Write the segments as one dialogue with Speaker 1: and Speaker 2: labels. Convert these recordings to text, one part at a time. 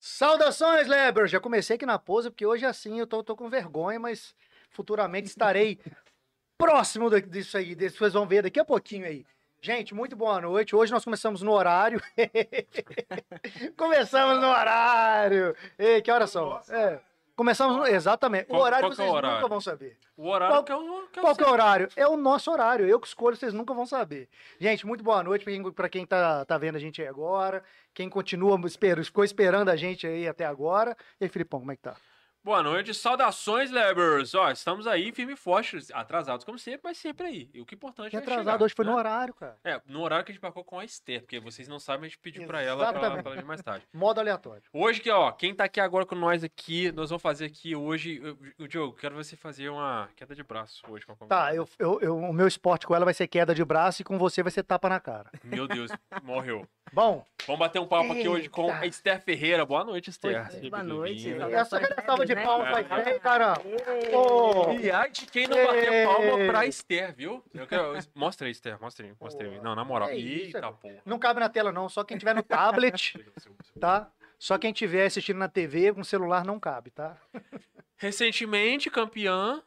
Speaker 1: Saudações, Leber! Já comecei aqui na pose, porque hoje assim eu tô, tô com vergonha, mas futuramente estarei próximo da- disso aí. disso Vocês vão ver daqui a pouquinho aí. Gente, muito boa noite. Hoje nós começamos no horário. começamos no horário. Ei, que horas são? É, começamos no... Exatamente.
Speaker 2: Qual-
Speaker 1: o horário
Speaker 2: qual que é
Speaker 1: vocês
Speaker 2: o horário?
Speaker 1: nunca vão saber.
Speaker 2: O horário
Speaker 1: Qual-
Speaker 2: que eu. Que eu
Speaker 1: Qual que é o
Speaker 2: sei.
Speaker 1: horário? É o nosso horário. Eu que escolho, vocês nunca vão saber. Gente, muito boa noite pra quem- pra quem tá, tá vendo a gente aí agora. Quem continua, espero, ficou esperando a gente aí até agora. E aí, Filipão, como é que tá?
Speaker 2: Boa noite, saudações, Lebers! Ó, estamos aí firme e forte, atrasados como sempre, mas sempre aí. E o que é importante
Speaker 1: Que
Speaker 2: é
Speaker 1: atrasado,
Speaker 2: chegar,
Speaker 1: hoje foi
Speaker 2: né?
Speaker 1: no horário, cara.
Speaker 2: É, no horário que a gente marcou com a Esther, porque vocês não sabem, a gente pediu pra ela pra, ela-
Speaker 1: Exatamente.
Speaker 2: pra ela vir mais tarde.
Speaker 1: Modo aleatório.
Speaker 2: Hoje que, ó, quem tá aqui agora com nós aqui, nós vamos fazer aqui hoje... O Diogo, quero você fazer uma queda de braço hoje com a
Speaker 1: Tá,
Speaker 2: convidada.
Speaker 1: eu, eu- eu- o meu esporte com ela vai ser queda de braço e com você vai ser tapa na cara.
Speaker 2: Meu Deus, morreu.
Speaker 1: Bom,
Speaker 2: Vamos bater um papo aqui hoje com
Speaker 1: Eita.
Speaker 2: a Esther Ferreira. Boa noite, Esther.
Speaker 3: Pois é,
Speaker 2: Seja
Speaker 3: boa noite.
Speaker 2: bem-vinda.
Speaker 1: essa galera tava de palma faz
Speaker 2: É.
Speaker 1: tempo, cara. Ô,
Speaker 2: E ai de quem não bateu
Speaker 1: Ei.
Speaker 2: palma pra Esther, viu? Eu quero... Mostra aí, Esther, mostra aí, mostra aí.
Speaker 1: Porra.
Speaker 2: Não, na moral.
Speaker 1: Que isso,
Speaker 2: Eita
Speaker 1: cara.
Speaker 2: porra.
Speaker 1: Não cabe na tela, não. Só quem tiver no tablet, tá? Só quem tiver assistindo na TV com celular não cabe, tá?
Speaker 2: Recentemente, campeã.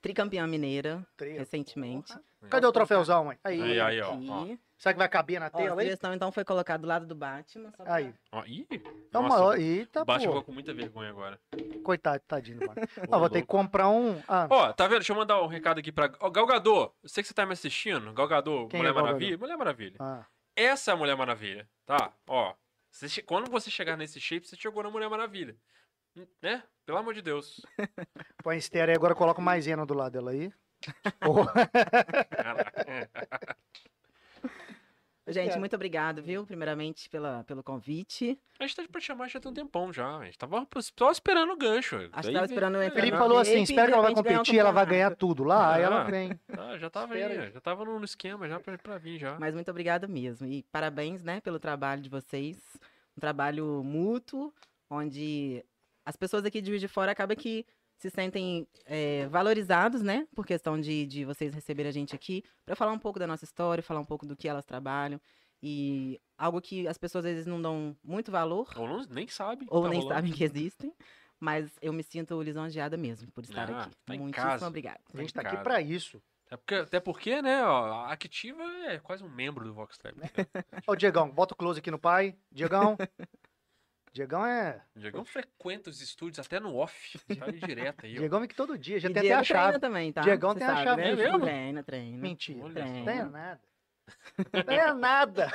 Speaker 3: Tricampeã mineira,
Speaker 1: Três.
Speaker 3: recentemente.
Speaker 1: Cadê é o troféuzão, hein? Aí.
Speaker 2: Aí, aí, ó.
Speaker 3: Aqui.
Speaker 2: ó.
Speaker 1: Será que vai caber na
Speaker 3: Ó, a
Speaker 1: tela aí?
Speaker 3: seleção, então, foi colocada do lado do Batman. só pra-
Speaker 1: Aí.
Speaker 2: Ó, Ih,
Speaker 1: Então,
Speaker 2: nossa,
Speaker 1: maior.
Speaker 2: o
Speaker 1: Eita, pô.
Speaker 2: Baixo ficou com muita vergonha agora.
Speaker 1: Coitado, tadinho do Batman.
Speaker 2: Ô,
Speaker 1: Ó, Ah, vou ter que
Speaker 2: louco.
Speaker 1: comprar um. Ah,
Speaker 2: Ó, tá vendo? Deixa eu mandar um recado aqui pra. Ó, Galgador, eu sei que você tá me assistindo. Galgador,
Speaker 1: Quem é
Speaker 2: Mulher
Speaker 1: Gal
Speaker 2: Maravilha. Mulher Maravilha.
Speaker 1: ah.
Speaker 2: Essa é a Mulher Maravilha, tá? Ó. você che- Quando você chegar nesse shape, você chegou na Mulher Maravilha. Né? Pelo amor de Deus.
Speaker 1: Põe a Esther aí, agora coloca uma maisena do lado dela aí. Ô,
Speaker 2: Caraca.
Speaker 3: Gente,
Speaker 1: Obrigado.
Speaker 3: muito obrigado, viu? Primeiramente, pela, pelo convite.
Speaker 2: A gente tá pra chamar já tem um tempão já. A gente tava só esperando o gancho.
Speaker 3: Acho
Speaker 2: Daí
Speaker 3: que tava
Speaker 2: vem-
Speaker 3: esperando
Speaker 2: é,
Speaker 3: entrar né?
Speaker 1: o Felipe
Speaker 3: na
Speaker 1: falou
Speaker 3: vape
Speaker 1: assim:
Speaker 3: e
Speaker 1: espera que
Speaker 3: de
Speaker 1: ela vai
Speaker 3: repente ganhar um
Speaker 1: competir, ela vai ganhar
Speaker 3: campeonato.
Speaker 1: tudo lá, aí ela
Speaker 2: Ah.
Speaker 1: vem.
Speaker 2: Ah, já tava
Speaker 1: Espera
Speaker 2: aí, já tava no no esquema já pra, pra vir
Speaker 1: Ah.
Speaker 2: já.
Speaker 3: Mas muito obrigado mesmo. E parabéns, né, pelo trabalho de vocês. Um trabalho mútuo, onde as pessoas aqui de Juiz de Fora acabam que se sentem é, valorizados, né, por questão de, de vocês receberem a gente aqui, para falar um pouco da nossa história, falar um pouco do que elas trabalham. E algo que as pessoas às vezes não dão muito valor,
Speaker 2: Ou não, nem sabe. que
Speaker 3: ou
Speaker 2: tá
Speaker 3: nem
Speaker 2: rolando.
Speaker 3: sabem que existem. Mas eu me sinto lisonjeada mesmo por estar
Speaker 2: Ah,
Speaker 3: aqui.
Speaker 2: tá em
Speaker 3: Muitíssimo
Speaker 2: casa.
Speaker 3: obrigada.
Speaker 1: A gente tá aqui
Speaker 2: Complicado.
Speaker 1: pra isso.
Speaker 2: Até É porque, até porque, né, ó, a Activa é quase um membro do Vox Trap. Né?
Speaker 1: Ó, o Diegão, bota o close aqui no pai. Diegão. Diegão é.
Speaker 2: O Diegão frequenta os estúdios até no off. Tá aí direto aí. ó.
Speaker 1: Diegão vem aqui todo dia, já
Speaker 3: E
Speaker 1: tem até
Speaker 3: Diego
Speaker 1: a chave.
Speaker 3: treina também, tá?
Speaker 1: Diegão
Speaker 3: Você
Speaker 1: tem a
Speaker 3: sabe,
Speaker 1: chave.
Speaker 3: né?
Speaker 2: É mesmo?
Speaker 3: Treina, treina.
Speaker 1: Mentira.
Speaker 2: Olha
Speaker 3: Tem.
Speaker 2: só.
Speaker 1: Não tem nada. Não tem nada.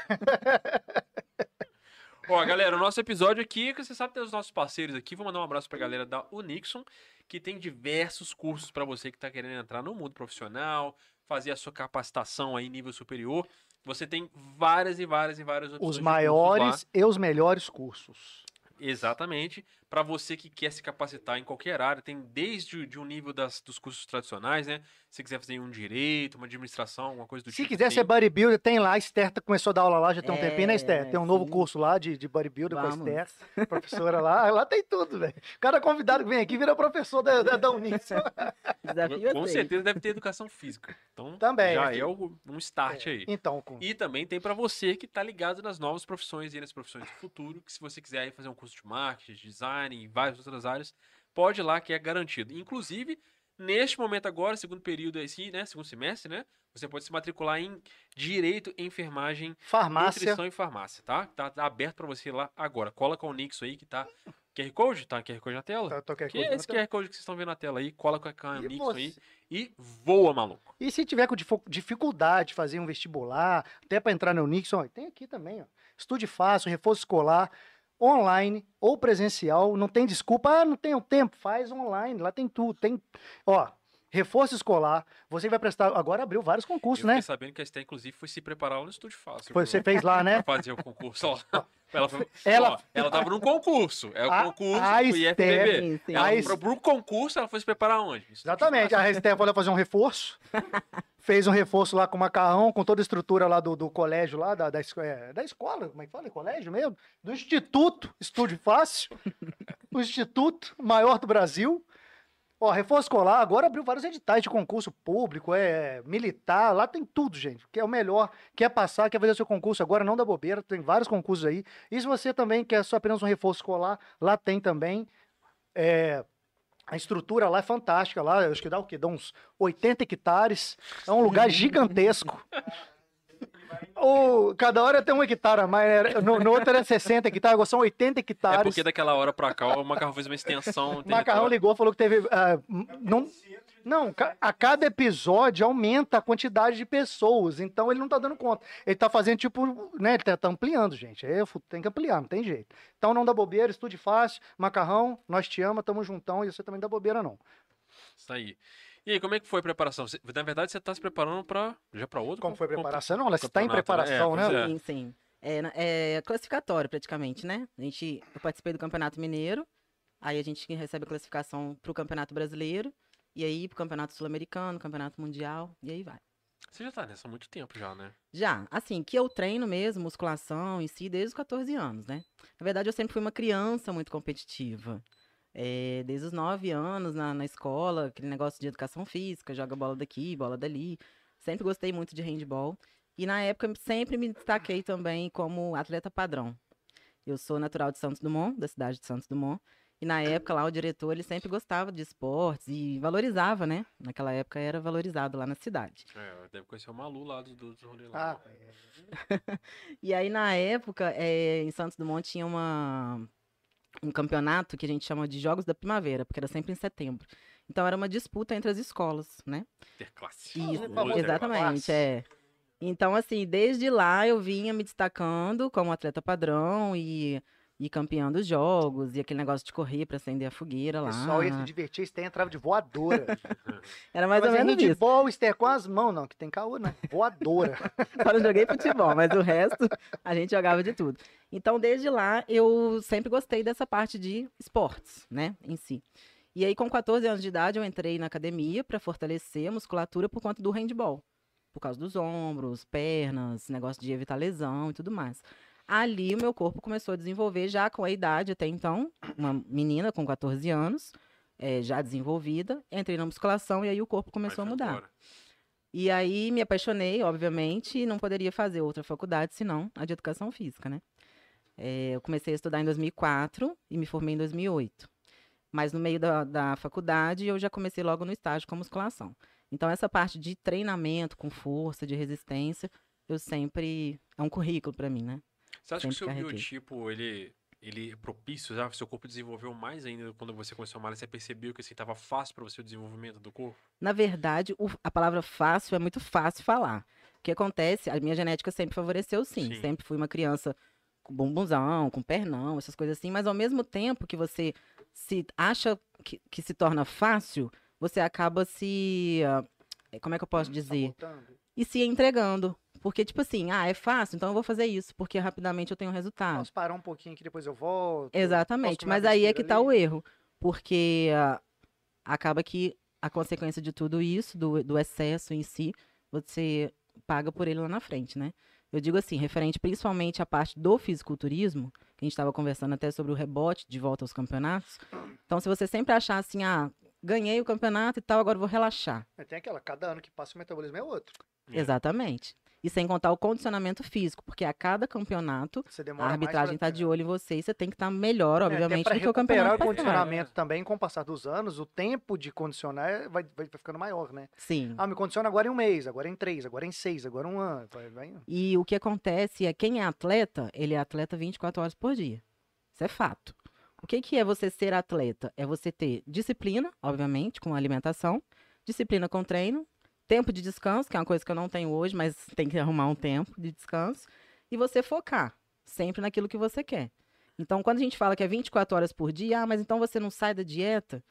Speaker 2: Ó, galera, o nosso episódio aqui, que você sabe, tem os nossos parceiros aqui. Vou mandar um abraço pra galera da Unixon, que tem diversos cursos pra você que tá querendo entrar no mundo profissional, fazer a sua capacitação aí em nível superior. Você tem várias e várias e várias opções.
Speaker 1: Os
Speaker 2: de cursos lá.
Speaker 1: maiores e os melhores cursos.
Speaker 2: Exatamente. Para você que quer se capacitar em qualquer área, tem desde o- de um nível das, dos cursos tradicionais, né? Se quiser fazer um direito, uma administração, alguma coisa do
Speaker 1: Se
Speaker 2: tipo.
Speaker 1: quiser
Speaker 2: tem.
Speaker 1: ser bodybuilder, tem lá. A Esther tá- começou a dar aula lá já tem um
Speaker 3: É,
Speaker 1: tempinho, né, Esther? Tem um novo
Speaker 3: sim.
Speaker 1: curso lá de, de bodybuilder com
Speaker 3: Vamos.
Speaker 1: a Esther, professora lá. Lá tem tudo, velho. Cada convidado que vem aqui vira professor da, da, da Unis.
Speaker 3: Desafio
Speaker 2: Com
Speaker 3: aceito.
Speaker 2: certeza deve ter educação física. Então,
Speaker 1: Também,
Speaker 2: já
Speaker 1: é.
Speaker 2: é o- um start aí.
Speaker 1: Então, com...
Speaker 2: E também tem para você que tá ligado nas novas profissões e nas profissões do futuro, que se você quiser aí fazer um curso de marketing, design e várias outras áreas, pode ir lá que é garantido. Inclusive, neste momento agora, segundo período esse, né, segundo semestre, né, você pode se matricular em direito, enfermagem,
Speaker 1: farmácia.
Speaker 2: nutrição e farmácia, tá? Tá, tá aberto para você ir lá agora. Cola com o Nixon aí que tá QR Code, tá? QR Code na tela.
Speaker 1: Tá, tô aqui,
Speaker 2: Que é esse QR Code que vocês estão vendo na tela aí, cola com a- com o
Speaker 1: E
Speaker 2: Nixon
Speaker 1: você?
Speaker 2: aí e voa, maluco.
Speaker 1: E se tiver com difu- dificuldade de fazer um vestibular, até para entrar no Nixon, ó, tem aqui também, ó. Estude fácil, reforço escolar, online ou presencial, não tem desculpa, ah, não tenho tempo, faz online, lá tem tudo, tem, ó, reforço escolar, você vai prestar, agora abriu vários concursos,
Speaker 2: eu
Speaker 1: né?
Speaker 2: fiquei sabendo que a Esther, inclusive, foi se preparar lá no Estúdio Fácil.
Speaker 1: Foi-
Speaker 2: viu?
Speaker 1: você fez lá, né?
Speaker 2: Pra fazer o concurso. Ó, ela, foi,
Speaker 1: Ela-
Speaker 2: ela... Ó, ela tava num concurso. É o
Speaker 1: A-
Speaker 2: concurso
Speaker 1: a
Speaker 2: do IFBB.
Speaker 3: Sim, sim.
Speaker 2: Ela,
Speaker 1: a Mas-
Speaker 2: pro, pro concurso, ela foi se preparar onde? No Estúdio
Speaker 1: Exatamente, a Esther foi lá fazer um reforço, fez um reforço lá com macarrão, com toda a estrutura lá do, do colégio lá, da, da, esco- é, da escola, como é que fala? É Colégio mesmo? Do Instituto Estúdio Fácil, o Instituto maior do Brasil, Ó, reforço escolar agora abriu vários editais de concurso público, é militar, lá tem tudo, gente. Que é o melhor, quer passar, quer fazer seu concurso agora, não dá bobeira, tem vários concursos aí. E se você também quer só apenas um reforço escolar, lá tem também. É, a estrutura lá é fantástica, lá acho que dá o quê? Dá uns 80 hectares. É um lugar gigantesco. O, cada hora tem um hectare a mais, né? no, no outro era 60 hectares, agora são 80 hectares.
Speaker 2: É porque daquela hora pra cá o Macarrão fez uma extensão.
Speaker 1: Macarrão
Speaker 2: territorial.
Speaker 1: ligou, falou que teve. ah, m- não, não, ca- a cada episódio aumenta a quantidade de pessoas, então ele não tá dando conta. Ele tá fazendo tipo, né? Ele tá, tá ampliando, gente. É, fu- tem que ampliar, não tem jeito. Então não dá bobeira, estude fácil. Macarrão, nós te ama, tamo juntão, e você também não dá bobeira, não.
Speaker 2: Isso tá aí. E aí, como é que foi a preparação? Você- Na verdade, você tá se preparando pra. Já pra outro?
Speaker 1: Como foi a
Speaker 2: com- com-
Speaker 1: preparação? Não, ela está em
Speaker 2: campeonato, né?
Speaker 1: preparação,
Speaker 2: É,
Speaker 1: né?
Speaker 2: pois
Speaker 3: Sim, sim. É, na- é classificatório, praticamente, né? A gente, eu participei do Campeonato Mineiro, aí a gente recebe a classificação pro Campeonato Brasileiro, e aí pro Campeonato Sul-Americano, Campeonato Mundial, e aí vai.
Speaker 2: Você já tá nessa há muito tempo já, né?
Speaker 3: Já, assim, que eu treino mesmo, musculação em si, desde os 14 anos, né? Na verdade, eu sempre fui uma criança muito competitiva. É, desde os 9 anos, na, na escola, aquele negócio de educação física, joga bola daqui, bola dali. Sempre gostei muito de handball. E na época, eu sempre me destaquei também como atleta padrão. Eu sou natural de Santos Dumont, da cidade de Santos Dumont. E na época lá, o diretor, ele sempre gostava de esportes e valorizava, né? Naquela época era valorizado lá na cidade.
Speaker 2: É, deve conhecer o Malu lá do, do, do rolê lá.
Speaker 1: Ah,
Speaker 2: né?
Speaker 3: E aí, na época, eh, em Santos Dumont tinha uma, um campeonato que a gente chama de Jogos da Primavera, porque era sempre em setembro. Então, era uma disputa entre as escolas, né?
Speaker 2: Interclasse.
Speaker 1: Isso,
Speaker 2: Famoso
Speaker 1: famoso
Speaker 2: interclasse.
Speaker 3: exatamente, é. Então, assim, desde lá eu vinha me destacando como atleta padrão e, e campeã dos jogos, e aquele negócio de correr para acender a fogueira
Speaker 1: o
Speaker 3: lá.
Speaker 1: pessoal ia se divertir, isso tem entrava de voadora.
Speaker 3: Era mais ou
Speaker 1: Mas é
Speaker 3: menos isso.
Speaker 1: handball, isso é com as mãos, não, que tem caô, né? Voadora.
Speaker 3: Só não joguei futebol, mas o resto a gente jogava de tudo. Então, desde lá, eu sempre gostei dessa parte de esportes, né, em si. E aí, com 14 anos de idade, eu entrei na academia para fortalecer a musculatura por conta do handball. Por causa dos ombros, pernas, negócio de evitar lesão e tudo mais. Ali, o meu corpo começou a desenvolver já com a idade até então, uma menina com 14 anos, eh, já desenvolvida, entrei na musculação e aí o corpo
Speaker 2: Aí
Speaker 3: começou a
Speaker 2: foi
Speaker 3: mudar.
Speaker 2: embora.
Speaker 3: E aí me apaixonei, obviamente, e não poderia fazer outra faculdade senão a de educação física, né? Eh, eu comecei a estudar em 2004 e me formei em 2008. Mas no meio da, da faculdade eu já comecei logo no estágio com musculação. Então essa parte de treinamento com força, de resistência, eu sempre é um currículo para mim, né?
Speaker 2: Você acha que o
Speaker 3: Sempre
Speaker 2: seu
Speaker 3: carreguei.
Speaker 2: biotipo, ele, ele é propício, já? Seu corpo desenvolveu mais ainda quando você começou a malhar? Você percebeu que assim, tava fácil pra você o desenvolvimento do corpo?
Speaker 3: Na verdade, o- a palavra fácil é muito fácil falar. O que acontece, a minha genética sempre favoreceu, sim.
Speaker 2: Sim.
Speaker 3: Sempre fui uma criança com bumbumzão, com pernão, essas coisas assim. Mas ao mesmo tempo que você se acha que, que se torna fácil, você acaba se. ah, eh, Como é que eu
Speaker 1: Hum,
Speaker 3: posso dizer?
Speaker 1: Voltando.
Speaker 3: E se entregando. Porque, tipo assim, ah, é fácil, então eu vou fazer isso, porque rapidamente eu tenho resultado.
Speaker 1: Vamos parar um pouquinho que depois eu volto.
Speaker 3: Ah. Exatamente,
Speaker 1: comer uma
Speaker 3: mas aí é
Speaker 1: besteira
Speaker 3: que tá
Speaker 1: ali?
Speaker 3: o erro, porque ah, acaba que a consequência de tudo isso, do, do excesso em si, você paga por ele lá na frente, né? Eu digo assim, referente principalmente à parte do fisiculturismo, que a gente estava conversando até sobre o rebote de volta aos campeonatos. Então, se você sempre achar assim, ah, ganhei o campeonato e tal, agora eu vou relaxar.
Speaker 1: Mas É, Tem aquela, cada ano que passa o metabolismo é outro.
Speaker 2: É.
Speaker 3: Exatamente. E sem contar o condicionamento físico, porque a cada campeonato,
Speaker 1: Você
Speaker 3: a
Speaker 1: demora
Speaker 3: arbitragem
Speaker 1: mais pra...
Speaker 3: está de olho em você e você tem que estar melhor,
Speaker 1: É, até
Speaker 3: obviamente,
Speaker 1: pra
Speaker 3: do que o
Speaker 1: recuperar
Speaker 3: campeonato
Speaker 1: o
Speaker 3: passado.
Speaker 1: condicionamento também, com o passar dos anos, o tempo de condicionar é, vai, vai ficando maior, né?
Speaker 3: Sim.
Speaker 1: Ah, me condiciona agora em um mês, agora em três, agora em seis, agora em um ano. Vai, vai...
Speaker 3: E o que acontece é quem é atleta, ele é atleta 24 horas por dia. Isso é fato. O que, que é você ser atleta? É você ter disciplina, obviamente, com alimentação, disciplina com treino, tempo de descanso, que é uma coisa que eu não tenho hoje, mas tem que arrumar um tempo de descanso, e você focar sempre naquilo que você quer. Então, quando a gente fala que é 24 horas por dia, ah, mas então você não sai da dieta?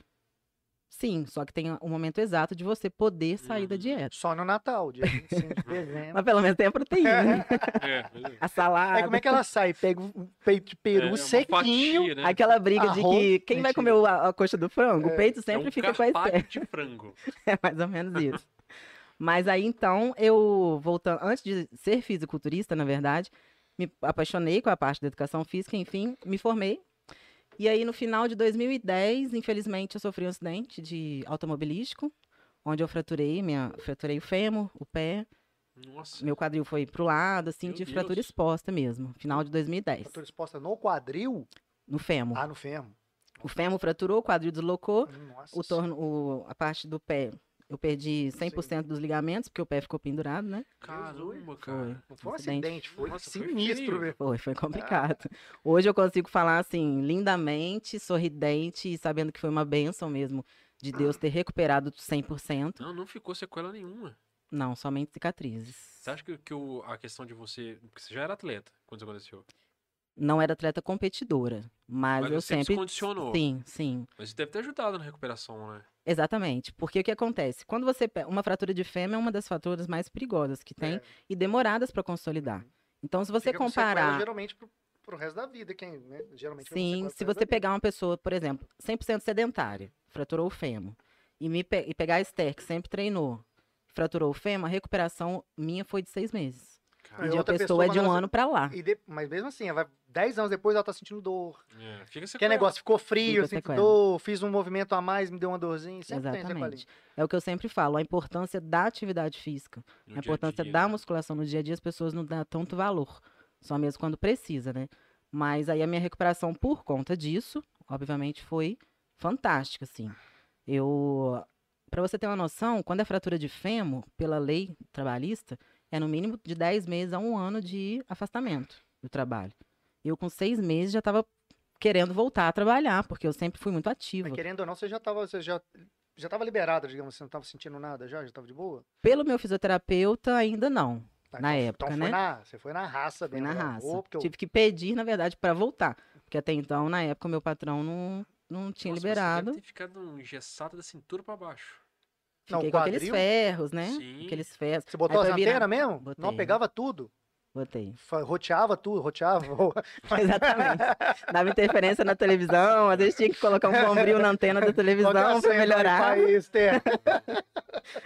Speaker 3: Sim, só que tem o momento exato de você poder sair da
Speaker 2: Uhum.
Speaker 3: dieta.
Speaker 1: Só no Natal, dia 25 de dezembro.
Speaker 3: Mas pelo menos tem a proteína, né?
Speaker 2: É, beleza.
Speaker 3: a salada.
Speaker 1: Aí como é que ela sai? Pega um peito de
Speaker 2: É, é
Speaker 1: peru
Speaker 2: uma
Speaker 1: sequinho.
Speaker 2: fatia, né?
Speaker 3: Aquela briga de
Speaker 1: Arroz,
Speaker 3: que quem vai
Speaker 1: mentira.
Speaker 3: comer o- a, a coxa do frango,
Speaker 1: É.
Speaker 3: o peito
Speaker 2: É
Speaker 3: sempre
Speaker 2: um
Speaker 3: fica com a
Speaker 2: carpaccio
Speaker 3: esté.
Speaker 2: de frango.
Speaker 3: É mais ou menos isso. Mas aí então, eu voltando, antes de ser fisiculturista, na verdade, me apaixonei com a parte da educação física, enfim, me formei. E aí, no final de 2010, infelizmente, eu sofri um acidente de automobilístico, onde eu fraturei, minha, fraturei o fêmur, o pé,
Speaker 2: Nossa.
Speaker 3: meu quadril foi pro lado, assim,
Speaker 2: Meu
Speaker 3: tive
Speaker 2: Deus.
Speaker 3: fratura exposta mesmo, final de 2010,
Speaker 1: Fratura exposta no quadril?
Speaker 3: no fêmur.
Speaker 1: Ah, no fêmur.
Speaker 3: O fêmur fraturou, o quadril deslocou,
Speaker 1: Nossa.
Speaker 3: o torno, o- a parte do pé, eu perdi 100% dos ligamentos, porque o pé ficou pendurado, né?
Speaker 2: Caramba,
Speaker 3: Foi.
Speaker 2: cara.
Speaker 1: Não foi um
Speaker 3: Acidente.
Speaker 1: acidente, foi
Speaker 2: Nossa, foi
Speaker 1: sinistro,
Speaker 2: feio.
Speaker 1: velho.
Speaker 3: Foi, foi complicado. Hoje eu consigo falar assim, lindamente, sorridente, e sabendo que foi uma bênção mesmo de Deus ter recuperado 100%.
Speaker 2: Não, não ficou sequela nenhuma.
Speaker 3: Não, somente cicatrizes.
Speaker 2: Você acha que, que o- a questão de você. Porque você já era atleta quando isso aconteceu.
Speaker 3: Não era atleta competidora, mas,
Speaker 2: Mas
Speaker 3: eu
Speaker 2: você se
Speaker 3: sempre.
Speaker 2: condicionou.
Speaker 3: Sim, sim.
Speaker 2: Mas isso deve ter ajudado na recuperação, né?
Speaker 3: Exatamente. Porque o que acontece? Quando você. pe- Uma fratura de fêmur é uma das fraturas mais perigosas que tem
Speaker 1: É. Uhum.
Speaker 3: e demoradas para consolidar. Então, se você
Speaker 1: Fica com sequela,
Speaker 3: comparar.
Speaker 1: geralmente pro, pro resto da vida, quem, né? Geralmente fica com sequela
Speaker 3: Sim, se
Speaker 1: pro resto da
Speaker 3: você
Speaker 1: vida.
Speaker 3: pegar uma pessoa, por exemplo, 100% sedentária, fraturou o fêmur, e, me pe- e pegar a Esther, que sempre treinou, fraturou o fêmur, a recuperação minha foi de seis meses.
Speaker 1: Ah,
Speaker 3: E
Speaker 2: Cara,
Speaker 1: eu-
Speaker 3: de uma
Speaker 1: outra
Speaker 3: pessoa,
Speaker 1: pessoa,
Speaker 3: é de
Speaker 1: quando
Speaker 3: um
Speaker 1: ela-
Speaker 3: ano pra lá.
Speaker 1: E de- Mas mesmo assim, ela vai... 10 anos depois ela tá sentindo dor.
Speaker 2: é, fica
Speaker 1: Que é
Speaker 2: sequela.
Speaker 1: negócio, ficou frio,
Speaker 3: Fica
Speaker 1: eu sinto
Speaker 3: sequela.
Speaker 1: dor, fiz um movimento a mais, me deu uma dorzinha. Sempre tem
Speaker 3: Exatamente.
Speaker 1: sequelinha.
Speaker 3: É o que eu sempre falo, a importância da atividade física,
Speaker 2: no
Speaker 3: a
Speaker 2: dia a
Speaker 3: importância é
Speaker 2: dia,
Speaker 3: da
Speaker 2: né?
Speaker 3: musculação no dia a dia, as pessoas não dão tanto valor, só mesmo quando precisa, né? Mas aí a minha recuperação por conta disso, obviamente, foi fantástica, assim. Eu, para você ter uma noção, quando é fratura de fêmur, pela lei trabalhista, é no mínimo de 10 meses a um ano de afastamento do trabalho. Eu, com seis meses, já estava querendo voltar a trabalhar, porque eu sempre fui muito
Speaker 1: Mas
Speaker 3: ativa.
Speaker 1: querendo ou não, você já tava, você já, já tava liberada, digamos, você não tava sentindo nada já, já tava de boa?
Speaker 3: Pelo meu fisioterapeuta, ainda não.
Speaker 1: Tá,
Speaker 3: Na
Speaker 1: então,
Speaker 3: época,
Speaker 1: então foi
Speaker 3: né?
Speaker 1: na, você foi na raça
Speaker 3: Fui
Speaker 1: mesmo,
Speaker 3: na
Speaker 1: falou,
Speaker 3: raça.
Speaker 1: "Ô, porque eu-
Speaker 3: Tive que pedir, na verdade, para voltar. Porque até então, na época, o meu patrão não, não tinha
Speaker 2: Nossa, Você
Speaker 3: liberado.
Speaker 2: deve ter ficado engessado da cintura pra baixo.
Speaker 1: Não,
Speaker 3: Fiquei com aqueles
Speaker 1: quadril?
Speaker 3: ferros, né?
Speaker 2: Sim.
Speaker 3: Aqueles ferros.
Speaker 1: Você botou as
Speaker 3: Aí pra virar-
Speaker 1: antenas mesmo? Não,
Speaker 3: Botei.
Speaker 1: pegava tudo.
Speaker 3: Botei.
Speaker 1: fa- Roteava tudo, roteava.
Speaker 3: Exatamente. Dava interferência na televisão, às vezes tinha que colocar um bombril na antena da
Speaker 1: é
Speaker 3: televisão para melhorar.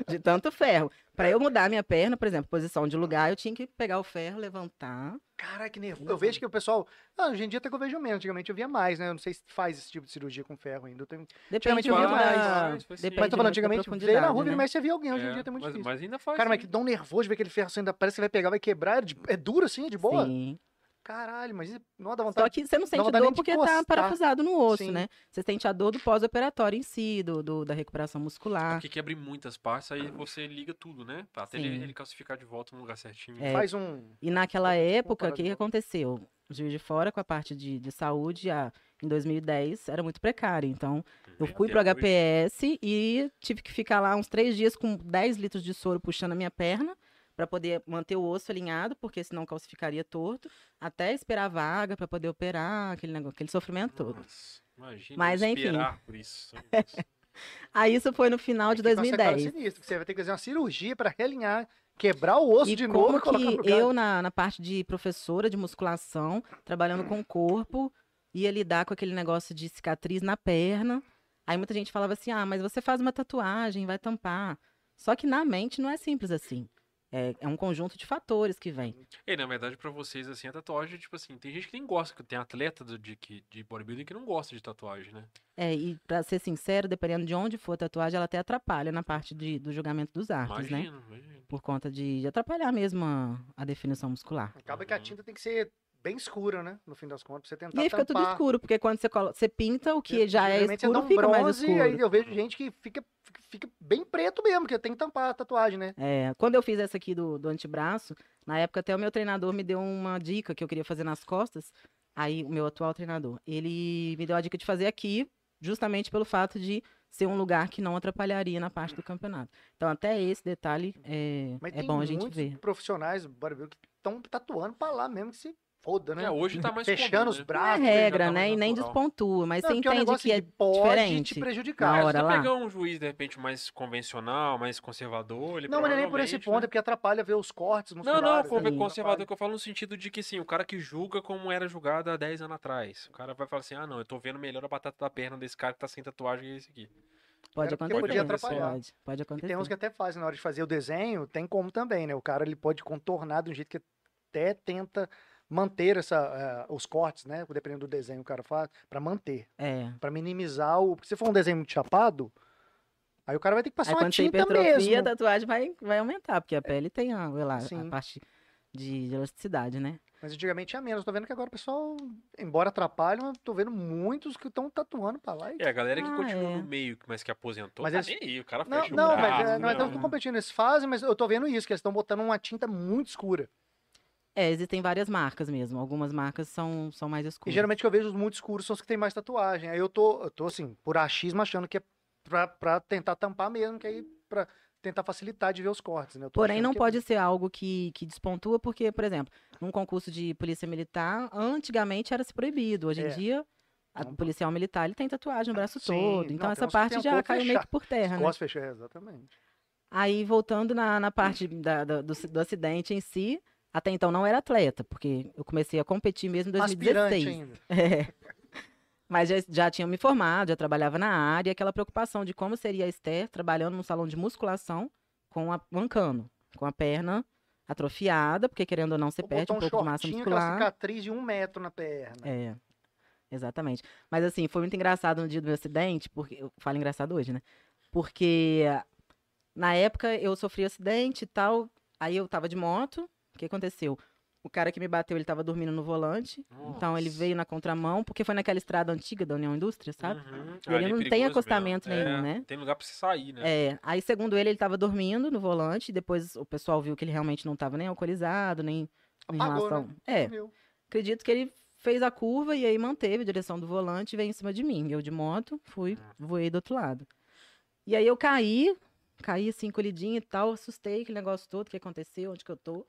Speaker 3: De tanto ferro. Para eu mudar a minha perna, por exemplo, posição de lugar, eu tinha que pegar o ferro, levantar.
Speaker 1: Caraca, que nervoso. Eu vejo que o pessoal. Ah, hoje em dia até que eu vejo menos. Antigamente eu via mais, né? Eu não sei se faz esse tipo de cirurgia com ferro ainda. Eu tenho...
Speaker 3: Depende
Speaker 1: Antigamente
Speaker 3: muito
Speaker 1: eu via mais,
Speaker 3: da...
Speaker 2: mas foi assim.
Speaker 1: Mas tô
Speaker 3: Depende muito da
Speaker 1: falando, antigamente veio na
Speaker 3: profundidade,
Speaker 1: rua, vira e
Speaker 3: né?
Speaker 1: mexe, você via alguém. Hoje em
Speaker 2: É,
Speaker 1: dia tá muito
Speaker 2: mas,
Speaker 1: difícil.
Speaker 2: mas ainda faz.
Speaker 1: Cara, mas
Speaker 3: assim
Speaker 1: que
Speaker 2: sim.
Speaker 1: dá um nervoso ver aquele ferro saindo da parece que vai pegar, vai quebrar. É, de- é duro assim, de boa?
Speaker 3: Sim.
Speaker 1: Caralho, mas isso não dá
Speaker 3: Só
Speaker 1: vontade.
Speaker 3: que você não sente
Speaker 1: vontade nem
Speaker 3: dor
Speaker 1: de
Speaker 3: porque
Speaker 1: encostar.
Speaker 3: está parafusado no osso,
Speaker 1: Sim.
Speaker 3: né? Você sente a dor do pós-operatório em si, do, do- da recuperação muscular.
Speaker 2: Porque quebra em muitas partes, aí você liga tudo, né? Até ele,
Speaker 3: Sim.
Speaker 2: ele calcificar de volta no lugar certinho.
Speaker 3: É.
Speaker 1: Faz um.
Speaker 3: E naquela
Speaker 1: Vou- vou
Speaker 3: época,
Speaker 1: parar de
Speaker 3: o que, que
Speaker 1: falar.
Speaker 3: aconteceu? Juiz de Fora, com a parte de, de saúde, a- em 2010, era muito precária. Então, eu fui pro HPS e tive que ficar lá uns três dias com 10 litros de soro puxando a minha perna para poder manter o osso alinhado, porque senão calcificaria torto, até esperar a vaga para poder operar, aquele, negócio, aquele sofrimento todo.
Speaker 2: Nossa, imagina
Speaker 3: Mas,
Speaker 2: eu
Speaker 3: enfim.
Speaker 2: esperar por isso.
Speaker 3: Aí isso foi no final de
Speaker 1: Aqui tá uma sequela
Speaker 3: 2010.
Speaker 1: sinistra, que Você vai ter que fazer uma cirurgia pra realinhar, quebrar o osso
Speaker 3: E
Speaker 1: de
Speaker 3: como
Speaker 1: novo e colocar
Speaker 3: que
Speaker 1: pro lugar.
Speaker 3: eu, na, na parte de professora de musculação, trabalhando com o corpo, ia lidar com aquele negócio de cicatriz na perna. Aí muita gente falava assim, ah, mas você faz uma tatuagem, vai tampar. Só que na mente não é simples assim. É, é um conjunto de fatores que vem.
Speaker 2: E na verdade, pra vocês, assim, a tatuagem, tipo assim, tem gente que nem gosta, que tem atleta do- de, que- de bodybuilding que não gosta de tatuagem, né?
Speaker 3: É, e pra ser sincero, dependendo de onde for a tatuagem, ela até atrapalha na parte de- do julgamento dos árbitros, né?
Speaker 2: Imagina, imagina.
Speaker 3: Por conta de, de atrapalhar mesmo a, a definição muscular.
Speaker 1: Acaba que a
Speaker 2: Uhum.
Speaker 1: tinta tem que ser bem escura, né? No fim das contas, pra você tentar
Speaker 3: E aí fica tudo
Speaker 1: tampar.
Speaker 3: escuro, porque quando você, colo- você pinta, o que
Speaker 1: Porque
Speaker 3: já é
Speaker 1: geralmente você
Speaker 3: escuro
Speaker 1: dá um
Speaker 3: fica mais
Speaker 1: bronze,
Speaker 3: escuro.
Speaker 1: Aí eu vejo gente que fica, fica, fica bem preto mesmo, porque tem que tampar a tatuagem, né?
Speaker 3: É, quando eu fiz essa aqui do, do antebraço, na época até o meu treinador me deu uma dica que eu queria fazer nas costas. Aí, o meu atual treinador, ele me deu a dica de fazer aqui, justamente pelo fato de ser um lugar que não atrapalharia na parte do campeonato. Então, até esse detalhe é,
Speaker 1: Mas
Speaker 3: é
Speaker 1: tem
Speaker 3: bom a gente
Speaker 1: muitos
Speaker 3: ver.
Speaker 1: profissionais bodybuilder que estão tatuando pra lá mesmo que se foda, né?
Speaker 2: É, hoje tá mais
Speaker 1: Fechando
Speaker 2: comum,
Speaker 1: os
Speaker 2: né?
Speaker 1: braços.
Speaker 3: Não é
Speaker 1: braço,
Speaker 3: regra,
Speaker 2: já tá
Speaker 3: né?
Speaker 2: mais
Speaker 3: E nem
Speaker 2: natural.
Speaker 3: despontou, mas você
Speaker 1: porque é um
Speaker 3: entende
Speaker 1: negócio
Speaker 3: que é
Speaker 1: pode te
Speaker 3: diferente.
Speaker 1: prejudicar.
Speaker 3: Na hora.
Speaker 2: se você
Speaker 3: lá.
Speaker 2: pegar um juiz, de repente, mais convencional, mais conservador, ele
Speaker 1: Não, mas não é nem por esse
Speaker 2: provavelmente,
Speaker 1: ponto, é
Speaker 2: né?
Speaker 1: porque atrapalha ver os cortes
Speaker 2: Não,
Speaker 1: musculares.
Speaker 2: não,
Speaker 1: né?
Speaker 2: conve-
Speaker 3: Sim.
Speaker 2: conservador que eu falo no sentido de que, assim, o cara que julga como era julgado há 10 anos atrás. O cara vai falar assim, ah, não, eu tô vendo melhor a batata da perna desse cara que tá sem tatuagem que esse aqui.
Speaker 1: Era
Speaker 3: Pode
Speaker 1: é porque
Speaker 3: acontecer.
Speaker 2: podia
Speaker 1: atrapalhar.
Speaker 3: Pode, pode
Speaker 1: E
Speaker 3: acontecer.
Speaker 1: tem uns que até fazem na hora de fazer o desenho, tem como também, né? O cara ele pode contornar de um jeito que até tenta manter essa, eh, os cortes, né? Dependendo do desenho que o cara faz, para manter.
Speaker 3: É.
Speaker 1: para minimizar o. Porque se for um desenho muito chapado, aí o cara vai ter que passar
Speaker 3: Aí
Speaker 1: uma
Speaker 3: quando tem
Speaker 1: é tinta
Speaker 3: hipertrofia,
Speaker 1: mesmo. É.
Speaker 3: a tatuagem vai, vai aumentar, porque a pele tem a, sei lá, a
Speaker 1: Sim.
Speaker 3: parte de, de elasticidade, né?
Speaker 1: Mas antigamente tinha menos. Tô vendo que agora o pessoal, embora atrapalhe, mas tô vendo muitos que estão tatuando pra lá. E...
Speaker 2: É, a galera que
Speaker 3: Ah,
Speaker 2: continua
Speaker 3: é.
Speaker 2: no meio, mas que aposentou,
Speaker 1: Mas
Speaker 2: tá
Speaker 1: eles-
Speaker 2: nem aí, o cara
Speaker 1: Não,
Speaker 2: fecha o
Speaker 1: não,
Speaker 2: braço. né?
Speaker 1: mas, é, não,
Speaker 2: não.
Speaker 1: mas estão competindo. Eles fazem, mas eu tô vendo isso, que eles estão botando uma tinta muito escura.
Speaker 3: É, existem várias marcas mesmo. Algumas marcas são, são mais
Speaker 1: E
Speaker 3: escuras.
Speaker 1: geralmente o que eu vejo os muito escuros são os que têm mais tatuagem. Aí eu tô, eu tô assim, por achismo, achando que é pra, pra tentar tampar mesmo, que aí pra tentar facilitar de ver os cortes, né? Eu tô
Speaker 3: Porém,
Speaker 1: achando
Speaker 3: não
Speaker 1: que é-
Speaker 3: pode ser algo que, que despontua, porque, por exemplo, num concurso de polícia militar, antigamente era se proibido. Hoje
Speaker 1: É.
Speaker 3: em dia, a-
Speaker 1: Não
Speaker 3: o policial militar ele tem tatuagem no braço
Speaker 1: Sim,
Speaker 3: todo.
Speaker 1: não,
Speaker 3: Então,
Speaker 1: tem
Speaker 3: essa
Speaker 1: uns que
Speaker 3: parte
Speaker 1: tem um
Speaker 3: já
Speaker 1: pouco
Speaker 3: caiu meio
Speaker 1: fechado.
Speaker 3: que por
Speaker 1: Os
Speaker 3: terra, né?
Speaker 1: cortes fechados, exatamente.
Speaker 3: Aí, voltando na, na parte da- da- do, do acidente em si, até então não era atleta, porque eu comecei a competir mesmo em 2016.
Speaker 1: Aspirante ainda.
Speaker 3: É. Mas já, já tinha me formado, já trabalhava na área, aquela preocupação de como seria a Esther trabalhando num salão de musculação com a mancando, com a perna atrofiada, porque querendo ou não, você
Speaker 1: Ou
Speaker 3: perde
Speaker 1: botar
Speaker 3: um pouco de massa
Speaker 1: shortinho, aquela
Speaker 3: muscular.
Speaker 1: cicatriz de um metro na perna.
Speaker 3: É. Exatamente. Mas assim, foi muito engraçado no dia do meu acidente, porque. Eu falo engraçado hoje, né? Porque na época eu sofri acidente e tal. Aí eu tava de moto. O que aconteceu? O cara que me bateu, ele tava dormindo no volante. Então ele
Speaker 2: Nossa.
Speaker 3: veio na contramão, porque foi naquela estrada antiga da União Indústria, sabe?
Speaker 2: Uhum.
Speaker 3: E
Speaker 2: Ali
Speaker 3: ele
Speaker 2: é
Speaker 3: não tem
Speaker 2: perigoso mesmo.
Speaker 3: acostamento nenhum,
Speaker 2: É,
Speaker 3: né?
Speaker 2: Tem lugar pra você sair, né?
Speaker 3: É, aí segundo ele, ele tava dormindo no volante, depois o pessoal viu que ele realmente não tava nem alcoolizado, nem em
Speaker 1: Apagou,
Speaker 3: relação...
Speaker 1: né?
Speaker 3: É,
Speaker 1: Viu?
Speaker 3: acredito que ele fez a curva e aí manteve a direção do volante e veio em cima de mim. Eu de moto, fui,
Speaker 1: Ah.
Speaker 3: voei do outro lado. E aí eu caí, caí assim, colidinha e tal, assustei aquele negócio todo, o que aconteceu, onde que eu tô.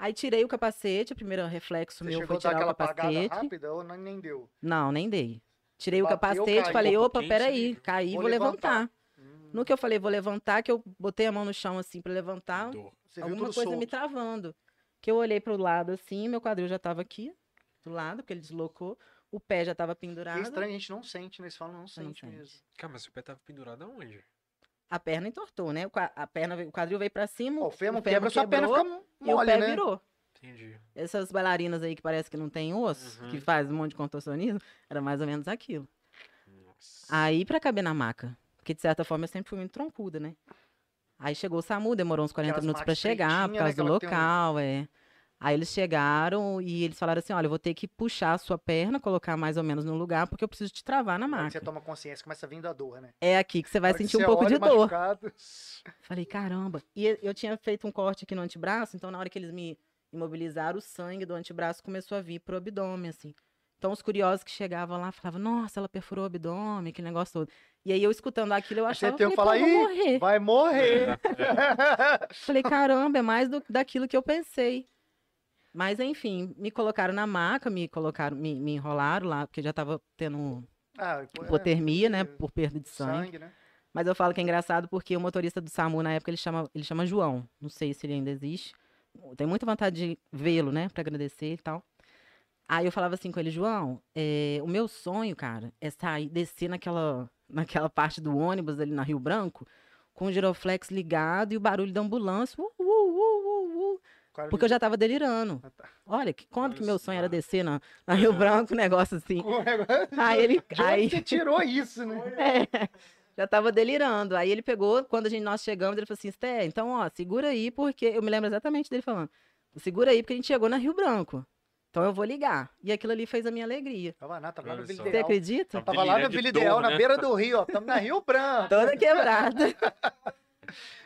Speaker 3: Aí tirei o capacete, o primeiro reflexo
Speaker 1: Você
Speaker 3: meu
Speaker 1: chegou
Speaker 3: foi
Speaker 1: a dar
Speaker 3: tirar o
Speaker 1: aquela apagada
Speaker 3: capacete.
Speaker 1: rápida ou não- nem deu?
Speaker 3: Não, nem dei. Tirei
Speaker 1: Bateu,
Speaker 3: o capacete,
Speaker 1: caiu. né?
Speaker 3: falei,
Speaker 2: Opa,
Speaker 3: opa,
Speaker 2: quem
Speaker 3: peraí,
Speaker 2: seria?
Speaker 3: caí,
Speaker 1: Vou
Speaker 3: vou,
Speaker 1: levantar.
Speaker 3: levantar.
Speaker 1: Hum,
Speaker 3: No que eu falei, vou levantar, que eu botei a mão no chão assim pra levantar,
Speaker 2: Dor.
Speaker 1: Então, Você viu
Speaker 3: alguma
Speaker 1: tudo
Speaker 3: coisa me
Speaker 1: solto.
Speaker 3: travando. Que eu olhei pro lado assim, meu quadril já tava aqui, do lado, porque ele deslocou, o pé já tava
Speaker 1: É
Speaker 3: pendurado,
Speaker 1: estranho, a gente não sente, né? Eles falam, não
Speaker 3: Você não
Speaker 1: sente mesmo.
Speaker 3: sente. É
Speaker 2: Cara, mas o pé tava pendurado aonde?
Speaker 3: a perna entortou, né? O qua- A perna, veio- o quadril veio pra cima,
Speaker 1: Ó, o fêmur quebra,
Speaker 3: fêmur
Speaker 1: sua perna
Speaker 3: quebrou,
Speaker 1: fica
Speaker 3: e o
Speaker 1: mole,
Speaker 3: pé
Speaker 1: né?
Speaker 3: virou.
Speaker 2: Entendi.
Speaker 3: Essas bailarinas aí que parece que não tem osso,
Speaker 2: Uhum.
Speaker 3: que faz um monte de contorcionismo, era mais ou menos aquilo.
Speaker 2: Nossa.
Speaker 3: Aí pra caber na maca. Porque de certa forma eu sempre fui muito troncuda, né? Aí chegou o SAMU, demorou uns 40
Speaker 1: Aquelas
Speaker 3: minutos pra
Speaker 1: macas
Speaker 3: chegar, por
Speaker 1: estreitinhas, né,
Speaker 3: causa do
Speaker 1: que ela tem um-
Speaker 3: local, é. Aí eles chegaram e eles falaram assim: olha, eu vou ter que puxar a sua perna, colocar mais ou menos no lugar, porque eu preciso te travar na
Speaker 1: Na hora que
Speaker 3: maca.
Speaker 1: você toma consciência, começa vindo a dor, né?
Speaker 3: É aqui que você vai
Speaker 1: Na hora tipo, que
Speaker 3: sentir um
Speaker 1: você
Speaker 3: pouco
Speaker 1: olha
Speaker 3: de dor.
Speaker 1: machucado,
Speaker 3: Falei, caramba. E eu- eu tinha feito um corte aqui no antebraço, então na hora que eles me imobilizaram, o sangue do antebraço começou a vir pro abdômen, assim. Então os curiosos que chegavam lá falavam, nossa, ela perfurou o abdômen, aquele negócio todo. E aí eu escutando aquilo, eu
Speaker 1: Aí você
Speaker 3: achava,
Speaker 1: tem
Speaker 3: falei,
Speaker 1: que falar,
Speaker 3: Pô, eu vou
Speaker 1: "Ih,
Speaker 3: morrer.
Speaker 1: Vai morrer.
Speaker 3: Falei, caramba, é mais do, daquilo que eu pensei. Mas enfim, me colocaram na maca, me colocaram, me, me enrolaram lá, porque já tava tendo um
Speaker 1: ah, pô, é,
Speaker 3: hipotermia, né,
Speaker 1: porque
Speaker 3: por perda de sangue.
Speaker 1: Sangue, né?
Speaker 3: Mas eu falo que é engraçado porque o motorista do SAMU na época ele chama, ele chama João. Não sei se ele ainda existe. Tenho muita vontade de vê-lo, né? Pra agradecer e tal. Aí eu falava assim com ele, João, é, o meu sonho, cara, é sair, descer naquela, naquela parte do ônibus ali na Rio Branco, com o giroflex ligado e o barulho da ambulância. Uh, uh, uh, uh, uh,
Speaker 1: O cara
Speaker 3: porque eu já tava delirando.
Speaker 1: Ah, tá.
Speaker 3: Olha, que, quando que
Speaker 2: Olha
Speaker 3: meu
Speaker 2: isso,
Speaker 3: sonho era
Speaker 2: cara.
Speaker 3: descer na, na Rio Branco, um negócio assim.
Speaker 1: Com o negócio-
Speaker 3: Aí ele.
Speaker 1: De onde
Speaker 3: Aí...
Speaker 1: você tirou isso, né?
Speaker 3: É, já tava delirando. Aí ele pegou, quando a gente, nós chegamos, ele falou assim, Sté, então, ó, segura aí, porque... Eu me lembro exatamente dele falando. Segura aí, porque a gente chegou na Rio Branco. Então eu vou ligar. E aquilo ali fez a minha alegria.
Speaker 1: Tava na, tava lá no
Speaker 2: Olha
Speaker 1: Vila
Speaker 2: só.
Speaker 3: Você
Speaker 1: Ideal.
Speaker 3: acredita?
Speaker 2: Tava
Speaker 1: Tava lá no
Speaker 2: Delirante
Speaker 1: Vila
Speaker 2: de
Speaker 1: Ideal,
Speaker 2: dor,
Speaker 1: na
Speaker 2: né?
Speaker 1: beira do rio, ó. Tamo na Rio Branco.
Speaker 3: Toda quebrada.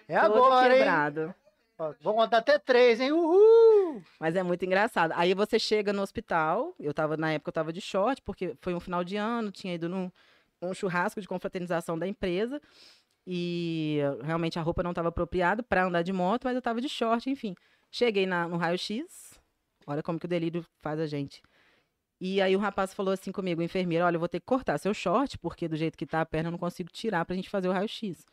Speaker 1: É
Speaker 3: Tá todo
Speaker 1: agora, hein?
Speaker 3: quebrado.
Speaker 1: Ó, Vou contar até três, hein? Uhul!
Speaker 3: Mas é muito engraçado. Aí você chega no hospital, eu tava, na época eu tava de short, porque foi um final de ano, tinha ido num, num um churrasco de confraternização da empresa. E eh, realmente a roupa não estava apropriada para andar de moto, mas eu tava de short, enfim. Cheguei na- no raio-x, olha como que o delírio faz a gente. E aí o rapaz falou assim comigo, o enfermeiro, olha, eu vou ter que cortar seu short, porque do jeito que tá a perna eu não consigo tirar pra gente fazer o raio-x.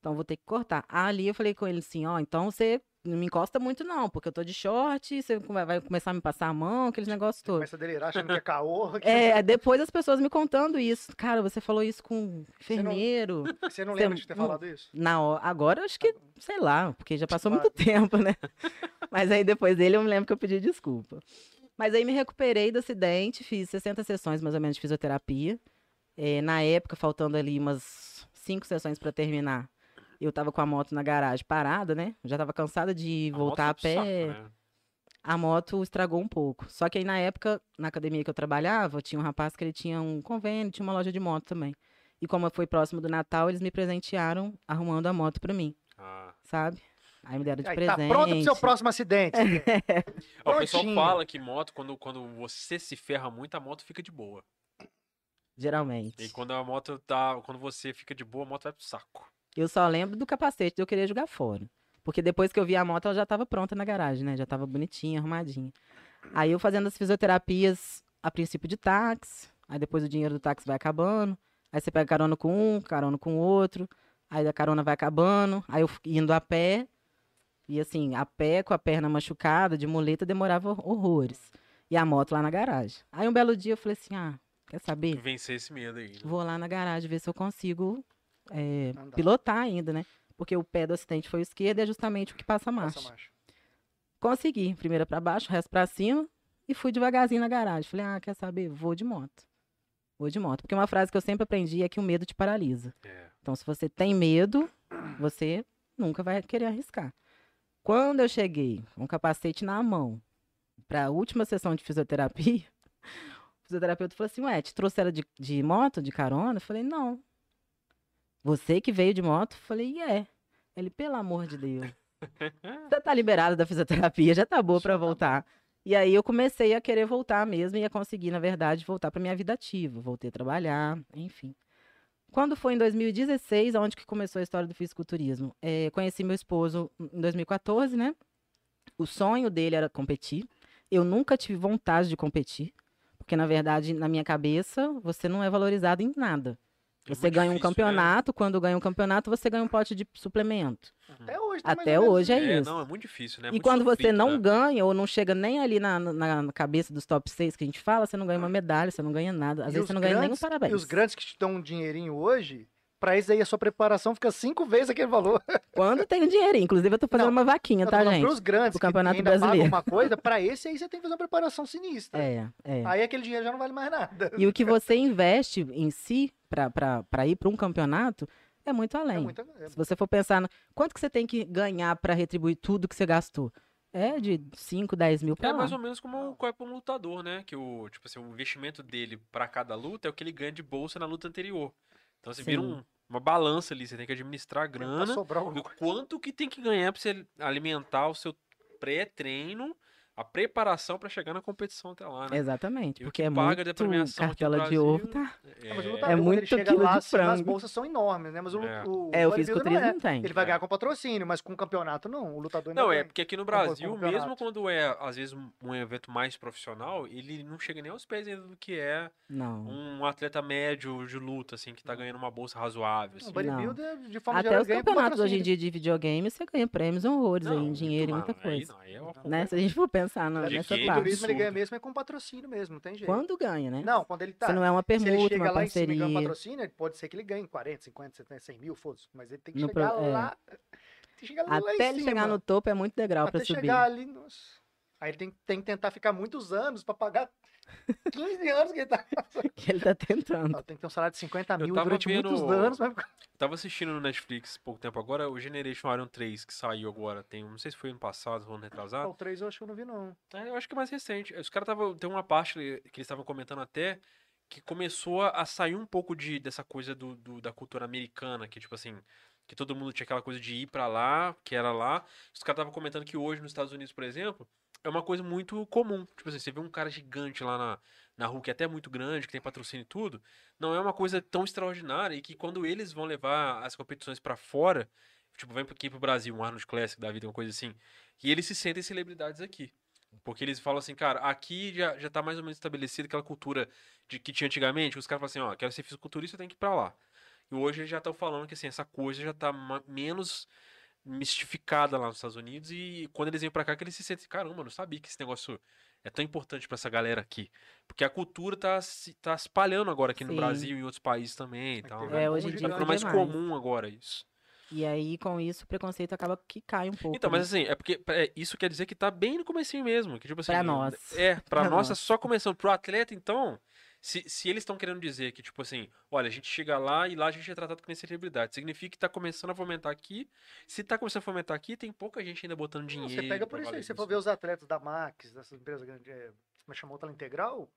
Speaker 3: Então eu vou ter que cortar. Ali eu falei com ele assim, ó, então você não me encosta muito não, porque eu tô de short, você come- vai começar a me passar a mão, aqueles negócios todos.
Speaker 1: Começa a delirar achando que é caô. que
Speaker 3: É, depois as pessoas me contando isso. Cara, você falou isso com um
Speaker 1: não-
Speaker 3: enfermeiro.
Speaker 1: Você não
Speaker 3: Você-
Speaker 1: lembra de ter
Speaker 3: não.
Speaker 1: falado isso?
Speaker 3: Na hora, agora eu acho que, sei lá, porque já passou
Speaker 1: Claro.
Speaker 3: muito tempo, né? Mas aí depois dele eu me lembro que eu pedi desculpa. Mas aí me recuperei do acidente, fiz 60 sessões mais ou menos de fisioterapia. É, na época, faltando ali umas cinco sessões para terminar, eu tava com a moto na garagem parada, né? Já tava cansada de voltar a,
Speaker 2: moto é
Speaker 3: pé.
Speaker 2: um saco, né?
Speaker 3: A moto estragou um pouco. Só que aí na época, na academia que eu trabalhava, tinha um rapaz que ele tinha um convênio, tinha uma loja de moto também. E como foi próximo do Natal, eles me presentearam arrumando a moto pra mim,
Speaker 2: Ah.
Speaker 3: sabe? Aí me deram de
Speaker 1: Aí, tá
Speaker 3: presente. É,
Speaker 1: pronto pro seu próximo acidente.
Speaker 2: Ó, O pessoal
Speaker 1: Prontinho.
Speaker 2: fala que moto, quando, quando você se ferra muito, a moto fica de boa.
Speaker 3: Geralmente.
Speaker 2: E quando a moto tá. Quando você fica de boa, a moto vai pro saco.
Speaker 3: Eu só lembro do capacete de eu querer jogar fora. Porque depois que eu vi a moto, ela já estava pronta na garagem, né? Já estava bonitinha, arrumadinha. Aí eu fazendo as fisioterapias a princípio de táxi, aí depois o dinheiro do táxi vai acabando, aí você pega carona com um, carona com outro, aí a carona vai acabando, aí eu fu- indo a pé, e assim, a pé com a perna machucada, de muleta, demorava horrores. E a moto lá na garagem. Aí um belo dia eu falei assim, ah, quer saber?
Speaker 2: Vencer esse medo aí. né?
Speaker 3: Vou lá na garagem ver se eu consigo é,
Speaker 1: Andar.
Speaker 3: pilotar ainda, né? Porque o pé do acidente foi o esquerdo e é justamente o que passa a marcha.
Speaker 1: Nossa, macho.
Speaker 3: Consegui, primeira pra baixo, o resto pra cima e fui devagarzinho na garagem. Falei, ah, quer saber? Vou de moto. Vou de moto. Porque uma frase que eu sempre aprendi é que o medo te paralisa.
Speaker 2: É.
Speaker 3: Então, se você tem medo, você nunca vai querer arriscar. Quando eu cheguei com o capacete na mão para a última sessão de fisioterapia, o fisioterapeuta falou assim: Ué, te trouxeram de, de moto, de carona? Eu falei: Não. Você que veio de moto? Eu falei: É. Ele, pelo amor de Deus. Você tá liberado da fisioterapia, já tá boa
Speaker 1: Já tá
Speaker 3: para voltar. E aí eu comecei a querer voltar mesmo e a conseguir, na verdade, voltar para minha vida ativa. Voltei a trabalhar, enfim. Quando foi em 2016, onde que começou a história do fisiculturismo? É, conheci meu esposo em 2014, né? O sonho dele era competir. Eu nunca tive vontade de competir, porque na verdade, na minha cabeça, você não é valorizado em nada.
Speaker 2: É
Speaker 3: Você
Speaker 2: muito
Speaker 3: ganha um
Speaker 2: difícil, né?
Speaker 3: campeonato, quando ganha um campeonato, você ganha um pote de suplemento.
Speaker 1: Até hoje. tá mais
Speaker 3: Até
Speaker 1: ou menos
Speaker 3: hoje é
Speaker 2: É,
Speaker 3: isso.
Speaker 2: não, é muito difícil, né? É
Speaker 3: e
Speaker 2: muito
Speaker 3: quando você
Speaker 2: sofrido,
Speaker 3: não
Speaker 2: né?
Speaker 3: ganha ou não chega nem ali na, na- na cabeça dos top 6 que a gente fala, você não ganha uma medalha, você não ganha nada. Às
Speaker 1: E
Speaker 3: vezes
Speaker 1: os
Speaker 3: você não ganha nem um
Speaker 1: grandes-
Speaker 3: parabéns.
Speaker 1: E os grandes que te dão um dinheirinho hoje, pra isso aí a sua preparação fica cinco vezes aquele valor.
Speaker 3: Quando tem um dinheirinho. Inclusive, eu tô fazendo
Speaker 1: Não,
Speaker 3: uma vaquinha,
Speaker 1: Eu tô
Speaker 3: tá,
Speaker 1: falando
Speaker 3: gente?
Speaker 1: pros grandes
Speaker 3: do
Speaker 1: que
Speaker 3: Campeonato
Speaker 1: ainda pagam
Speaker 3: Brasileiro.
Speaker 1: uma coisa, pra esse aí você tem que fazer uma preparação sinistra.
Speaker 3: É, é.
Speaker 1: Aí aquele dinheiro já não vale mais nada.
Speaker 3: E o que você investe em si para ir para um campeonato é muito além.
Speaker 1: É muita- é-
Speaker 3: Se você for pensar no quanto que você tem que ganhar para retribuir tudo que você gastou, é de 5, 10 mil para
Speaker 2: É
Speaker 3: lá.
Speaker 2: mais ou menos como o corpo de um lutador, né? Que o, tipo assim, o investimento dele pra cada luta é o que ele ganha de bolsa na luta anterior. Então você vira
Speaker 3: Sim. tá
Speaker 2: um- uma balança ali, você tem que administrar a
Speaker 1: pra
Speaker 2: grana
Speaker 1: sobrar alguma
Speaker 2: do
Speaker 1: coisa.
Speaker 2: quanto que tem que ganhar pra você alimentar o seu pré-treino, a preparação pra chegar na competição até lá, né?
Speaker 3: Exatamente,
Speaker 2: E o
Speaker 3: porque
Speaker 2: que
Speaker 3: é
Speaker 2: paga da
Speaker 3: muito
Speaker 2: premiação aqui no
Speaker 3: cartela de
Speaker 2: Brasil,
Speaker 3: ovo, tá?
Speaker 1: Não, mas o
Speaker 2: É,
Speaker 1: lutador, quando
Speaker 3: muito
Speaker 1: ele chega
Speaker 3: quilo
Speaker 1: lá,
Speaker 3: de
Speaker 1: assim, as
Speaker 3: frango.
Speaker 1: bolsas são enormes, né? Mas o,
Speaker 2: É.
Speaker 1: o,
Speaker 3: É, o
Speaker 1: bodybuilder não
Speaker 3: fisiculturismo não tem.
Speaker 1: Ele vai
Speaker 2: É.
Speaker 1: ganhar com patrocínio, mas com campeonato não. O lutador ainda
Speaker 2: Não, é
Speaker 1: ganha.
Speaker 2: porque aqui no
Speaker 1: compor-
Speaker 2: Brasil,
Speaker 1: campeonato.
Speaker 2: mesmo quando é, às vezes, um- um evento mais profissional, ele não chega nem aos pés ainda do que é
Speaker 3: Não.
Speaker 2: um atleta médio de luta, assim, que tá ganhando uma bolsa razoável,
Speaker 1: O
Speaker 2: assim.
Speaker 1: bodybuilder, de forma
Speaker 3: Até
Speaker 1: geral,
Speaker 3: os
Speaker 1: ganha com
Speaker 3: campeonatos hoje em
Speaker 1: patrocínio.
Speaker 3: dia de videogame, você ganha prêmios horrores aí em
Speaker 2: muito
Speaker 3: dinheiro e
Speaker 2: mal,
Speaker 3: muita
Speaker 2: aí
Speaker 3: coisa.
Speaker 2: não, aí é uma
Speaker 1: Não.
Speaker 3: né? Se a gente for pensar na-
Speaker 2: De
Speaker 3: nessa
Speaker 2: que
Speaker 1: O
Speaker 3: parte.
Speaker 1: é turismo ele
Speaker 2: absurdo.
Speaker 1: ganha mesmo é com patrocínio mesmo, não tem jeito.
Speaker 3: Quando ganha, né?
Speaker 1: Não, quando ele tá.
Speaker 3: Se não é uma
Speaker 1: Se ele
Speaker 3: permuta,
Speaker 1: chega
Speaker 3: uma
Speaker 1: lá em cima e ganha um
Speaker 3: parceria.
Speaker 1: patrocínio, ele pode ser que ele ganhe 40, 50, 70, 100 mil, foda-se. Mas ele tem que
Speaker 3: No
Speaker 1: chegar
Speaker 3: pro- é.
Speaker 1: lá. Tem que chegar lá em
Speaker 3: Até ele
Speaker 1: cima.
Speaker 3: chegar no topo é muito degrau
Speaker 1: Até
Speaker 3: para subir.
Speaker 1: chegar ali. Nossa. Aí ele tem, tem que tentar ficar muitos anos pra pagar 15 anos que ele tá.
Speaker 3: Que ele tá tentando.
Speaker 1: Ela Tem que ter um salário de 50
Speaker 2: Eu
Speaker 1: mil
Speaker 2: tava
Speaker 1: durante
Speaker 2: vendo-
Speaker 1: muitos anos. Mas...
Speaker 2: Tava assistindo no Netflix pouco tempo agora o Generation Iron 3, que saiu agora, tem, um, não sei se foi ano passado ou ano retrasado.
Speaker 3: Ah.
Speaker 1: O 3 eu acho que eu não vi, não.
Speaker 2: É, eu acho que é mais recente. Os caras tava tem uma parte que eles estavam comentando até que começou a sair um pouco de dessa coisa do, do- da cultura americana, que tipo assim, que todo mundo tinha aquela coisa de ir pra lá, que era lá. Os caras estavam comentando que hoje nos Estados Unidos, por exemplo, é uma coisa muito comum. Tipo assim, você vê um cara gigante lá na, na rua, que é até muito grande, que tem patrocínio e tudo, não é uma coisa tão extraordinária e que quando eles vão levar as competições pra fora, tipo, vem aqui pro Brasil, um Arnold Classic da vida, uma coisa assim, e eles se sentem celebridades aqui. Porque eles falam assim, cara, aqui já, já tá mais ou menos estabelecida aquela cultura de que tinha antigamente, que os caras falam assim, ó, quero ser fisiculturista, eu tenho que ir pra lá. E hoje eles já estão falando que assim, essa coisa já tá ma- menos mistificada lá nos Estados Unidos e quando eles vêm pra cá que eles se sentem, caramba, eu não sabia que esse negócio é tão importante pra essa galera aqui. Porque a cultura tá se tá espalhando agora aqui no
Speaker 3: Sim.
Speaker 2: Brasil e em outros países também e tal.
Speaker 1: teve
Speaker 2: né?
Speaker 3: É,
Speaker 1: um
Speaker 3: hoje em
Speaker 1: monte de
Speaker 3: dia
Speaker 2: Tá
Speaker 1: grana
Speaker 2: ficando
Speaker 3: é
Speaker 2: mais
Speaker 3: demais.
Speaker 2: comum agora isso.
Speaker 3: E aí, com isso, o preconceito acaba que cai um pouco.
Speaker 2: Então, mas
Speaker 3: né?
Speaker 2: assim, é porque é, isso quer dizer que tá bem no comecinho mesmo. Que, tipo assim,
Speaker 3: Pra nós.
Speaker 2: É, pra,
Speaker 3: Pra
Speaker 2: nós é
Speaker 3: nós.
Speaker 2: só começando. Pro atleta, então, se, se eles estão querendo dizer que, tipo assim, olha, a gente chega lá e lá a gente é tratado como celebridade. Significa que tá começando a fomentar aqui. Se tá começando a fomentar aqui, tem pouca gente ainda botando dinheiro.
Speaker 1: Você pega por
Speaker 2: pra
Speaker 1: isso aí.
Speaker 2: valer
Speaker 1: Se for ver os atletas da Max, dessas empresas grandes, é, como chamou outra integral,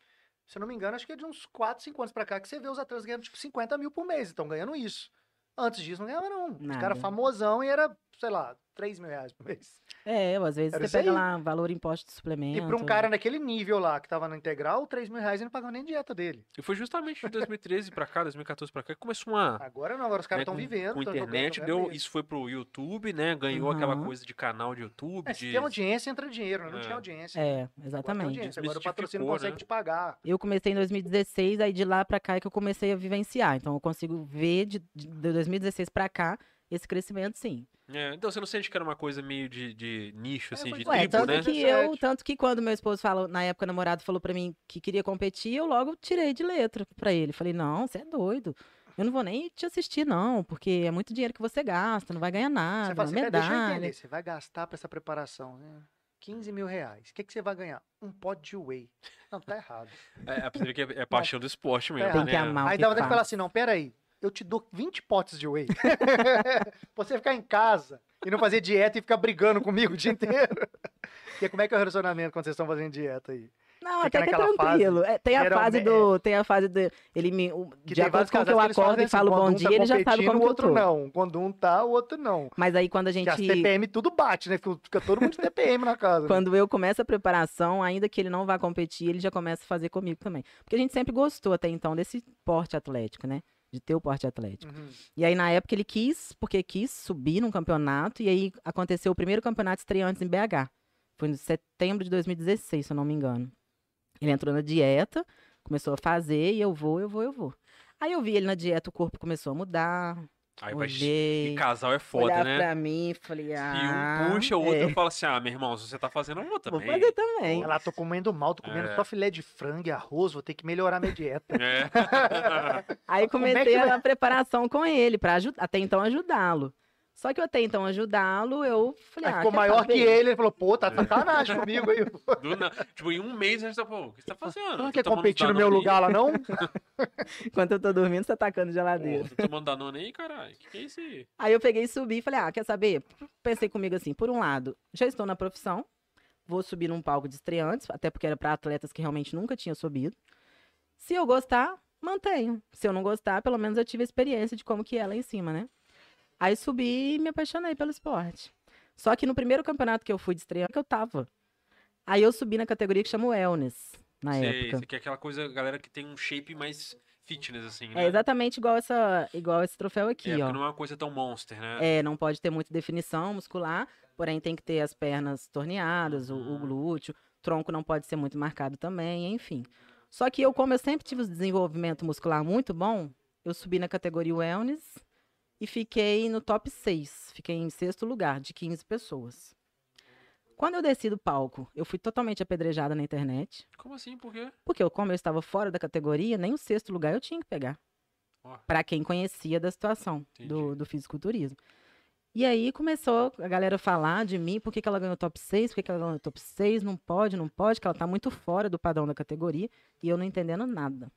Speaker 1: se eu não me engano, acho que é de uns 4, 5 anos pra cá que você vê os atletas ganhando tipo 50 mil por mês, então ganhando isso. Antes disso não ganhava, não. Os
Speaker 3: Nada.
Speaker 1: caras famosão e era, sei lá, 3 mil reais por mês.
Speaker 3: É, ou às vezes
Speaker 1: assim, Era
Speaker 3: você
Speaker 1: isso
Speaker 3: pega
Speaker 1: aí.
Speaker 3: lá valor imposto de suplemento.
Speaker 1: E pra um cara naquele nível lá, que tava na integral, 3 mil reais ele não pagava nem dieta dele.
Speaker 2: E foi justamente de 2013 pra cá, 2014 pra cá, que começou uma.
Speaker 1: Agora não, agora os caras
Speaker 2: né,
Speaker 1: estão
Speaker 2: com-
Speaker 1: vivendo.
Speaker 2: Com
Speaker 1: tão jogando,
Speaker 2: internet,
Speaker 1: ganhando
Speaker 2: deu,
Speaker 1: dinheiro.
Speaker 2: isso foi pro YouTube, né? Ganhou aquela
Speaker 3: Aham.
Speaker 2: coisa de canal de YouTube.
Speaker 1: É,
Speaker 2: de...
Speaker 1: se tem audiência, entra dinheiro, né? Não
Speaker 2: É.
Speaker 1: tinha audiência. Agora
Speaker 3: É,
Speaker 1: tem
Speaker 3: exatamente.
Speaker 1: audiência, Agora o
Speaker 2: Desmistificou,
Speaker 1: patrocínio consegue
Speaker 2: né?
Speaker 1: te pagar.
Speaker 3: Eu comecei em 2016, aí de lá pra cá é que eu comecei a vivenciar. Então eu consigo ver de, de 2016 pra cá esse crescimento, sim.
Speaker 2: É, então você não sente que era uma coisa meio de, de nicho,
Speaker 1: É,
Speaker 2: assim,
Speaker 1: mas
Speaker 2: de
Speaker 1: ué,
Speaker 3: Ué,
Speaker 2: tribo,
Speaker 3: tanto
Speaker 2: né?
Speaker 3: que
Speaker 1: 17.
Speaker 3: eu, tanto que quando meu esposo falou, na época o namorado falou pra mim que queria competir, eu logo tirei de letra pra ele. Falei, não, você é doido. Eu não vou nem te assistir, não, porque é muito dinheiro que você gasta, não vai ganhar nada,
Speaker 1: você fala assim, "Cara, deixa eu
Speaker 3: medalha.
Speaker 1: entender. Você vai gastar pra essa preparação né? 15 mil reais. O que, que você vai ganhar? Um pote de whey. Não, tá errado.
Speaker 2: É, a pessoa que é, é paixão do esporte mesmo,
Speaker 1: errado.
Speaker 3: Tem
Speaker 2: né?
Speaker 3: que amar Ah, o
Speaker 1: Aí
Speaker 3: que
Speaker 1: dá vontade de
Speaker 3: faz.
Speaker 1: falar assim, não, peraí. Eu te dou 20 potes de whey. pra você ficar em casa e não fazer dieta e ficar brigando comigo o dia inteiro. Porque como é que é o relacionamento quando vocês estão fazendo dieta aí?
Speaker 3: Não,
Speaker 1: Fica
Speaker 3: até que é
Speaker 1: naquela fase.
Speaker 3: tranquilo. É, tem a
Speaker 1: Geralmente-
Speaker 3: fase do. Tem a fase do. Ele me. o-
Speaker 1: Que
Speaker 3: de
Speaker 1: tem vários
Speaker 3: acordo com o que
Speaker 1: casais
Speaker 3: eu
Speaker 1: eles fazem
Speaker 3: acordo e
Speaker 1: assim,
Speaker 3: falo
Speaker 1: quando
Speaker 3: bom
Speaker 1: um
Speaker 3: dia,
Speaker 1: tá
Speaker 3: ele já sabe
Speaker 1: competindo,
Speaker 3: como
Speaker 1: o
Speaker 3: que eu
Speaker 1: outro
Speaker 3: tô.
Speaker 1: não. Quando um tá, o outro não.
Speaker 3: Mas aí quando a gente.
Speaker 1: Porque as TPM tudo bate, né? Fica fica todo mundo de TPM na casa. né?
Speaker 3: Quando eu começo a preparação, ainda que ele não vá competir, ele já começa a fazer comigo também. Porque a gente sempre gostou até então desse porte atlético, né? De ter o porte atlético.
Speaker 1: Uhum.
Speaker 3: E aí, na época, ele quis, porque quis subir num campeonato. E aí aconteceu o primeiro campeonato estreante em BH. Foi em setembro de 2016, se eu não me engano. Ele entrou na dieta, começou a fazer, e eu vou, eu vou, eu vou. Aí eu vi ele na dieta, o corpo começou a mudar.
Speaker 2: Aí vai.
Speaker 3: olhei,
Speaker 2: E casal é foda,
Speaker 3: olhar
Speaker 2: né?
Speaker 3: pra mim, falei,
Speaker 2: Se
Speaker 3: ah...
Speaker 2: um puxa, o outro
Speaker 3: é,
Speaker 2: fala assim: ah, meu irmão, se você tá fazendo, eu vou
Speaker 3: Vou
Speaker 2: também.
Speaker 3: fazer também.
Speaker 1: Olha lá, "Ah, tô comendo mal, tô comendo
Speaker 2: É.
Speaker 1: só filé de frango e arroz, vou ter que melhorar minha dieta.
Speaker 2: É.
Speaker 3: Aí
Speaker 1: Como é que
Speaker 3: comecei
Speaker 1: vai-
Speaker 3: a preparação com ele, para até então ajudá-lo. Só que eu até então ajudá-lo, eu falei,
Speaker 1: Aí
Speaker 3: ah,
Speaker 1: ficou
Speaker 3: quer
Speaker 1: maior que
Speaker 3: saber?
Speaker 1: ele, ele falou, pô, tá
Speaker 2: É.
Speaker 1: de sacanagem comigo aí. Você
Speaker 2: Do na- Tipo, em um mês a gente tá, pô, o que você tá
Speaker 3: é
Speaker 2: fazendo?
Speaker 1: não
Speaker 2: Tá
Speaker 1: quer
Speaker 2: tomando
Speaker 1: competir no
Speaker 2: Danone
Speaker 1: meu
Speaker 2: aí?
Speaker 1: lugar lá, não?
Speaker 3: Enquanto eu tô dormindo, você tá atacando geladeira.
Speaker 2: Pô, tá tomando Danone aí, caralho? Que que é isso aí?
Speaker 3: Aí eu peguei e subi e falei, ah, quer saber? Pensei comigo assim, por um lado, já estou na profissão, vou subir num palco de estreantes, até porque era para atletas que realmente nunca tinham subido. Se eu gostar, mantenho. Se eu não gostar, pelo menos eu tive a experiência de como que é lá em cima, né? Aí subi e me apaixonei pelo esporte. Só que no primeiro campeonato que eu fui de estreante, que eu tava. Aí eu subi na categoria que chama wellness, na
Speaker 2: Sei,
Speaker 3: época.
Speaker 2: Você quer aquela coisa, galera, que tem um shape mais fitness, assim, né?
Speaker 3: É exatamente igual, essa, igual esse troféu
Speaker 2: É,
Speaker 3: aqui,
Speaker 2: porque
Speaker 3: ó.
Speaker 2: não é uma coisa tão monster, né?
Speaker 3: É, não pode ter muita definição muscular, porém tem que ter as pernas torneadas, o, o
Speaker 2: Uhum.
Speaker 3: glúteo, tronco não pode ser muito marcado também, enfim. Só que eu, como eu sempre tive um desenvolvimento muscular muito bom, eu subi na categoria wellness e fiquei no top 6, fiquei em sexto lugar, de 15 pessoas. Quando eu desci do palco, eu fui totalmente apedrejada na internet,
Speaker 2: Como assim? Por quê?
Speaker 3: porque eu, como eu estava fora da categoria, nem o sexto lugar eu tinha que pegar
Speaker 2: Ó.
Speaker 3: para quem conhecia da situação do,
Speaker 2: Entendi.
Speaker 3: do fisiculturismo. E aí começou a galera falar de mim, por que, que ela ganhou top 6, por que, que ela ganhou top 6, não pode, não pode, que ela tá muito fora do padrão da categoria, e eu não entendendo nada.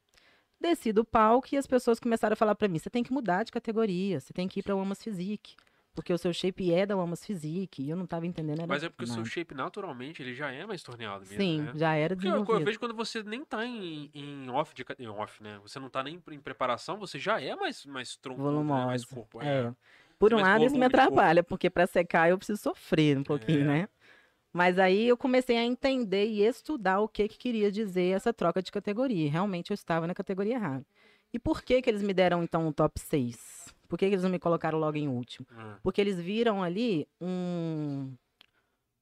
Speaker 3: Desci do palco e as pessoas começaram a falar para mim, você tem que mudar de categoria, você tem que ir pra Wamas Physique, porque o seu shape é da Wamas Physique, e eu não tava entendendo era
Speaker 2: Mas é porque o seu
Speaker 3: nada.
Speaker 2: shape, naturalmente, ele já é mais torneado mesmo,
Speaker 3: Sim,
Speaker 2: né?
Speaker 3: já era
Speaker 2: Porque eu, eu
Speaker 3: desenvolvido.
Speaker 2: vejo quando você nem tá em, em off, de, ca- em off, né? Você não tá nem em preparação, você já é mais, mais tronco, né? mais
Speaker 3: Volumosa,
Speaker 2: corpo.
Speaker 3: É. Por um
Speaker 2: Mas
Speaker 3: lado, isso me
Speaker 2: volume de corpo.
Speaker 3: atrapalha, porque para secar eu preciso sofrer um pouquinho,
Speaker 2: É.
Speaker 3: né? Mas aí eu comecei a entender e estudar o que, que queria dizer essa troca de categoria. Realmente eu estava na categoria errada. E por que, que eles me deram, então, um top 6? Por que, que eles não me colocaram logo em último?
Speaker 2: Ah,
Speaker 3: Porque eles viram ali um,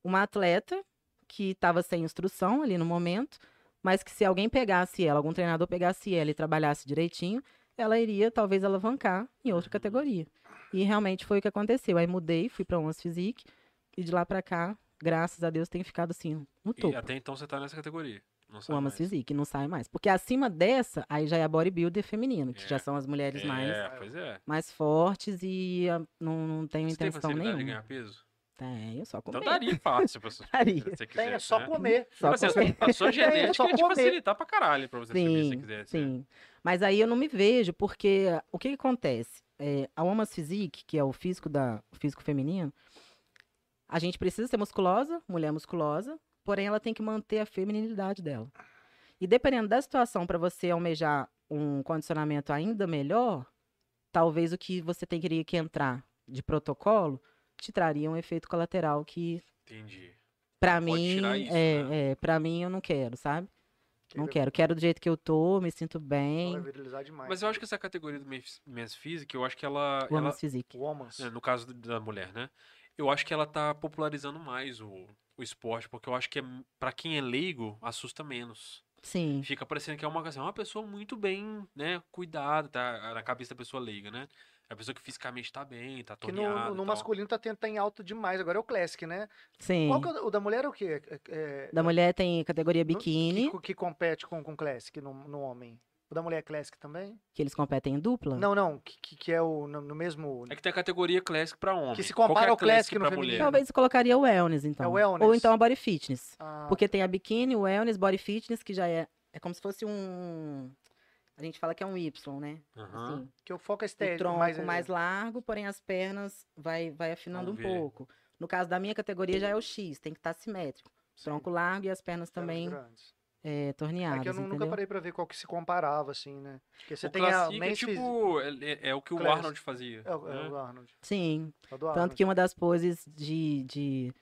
Speaker 3: uma atleta que estava sem instrução ali no momento, mas que se alguém pegasse ela, algum treinador pegasse ela e trabalhasse direitinho, ela iria talvez alavancar em outra
Speaker 2: Uhum.
Speaker 3: categoria. E realmente foi o que aconteceu. Aí mudei, fui para Onze Physique e de lá para cá, graças a Deus, tenho ficado assim no
Speaker 2: E
Speaker 3: topo.
Speaker 2: até então você tá nessa categoria. Não
Speaker 3: o
Speaker 2: sabe
Speaker 3: Amas
Speaker 2: mais.
Speaker 3: Physique, não sai mais. Porque acima dessa, aí já é a bodybuilder feminino, que
Speaker 2: É.
Speaker 3: já são as mulheres mais,
Speaker 2: É, pois é.
Speaker 3: mais fortes e ah, não, não tenho
Speaker 2: Você tem
Speaker 3: intenção
Speaker 2: facilidade de
Speaker 3: nenhuma.
Speaker 2: ganhar peso?
Speaker 3: Tenho, só comer.
Speaker 2: Então daria fácil pra você, se
Speaker 3: Daria.
Speaker 2: você quiser.
Speaker 1: Tem, é só
Speaker 2: né?
Speaker 1: comer.
Speaker 3: Só
Speaker 2: Tipo assim,
Speaker 3: comer.
Speaker 2: a sua
Speaker 1: só
Speaker 2: genética ia te
Speaker 1: comer.
Speaker 2: facilitar pra caralho pra você subir se você
Speaker 3: Sim,
Speaker 2: quisesse. né?
Speaker 3: Sim. Mas aí eu não me vejo, porque o que, que acontece? É, a Omas Physique, que é o físico da o físico feminino, a gente precisa ser musculosa, mulher musculosa, porém ela tem que manter a feminilidade dela. E dependendo da situação, para você almejar um condicionamento ainda melhor, talvez o que você teria que entrar de protocolo te traria um efeito colateral que,
Speaker 2: Entendi.
Speaker 3: para
Speaker 2: Não pode
Speaker 3: mim,
Speaker 2: tirar isso, né?
Speaker 3: é, é, pra mim eu não quero, sabe? Não quero. Quero do jeito que eu tô, me sinto
Speaker 1: Vai
Speaker 3: bem.
Speaker 1: virilizar demais.
Speaker 2: Mas eu acho que essa categoria do Men's Men's Physique, eu acho que ela...
Speaker 3: O
Speaker 2: ela-
Speaker 3: Amas Physique.
Speaker 1: Womans.
Speaker 2: né, no caso da mulher, né? Eu acho que ela tá popularizando mais o, o esporte, porque eu acho que é, para quem é leigo, assusta menos.
Speaker 3: Sim.
Speaker 2: Fica parecendo que é uma, assim, uma pessoa muito bem, né? Cuidada, tá na cabeça da pessoa leiga, né? É a pessoa que fisicamente tá bem, tá
Speaker 1: Que no-
Speaker 2: torneada.
Speaker 1: no,
Speaker 2: e tal.
Speaker 1: masculino tá, tendo, tá em alto demais. Agora é o Classic, né?
Speaker 3: Sim.
Speaker 1: Qual que é o, o da mulher é o quê? É- é-
Speaker 3: Da mulher tem categoria
Speaker 1: no-
Speaker 3: biquíni,
Speaker 1: Que, que compete com, com Classic no, no homem. O da mulher é Classic também?
Speaker 3: que eles competem em dupla.
Speaker 1: Não, não. Que, que- que é o no, no mesmo.
Speaker 2: É que tem a categoria classic pra homem.
Speaker 1: Que se compara
Speaker 2: Qual é a
Speaker 1: ao classic
Speaker 2: classic
Speaker 1: no
Speaker 2: pra mulher.
Speaker 1: feminino.
Speaker 3: Talvez eu colocaria o wellness, então.
Speaker 1: É wellness.
Speaker 3: Ou então a body fitness.
Speaker 1: Ah,
Speaker 3: Porque tem a biquíni, o wellness, body fitness, que já é. É como se fosse um. A gente fala que é um Y, né?
Speaker 2: Aham.
Speaker 3: Assim,
Speaker 1: que eu foco
Speaker 3: o
Speaker 1: estético.
Speaker 3: tronco
Speaker 1: mais, é
Speaker 3: mais, largo, porém as pernas vai, vai afinando
Speaker 2: Vamos
Speaker 3: um
Speaker 2: ver.
Speaker 3: pouco. No caso da minha categoria já é o X, tem que estar simétrico.
Speaker 1: Sim,
Speaker 3: Tronco largo e as
Speaker 1: pernas
Speaker 3: pernas também
Speaker 1: grandes.
Speaker 3: é, torneadas.
Speaker 1: É que eu nu- nunca
Speaker 3: entendeu?
Speaker 1: parei pra ver qual que se comparava, assim, né? Porque você
Speaker 2: o
Speaker 1: tem a.
Speaker 2: classic é
Speaker 1: men's physique-
Speaker 2: tipo. É, é- é o que o
Speaker 1: Classic.
Speaker 2: Arnold fazia.
Speaker 1: É, o- é
Speaker 2: né?
Speaker 1: o Arnold.
Speaker 3: Sim.
Speaker 1: É o do Arnold.
Speaker 3: Tanto que uma das poses de. de-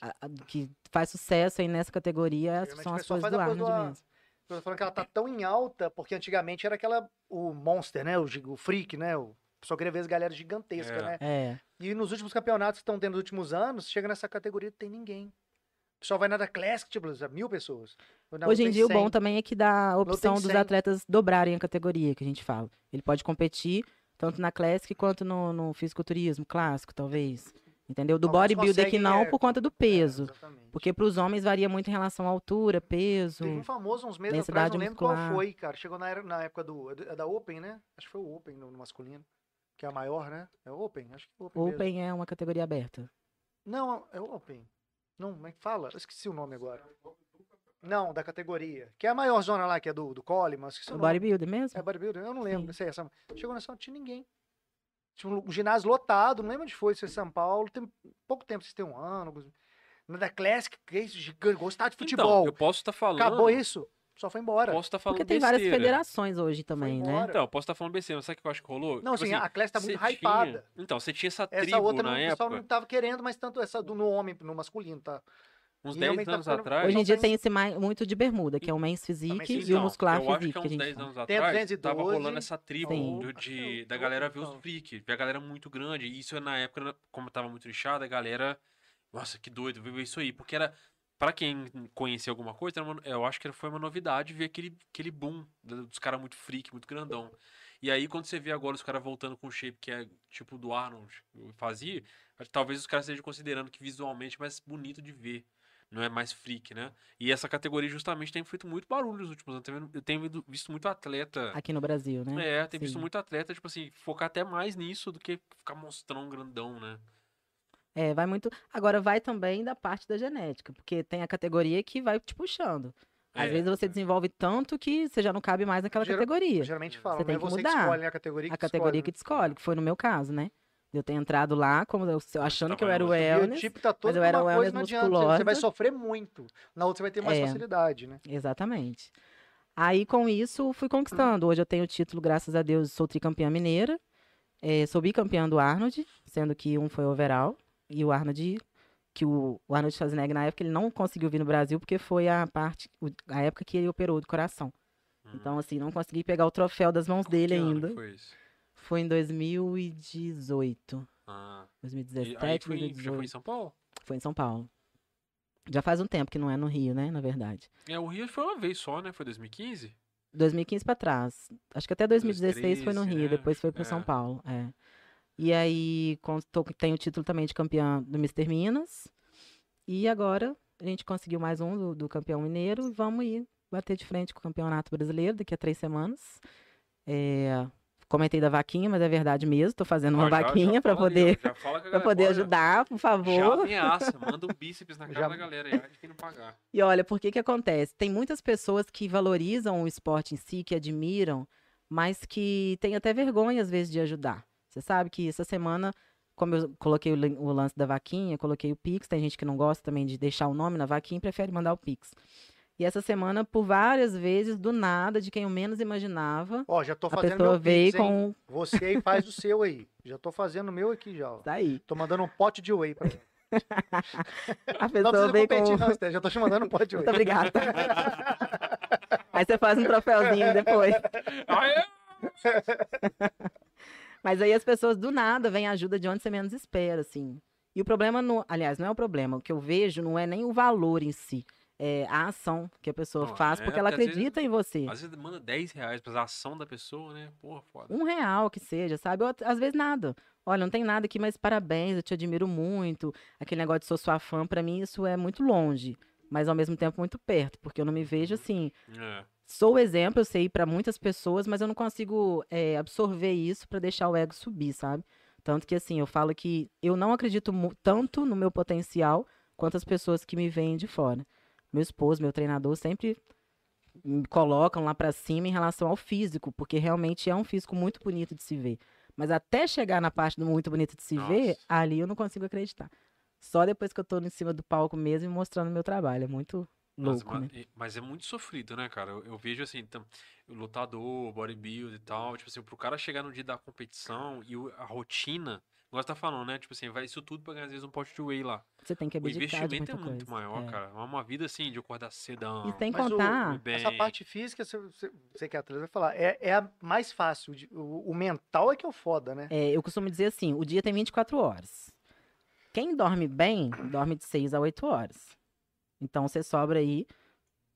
Speaker 3: a- a- que faz sucesso aí nessa categoria
Speaker 1: Geralmente
Speaker 3: são
Speaker 1: o
Speaker 3: as
Speaker 1: pessoal
Speaker 3: poses
Speaker 1: faz
Speaker 3: do
Speaker 1: a pose
Speaker 3: Arnold
Speaker 1: do Ar-
Speaker 3: mesmo.
Speaker 1: Eu tô falando que ela tá tão em alta, porque antigamente era aquela. O Monster, né? O, gi- o Freak, né? O só queria ver as galera gigantesca,
Speaker 2: É.
Speaker 1: né?
Speaker 3: É.
Speaker 1: E nos últimos campeonatos que estão tendo nos últimos anos, chega nessa categoria e não tem ninguém. O pessoal vai na da Classic, tipo, mil pessoas. Na
Speaker 3: Hoje
Speaker 1: outra
Speaker 3: em
Speaker 1: tem
Speaker 3: dia, o
Speaker 1: 100.
Speaker 3: bom também é que dá a opção dos
Speaker 1: 100.
Speaker 3: atletas dobrarem a categoria, que a gente fala. Ele pode competir tanto na classic quanto no, no fisiculturismo clássico, talvez. Entendeu? Do
Speaker 1: Alguns
Speaker 3: bodybuilder que
Speaker 1: conseguem,
Speaker 3: não,
Speaker 1: é,
Speaker 3: por conta do
Speaker 1: É,
Speaker 3: peso.
Speaker 1: exatamente.
Speaker 3: Porque para os homens varia muito em relação à altura, peso.
Speaker 1: Teve um famoso uns meses atrás,
Speaker 3: densidade
Speaker 1: não lembro qual
Speaker 3: muscular.
Speaker 1: foi, cara. Chegou na, era- na época do, é da Open, né? Acho que foi o Open no, no masculino. Que é a maior, né? É o Open, acho que é o Open. mesmo.
Speaker 3: Open é uma categoria aberta.
Speaker 1: Não, é o Open. Não, como é que fala? Eu esqueci o nome agora. Não, da categoria. Que é a maior zona lá, que é do, do Coleman. eu Esqueci o
Speaker 3: O
Speaker 1: nome.
Speaker 3: bodybuilder mesmo?
Speaker 1: É bodybuilder? Eu não lembro.
Speaker 3: Sim.
Speaker 1: não Sei, essa... Chegou nessa, não tinha ninguém. Tinha um ginásio lotado, não lembro onde foi, se é São Paulo. Tem pouco tempo, vocês têm um ano. alguns- Na da Classic, que é isso, gigante, gostar de futebol.
Speaker 2: Então, eu posso estar falando.
Speaker 1: Acabou isso, só foi embora.
Speaker 2: Posso estar falando
Speaker 3: Porque tem
Speaker 2: besteira.
Speaker 3: várias federações hoje também, né?
Speaker 1: embora.
Speaker 2: Então, eu posso estar falando besteira, mas sabe o que eu acho que rolou?
Speaker 1: Não,
Speaker 2: Tipo
Speaker 1: assim, a Classic tá
Speaker 2: você
Speaker 1: muito
Speaker 2: tinha-
Speaker 1: hypada.
Speaker 2: Então, você tinha essa tribo
Speaker 1: Essa outra
Speaker 2: na
Speaker 1: não, o pessoal
Speaker 2: época,
Speaker 1: não tava querendo, mas tanto essa do no homem, no masculino, tá?
Speaker 2: uns
Speaker 1: e
Speaker 2: 10
Speaker 1: realmente tá
Speaker 2: anos
Speaker 1: ficando-
Speaker 2: atrás.
Speaker 3: Hoje
Speaker 1: Não
Speaker 3: em dia
Speaker 1: tem-
Speaker 3: tem esse mais, muito de bermuda, que é o men's physique
Speaker 1: men's
Speaker 3: e
Speaker 1: physique.
Speaker 3: o muscular
Speaker 2: então, eu acho
Speaker 3: physique
Speaker 2: que
Speaker 3: que,
Speaker 2: há uns
Speaker 3: a gente
Speaker 2: 10
Speaker 3: fala.
Speaker 2: anos atrás, tava
Speaker 1: 212,
Speaker 2: rolando essa tribo
Speaker 3: Sim.
Speaker 2: do- de,
Speaker 1: Acho
Speaker 2: da
Speaker 1: que
Speaker 2: galera
Speaker 1: eu-
Speaker 2: ver os freak, ver a galera muito grande. E isso na época, como tava muito lixada, a galera. Nossa, que doido, viu isso aí. Porque era. Pra quem conhecia alguma coisa, era uma- eu acho que foi uma novidade ver aquele, aquele boom do- dos caras muito freak, muito grandão. E aí, quando você vê agora os caras voltando com o shape que é tipo do Arnold fazia, acho que talvez os caras estejam considerando que visualmente é mais bonito de ver. Não é mais freak, né? E essa categoria justamente tem feito muito barulho nos últimos anos. Tem vendo- Eu tenho visto muito atleta.
Speaker 3: Aqui no Brasil, né?
Speaker 2: É, tem visto
Speaker 3: Sim.
Speaker 2: muito atleta, tipo assim, focar até mais nisso do que ficar monstrão grandão, né?
Speaker 3: É, vai muito. Agora vai também da parte da genética, porque tem a categoria que vai te puxando.
Speaker 2: É,
Speaker 3: Às vezes você
Speaker 2: é.
Speaker 3: desenvolve tanto que você já não cabe mais naquela
Speaker 1: Geral-
Speaker 3: categoria.
Speaker 1: Geralmente
Speaker 2: Você
Speaker 1: fala,
Speaker 3: tem
Speaker 1: não é
Speaker 3: que
Speaker 1: você que
Speaker 3: mudar.
Speaker 1: escolhe, né? A categoria que
Speaker 3: a categoria que
Speaker 1: escolhe.
Speaker 3: te escolhe, que foi no meu caso, né? De Eu ter entrado lá, como eu, eu achando que eu
Speaker 2: Tava
Speaker 3: era o
Speaker 2: no
Speaker 1: E o
Speaker 3: wellness.
Speaker 1: tipo tá todo
Speaker 3: eu era
Speaker 1: uma coisa,
Speaker 3: wellness
Speaker 1: não adianta, você vai
Speaker 3: musculosa.
Speaker 1: sofrer muito. Na outra você vai ter mais
Speaker 3: É.
Speaker 1: facilidade, né?
Speaker 3: Exatamente. Aí, com isso, fui conquistando. Hoje eu tenho o título, graças a Deus, sou tricampeã mineira. É, sou bicampeã do Arnold, sendo que um foi overall. E o Arnold, que o, o Arnold Schwarzenegger, na época, ele não conseguiu vir no Brasil, porque foi a parte, o- a época que ele operou do coração. Então, assim, não consegui pegar o troféu das mãos dele
Speaker 2: Hum. Que ano que
Speaker 3: ainda.
Speaker 2: Foi isso?
Speaker 3: Foi em 2018.
Speaker 2: Ah, e
Speaker 3: 2017,
Speaker 2: aí foi, em- já
Speaker 3: 2018.
Speaker 2: foi em São Paulo?
Speaker 3: Foi em São Paulo. Já faz um tempo que não é no Rio, né? Na verdade.
Speaker 2: É, o Rio foi uma vez só, né? Foi 2015?
Speaker 3: 2015 pra trás. Acho que até 2016 foi no
Speaker 2: 2013,
Speaker 3: Rio,
Speaker 2: né?
Speaker 3: depois foi pro São
Speaker 2: É.
Speaker 3: Paulo. é. E aí con- tô- tenho o título também de campeã do Mister Minas. E agora a gente conseguiu mais um do, do campeão mineiro e vamos ir bater de frente com o Campeonato Brasileiro daqui a três semanas. É, comentei da vaquinha, mas é verdade mesmo. Estou fazendo uma
Speaker 2: Ó, já- já
Speaker 3: vaquinha para
Speaker 2: fala aí,
Speaker 3: poder,
Speaker 2: ó, já fala que a
Speaker 3: pra
Speaker 2: galera-
Speaker 3: poder
Speaker 2: olha,
Speaker 3: ajudar, por
Speaker 2: Já
Speaker 3: favor.
Speaker 2: ameaça, manda um bíceps na cara
Speaker 1: Já-
Speaker 2: da galera aí, de quem não pagar.
Speaker 3: E olha, por que que acontece? Tem muitas pessoas que valorizam o esporte em si, que admiram, mas que têm até vergonha às vezes de ajudar. Você sabe que essa semana, como eu coloquei o lan- o lance da vaquinha, coloquei o Pix, tem gente que não gosta também de deixar o nome na vaquinha e prefere mandar o Pix. E essa semana, por várias vezes, do nada, de quem eu menos imaginava,
Speaker 1: Ó, já tô
Speaker 3: a
Speaker 1: fazendo
Speaker 3: pessoa
Speaker 1: meu
Speaker 3: veio
Speaker 1: pix, hein?
Speaker 3: com. um,
Speaker 1: Você aí faz o seu aí. Já tô fazendo o meu aqui já, ó.
Speaker 3: Daí.
Speaker 1: Tô mandando um pote de whey pra ela.
Speaker 3: A
Speaker 1: Não
Speaker 3: pessoa
Speaker 1: precisa
Speaker 3: veio com.
Speaker 1: competir, não, Esté, Já tô te mandando um pote de whey.
Speaker 3: Muito obrigada. Aí você faz um troféuzinho depois.
Speaker 2: Aê!
Speaker 3: Mas aí as pessoas do nada vêm ajuda de onde você menos espera, assim. E o problema, não, aliás, não é o problema. O que eu vejo não é nem o valor em si, é a ação que a pessoa
Speaker 2: Não,
Speaker 3: faz,
Speaker 2: é,
Speaker 3: porque ela
Speaker 2: porque às vezes-
Speaker 3: acredita em você.
Speaker 2: Às vezes manda 10 reais pra ação da pessoa, né? Porra, foda.
Speaker 3: Um real que seja, sabe? Ou at- às vezes nada. Olha, não tem nada aqui, mas parabéns, eu te admiro muito. Aquele negócio de sou sua fã, pra mim isso é muito longe, mas ao mesmo tempo muito perto, porque eu não me vejo assim.
Speaker 2: É.
Speaker 3: sou o exemplo, eu sei, pra muitas pessoas, mas eu não consigo é, absorver isso pra deixar o ego subir, sabe? Tanto que, assim, eu falo que eu não acredito mu- tanto no meu potencial quanto as pessoas que me veem de fora. Meu esposo, meu treinador sempre me colocam lá pra cima em relação ao físico, porque realmente é um físico muito bonito de se ver. Mas até chegar na parte do muito bonito de se ver,
Speaker 2: Nossa.
Speaker 3: ali eu não consigo acreditar. Só depois que eu tô em cima do palco mesmo e mostrando meu trabalho. É muito
Speaker 2: Nossa,
Speaker 3: louco,
Speaker 2: ma-
Speaker 3: né?
Speaker 2: e- mas é muito sofrido, né, cara? Eu, eu vejo assim, tam- o lutador, bodybuilder e tal, tipo assim, pro cara chegar no dia da competição e o- a rotina, igual você tá falando, né? Tipo assim, vai isso tudo pra ganhar às vezes um pote de whey lá.
Speaker 3: Você tem que
Speaker 2: O
Speaker 3: abdicar de
Speaker 2: investimento
Speaker 3: muita
Speaker 2: é muito
Speaker 3: coisa.
Speaker 2: maior,
Speaker 3: É.
Speaker 2: cara. É uma vida assim de acordar cedão. um
Speaker 3: E sem
Speaker 1: Mas o-
Speaker 3: contar,
Speaker 2: Bem,
Speaker 1: Essa parte física, você, você- você que é atleta vai falar, é, é a mais fácil. de- O, o mental é que é o foda, né?
Speaker 3: é, eu costumo dizer assim, o dia tem 24 horas. Quem dorme bem, dorme de 6 a 8 horas. Então você sobra aí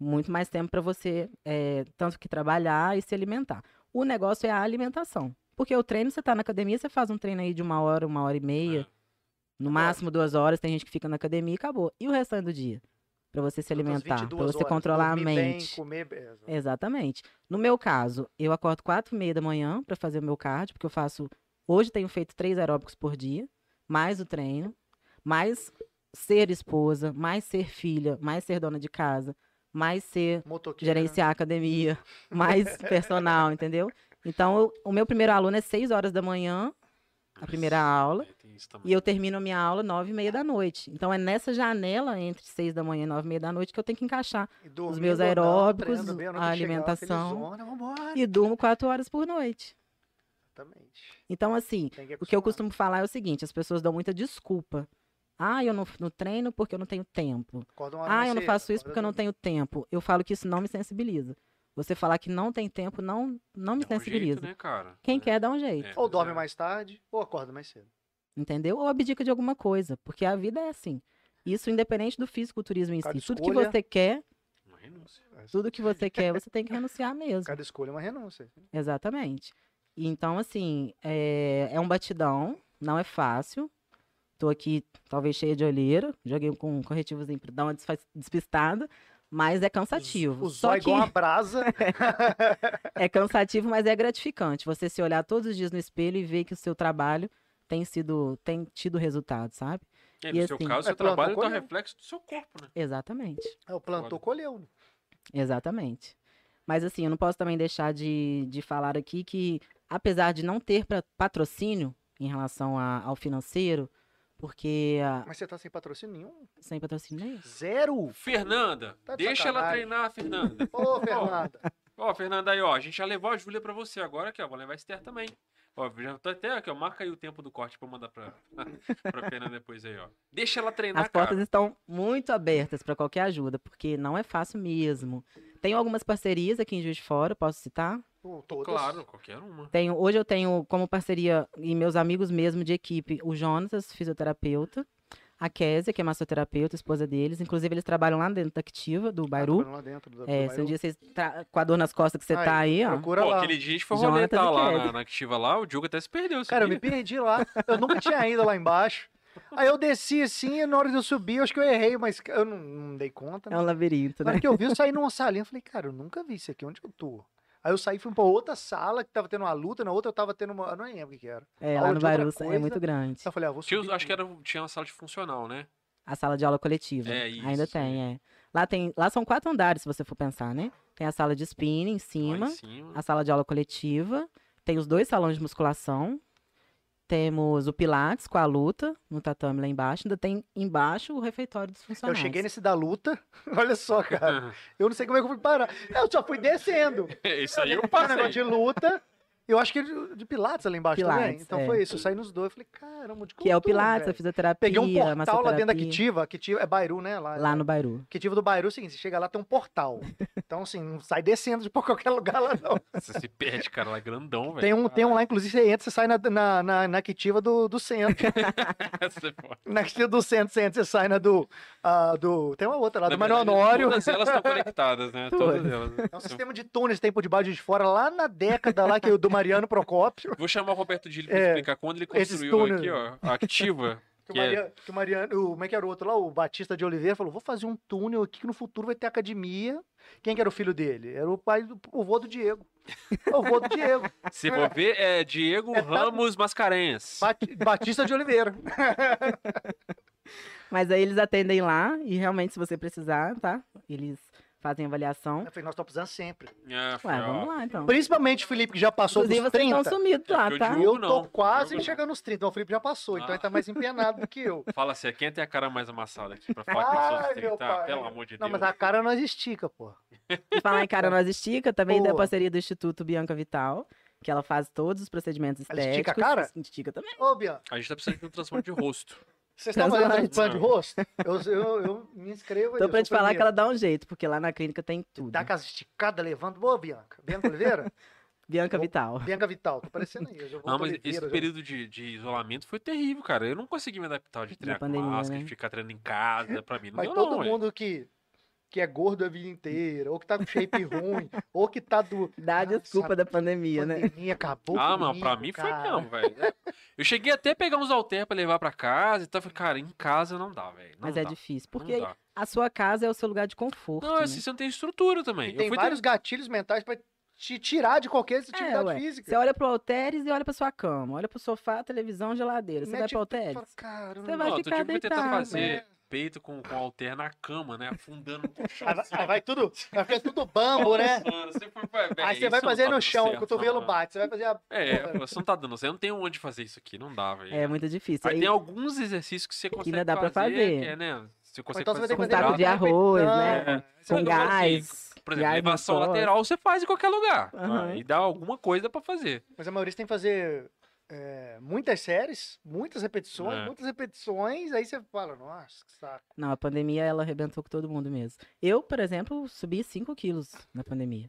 Speaker 3: muito mais tempo para você, é, tanto que trabalhar e se alimentar. O negócio é a alimentação. Porque o treino, você tá na academia, você faz um treino aí de uma hora, uma hora e meia,
Speaker 2: É.
Speaker 3: no máximo duas horas, tem gente que fica na academia e acabou. E o restante do dia? Para você se
Speaker 1: Outras
Speaker 3: alimentar, para
Speaker 1: 22
Speaker 3: você
Speaker 1: horas,
Speaker 3: controlar a
Speaker 1: dormir bem,
Speaker 3: mente. É,
Speaker 1: comer é, bem.
Speaker 3: Exatamente. No meu caso, eu acordo quatro e meia da manhã para fazer o meu cardio, porque eu faço. Hoje tenho feito três aeróbicos por dia, mais o treino, mais ser esposa, mais ser filha, mais ser dona de casa, mais ser
Speaker 1: Motoqueira.
Speaker 3: gerenciar a academia, mais personal, entendeu? Então, eu- o meu primeiro aluno é seis horas da manhã, a primeira
Speaker 2: Nossa,
Speaker 3: aula,
Speaker 2: é, tem isso
Speaker 3: e
Speaker 2: também.
Speaker 3: eu termino a minha aula nove e meia da noite. Então, é nessa janela entre seis da manhã e nove e meia da noite que eu tenho que encaixar
Speaker 1: E dormindo
Speaker 3: os
Speaker 1: ou
Speaker 3: meus
Speaker 1: não,
Speaker 3: aeróbicos,
Speaker 1: treinando bem, ou não,
Speaker 3: a
Speaker 1: tem que chegar lá,
Speaker 3: alimentação.
Speaker 1: felizona, vambora.
Speaker 3: e durmo quatro horas por noite.
Speaker 1: Exatamente.
Speaker 3: Então, assim,
Speaker 1: Tem que
Speaker 3: o que eu
Speaker 1: acostumar.
Speaker 3: costumo falar é o seguinte: as pessoas dão muita desculpa. Ah, eu não, não treino porque eu não tenho tempo.
Speaker 1: Acorda uma hora
Speaker 3: Ah,
Speaker 1: mais
Speaker 3: eu não
Speaker 1: cedo,
Speaker 3: faço isso
Speaker 1: acorda
Speaker 3: porque eu não
Speaker 1: dormindo.
Speaker 3: tenho tempo. Eu falo que isso não me sensibiliza. Você falar que não tem tempo não, não me
Speaker 2: Dá um jeito,
Speaker 3: sensibiliza.
Speaker 2: né, cara?
Speaker 3: Quem
Speaker 2: É.
Speaker 3: quer dá um jeito,
Speaker 2: É,
Speaker 1: Ou
Speaker 2: pois
Speaker 1: dorme
Speaker 2: é.
Speaker 1: mais tarde, ou acorda mais cedo.
Speaker 3: entendeu? Ou abdica de alguma coisa, porque a vida é assim. Isso independente do fisiculturismo em
Speaker 1: Cada
Speaker 3: si. Tudo que
Speaker 1: escolha-
Speaker 3: você quer,
Speaker 2: Uma renúncia.
Speaker 3: tudo que você quer, você tem que renunciar mesmo.
Speaker 1: Cada escolha é uma renúncia.
Speaker 3: Exatamente. E Então, assim, é, é um batidão, não é fácil. Tô aqui, talvez, cheia de olheira. Joguei com um corretivozinho pra dar uma desfa- despistada. Mas é cansativo.
Speaker 1: O
Speaker 3: Só
Speaker 1: zóio
Speaker 3: que
Speaker 1: igual uma brasa.
Speaker 3: é cansativo, mas é gratificante. Você se olhar todos os dias no espelho e ver que o seu trabalho tem sido, tem tido resultado, sabe?
Speaker 2: É,
Speaker 3: E
Speaker 2: no seu
Speaker 3: assim-
Speaker 2: caso,
Speaker 1: É,
Speaker 2: seu
Speaker 1: plantou
Speaker 2: trabalho tá
Speaker 1: colheu.
Speaker 2: reflexo do seu corpo, né?
Speaker 3: Exatamente.
Speaker 1: É, o plantou,
Speaker 2: Foda.
Speaker 1: colheu. né?
Speaker 3: Exatamente. Mas assim, eu não posso também deixar de, de falar aqui que, apesar de não ter pra- patrocínio em relação a- ao financeiro, porque ah,
Speaker 1: Mas você tá sem patrocínio nenhum?
Speaker 3: sem patrocínio nem isso.
Speaker 1: Zero!
Speaker 2: Fernanda,
Speaker 1: Tá de
Speaker 2: deixa ela
Speaker 1: sacanagem.
Speaker 2: treinar, Fernanda.
Speaker 1: Ô, Fernanda.
Speaker 2: Ó, Fernanda, aí, ó, a gente já levou a Júlia pra você agora aqui, ó, vou levar a Esther também. Ó, já tô até aqui, ó, marca aí o tempo do corte pra eu mandar pra, pra Fernanda depois aí, ó. Deixa ela treinar,
Speaker 3: As
Speaker 2: cara.
Speaker 3: portas estão muito abertas para qualquer ajuda, porque não é fácil mesmo. Tenho algumas parcerias aqui em Juiz de Fora, posso citar?
Speaker 1: Pô, todas.
Speaker 2: Claro, qualquer uma.
Speaker 3: Tenho, hoje eu tenho como parceria e meus amigos mesmo de equipe, o Jonas, fisioterapeuta, a Késia, que é massoterapeuta, esposa deles. Inclusive, eles trabalham lá dentro da Activa, do
Speaker 1: Ah, tá
Speaker 3: Bairu.
Speaker 1: falando lá dentro do- do
Speaker 3: É, se um
Speaker 1: Bairu.
Speaker 3: dia vocês tá com a dor nas costas que você
Speaker 1: Aí,
Speaker 3: tá aí, ó.
Speaker 1: Procura
Speaker 2: Pô,
Speaker 1: lá.
Speaker 2: aquele dia a gente foi
Speaker 3: Jonathan
Speaker 2: roletar
Speaker 3: e
Speaker 2: lá
Speaker 3: Kelly.
Speaker 2: na, na Activa lá, o Diogo até se perdeu,
Speaker 1: Cara, eu
Speaker 2: sabia?
Speaker 1: me perdi lá. Eu nunca tinha ido lá embaixo. Aí eu desci assim, e na hora de eu subir, eu acho que eu errei, mas eu não, não dei conta.
Speaker 3: É
Speaker 1: Né?
Speaker 3: um labirinto,
Speaker 1: Na
Speaker 3: né?
Speaker 1: hora que eu vi, eu saí numa salinha, eu falei, cara, eu nunca vi isso aqui, onde eu tô? Aí eu saí, fui pra outra sala, que tava tendo uma luta, na outra eu tava tendo uma, eu não lembro o que que era.
Speaker 3: É,
Speaker 1: aula
Speaker 3: lá no
Speaker 1: de outra
Speaker 3: Barulho é
Speaker 1: coisa.
Speaker 3: muito grande.
Speaker 1: Aí eu falei, ah, vou
Speaker 2: Tinha,
Speaker 1: subir.
Speaker 2: os- acho que era, um, tinha uma sala de funcional, né?
Speaker 3: A sala de aula coletiva.
Speaker 2: É
Speaker 3: Ainda
Speaker 2: isso,
Speaker 3: tem, é. Lá tem, lá são quatro andares, se você for pensar, né? Tem a sala de spinning em
Speaker 2: Lá
Speaker 3: cima,
Speaker 2: em cima.
Speaker 3: a sala de aula coletiva, tem os dois salões de musculação, temos o pilates com a luta no tatame lá embaixo, ainda tem embaixo o refeitório dos
Speaker 1: Eu
Speaker 3: funcionários.
Speaker 1: cheguei nesse da luta, olha só, cara, eu não sei como é que eu fui parar. Eu só fui descendo.
Speaker 2: Isso aí eu
Speaker 1: Um negócio de
Speaker 2: passei.
Speaker 1: luta. Eu acho que é de- de Pilates ali embaixo também.
Speaker 3: Pilates,
Speaker 1: Então
Speaker 3: é.
Speaker 1: foi isso. Eu saí nos dois. Eu falei, caramba, de
Speaker 3: Que é o
Speaker 1: cultura,
Speaker 3: pilates, a
Speaker 1: velho.
Speaker 3: fisioterapia,
Speaker 1: Peguei um
Speaker 3: a
Speaker 1: portal lá dentro da
Speaker 3: massoterapia,
Speaker 1: Kitiva. Kitiva é Bairu, né? Lá,
Speaker 3: Lá no Bairu.
Speaker 1: Kitiva do Bairu é o seguinte: você chega lá, tem um portal. Então, assim, não sai descendo de qualquer lugar lá, não.
Speaker 2: Você se perde, cara. Lá é grandão, velho.
Speaker 1: Tem um, tem um lá, inclusive, você entra, você sai na, na, na, na Kitiva do, do centro.
Speaker 3: um
Speaker 2: Você pode.
Speaker 1: na Kitiva do centro, você entra, você sai na do. ah, do... Tem uma outra lá, do
Speaker 2: Na verdade,
Speaker 1: Manoel Honório.
Speaker 2: Todas elas estão conectadas, né? Todas elas.
Speaker 1: É um sistema de túneis que tem por debaixo e de fora, lá na década lá, que é o do Mariano Procópio.
Speaker 2: Vou chamar o Roberto Dilli pra
Speaker 1: É,
Speaker 2: explicar quando ele
Speaker 1: esses
Speaker 2: construiu
Speaker 1: túneis.
Speaker 2: aqui, ó. a Activa.
Speaker 1: Que o,
Speaker 2: Que é-
Speaker 1: Mariano, que o Mariano, o- como é que era o outro lá? O Batista de Oliveira falou: vou fazer um túnel aqui que no futuro vai ter academia. Quem que era o filho dele? Era o pai do o vô do Diego. É O vô do Diego.
Speaker 2: Se for ver, é Diego
Speaker 1: É, tá-
Speaker 2: Ramos Mascarenhas.
Speaker 1: Bat- Batista de Oliveira.
Speaker 3: Mas aí eles atendem lá e realmente, se você precisar, tá? Eles fazem avaliação.
Speaker 1: Eu falei, nós estamos precisando sempre.
Speaker 2: Ah, foi,
Speaker 3: Ué,
Speaker 2: ó.
Speaker 3: vamos lá, então.
Speaker 1: Principalmente o Felipe, que já passou
Speaker 3: Inclusive,
Speaker 1: dos
Speaker 3: vocês estão
Speaker 1: 30.
Speaker 3: sumidos
Speaker 2: É
Speaker 3: lá,
Speaker 2: porque o
Speaker 3: tá?
Speaker 2: Diogo-
Speaker 1: Eu
Speaker 2: Não,
Speaker 1: tô quase
Speaker 2: jogo não.
Speaker 1: chegando nos 30. Então, o Felipe já passou, então
Speaker 2: Ah.
Speaker 1: ele tá mais empenado do que eu.
Speaker 2: Fala assim, quem tem a cara mais amassada aqui pra falar que
Speaker 1: Ai,
Speaker 2: pessoas têm
Speaker 1: meu
Speaker 2: que tá?
Speaker 1: pai.
Speaker 2: Pelo amor de
Speaker 1: Não,
Speaker 2: Deus.
Speaker 1: mas a cara nós estica, pô.
Speaker 3: E falar em cara nós estica, também da
Speaker 1: Boa.
Speaker 3: parceria do Instituto Bianca Vital, que ela faz todos os procedimentos
Speaker 1: Ela
Speaker 3: estéticos.
Speaker 1: estica a cara?
Speaker 3: Estica também.
Speaker 1: Ô, Bian,
Speaker 2: A gente tá precisando de um transplante de rosto.
Speaker 1: vocês estão fazendo
Speaker 3: Transplante.
Speaker 1: transplante de rosto? Eu, eu, eu me inscrevo aí,
Speaker 3: Tô
Speaker 1: eu
Speaker 3: pra
Speaker 1: sou
Speaker 3: te falar
Speaker 1: primeiro.
Speaker 3: que ela dá um jeito, porque lá na clínica tem tudo.
Speaker 1: Dá aquela esticada, levanta. Ô, Bianca. Bianca Oliveira?
Speaker 3: Bianca
Speaker 1: Opa.
Speaker 3: Vital.
Speaker 1: Bianca Vital, tô parecendo aí. Eu já vou
Speaker 2: Não, mas
Speaker 1: Oliveira,
Speaker 2: esse
Speaker 1: já-
Speaker 2: período de, de isolamento foi terrível, cara. Eu não consegui me adaptar de treinar com
Speaker 3: pandemia,
Speaker 2: máscara,
Speaker 3: né?
Speaker 2: de ficar treinando em casa. Pra mim, não
Speaker 1: Mas
Speaker 2: deu
Speaker 1: todo
Speaker 2: não, velho.
Speaker 1: mundo que, que é gordo a vida inteira, ou que tá com shape ruim, ou que tá do.
Speaker 3: Dá a
Speaker 1: Nossa,
Speaker 3: desculpa da pandemia, né?
Speaker 1: pandemia acabou.
Speaker 2: Ah, mano,
Speaker 1: comigo,
Speaker 2: pra mim foi
Speaker 1: cara.
Speaker 2: não, velho. É, Eu cheguei até a pegar uns halter pra levar pra casa e tal. Falei, cara, em casa não dá, velho. Não
Speaker 3: Mas
Speaker 2: dá,
Speaker 3: é difícil,
Speaker 2: não
Speaker 3: porque
Speaker 2: dá.
Speaker 3: a sua casa é o seu lugar de conforto.
Speaker 2: Não,
Speaker 3: né?
Speaker 2: assim, você não tem estrutura
Speaker 1: E
Speaker 2: também. Eu
Speaker 1: tem
Speaker 2: fui
Speaker 1: vários gatilhos mentais pra te tirar de qualquer
Speaker 3: É,
Speaker 1: atividade
Speaker 3: ué.
Speaker 1: física.
Speaker 3: Você olha pro Alteres e olha pra sua cama. Olha pro sofá, televisão, geladeira. Você vai
Speaker 1: Mete-
Speaker 3: pro
Speaker 1: Fala,
Speaker 3: Alteres?
Speaker 1: cara,
Speaker 3: Você
Speaker 1: não-
Speaker 3: vai
Speaker 2: Não,
Speaker 3: ficar
Speaker 2: outro dia eu fui tentar
Speaker 3: deitado,
Speaker 2: fazer
Speaker 1: né?
Speaker 2: peito com, com halter na cama, né? Afundando com o chão. assim,
Speaker 1: Aí vai, aí vai tudo, vai ficar tudo bambo, né?
Speaker 2: Você foi, vai, velho,
Speaker 1: Aí você
Speaker 2: isso
Speaker 1: vai
Speaker 2: não
Speaker 1: fazer
Speaker 2: tá
Speaker 1: no
Speaker 2: dando
Speaker 1: chão, o
Speaker 2: certo,
Speaker 1: cotovelo
Speaker 2: não,
Speaker 1: bate, né? você vai fazer a.
Speaker 2: É, você não tá dando certo. Eu não tenho onde fazer isso aqui. Não dá, velho.
Speaker 3: É muito difícil.
Speaker 2: Aí
Speaker 3: Aí,
Speaker 2: tem alguns exercícios que você consegue
Speaker 3: ainda dá pra fazer.
Speaker 2: que é, né? Você
Speaker 1: Ou
Speaker 2: consegue
Speaker 1: então você vai ter que
Speaker 2: com
Speaker 1: fazer
Speaker 3: um
Speaker 2: braço.
Speaker 3: taco de arroz, né?
Speaker 1: repetição. Você
Speaker 3: com
Speaker 1: vai-
Speaker 2: eu falo assim,
Speaker 3: gás.
Speaker 2: Por exemplo,
Speaker 3: gás no
Speaker 2: elevação
Speaker 3: colo.
Speaker 2: lateral você faz em qualquer lugar. Ah,
Speaker 3: Aham.
Speaker 2: E dá alguma coisa pra fazer.
Speaker 1: Mas a maioria você tem que fazer é, muitas séries, muitas repetições,
Speaker 2: É.
Speaker 1: muitas repetições, aí você fala, nossa, que saco.
Speaker 3: Não, a pandemia ela arrebentou com todo mundo mesmo. Eu, por exemplo, subi 5 quilos na pandemia.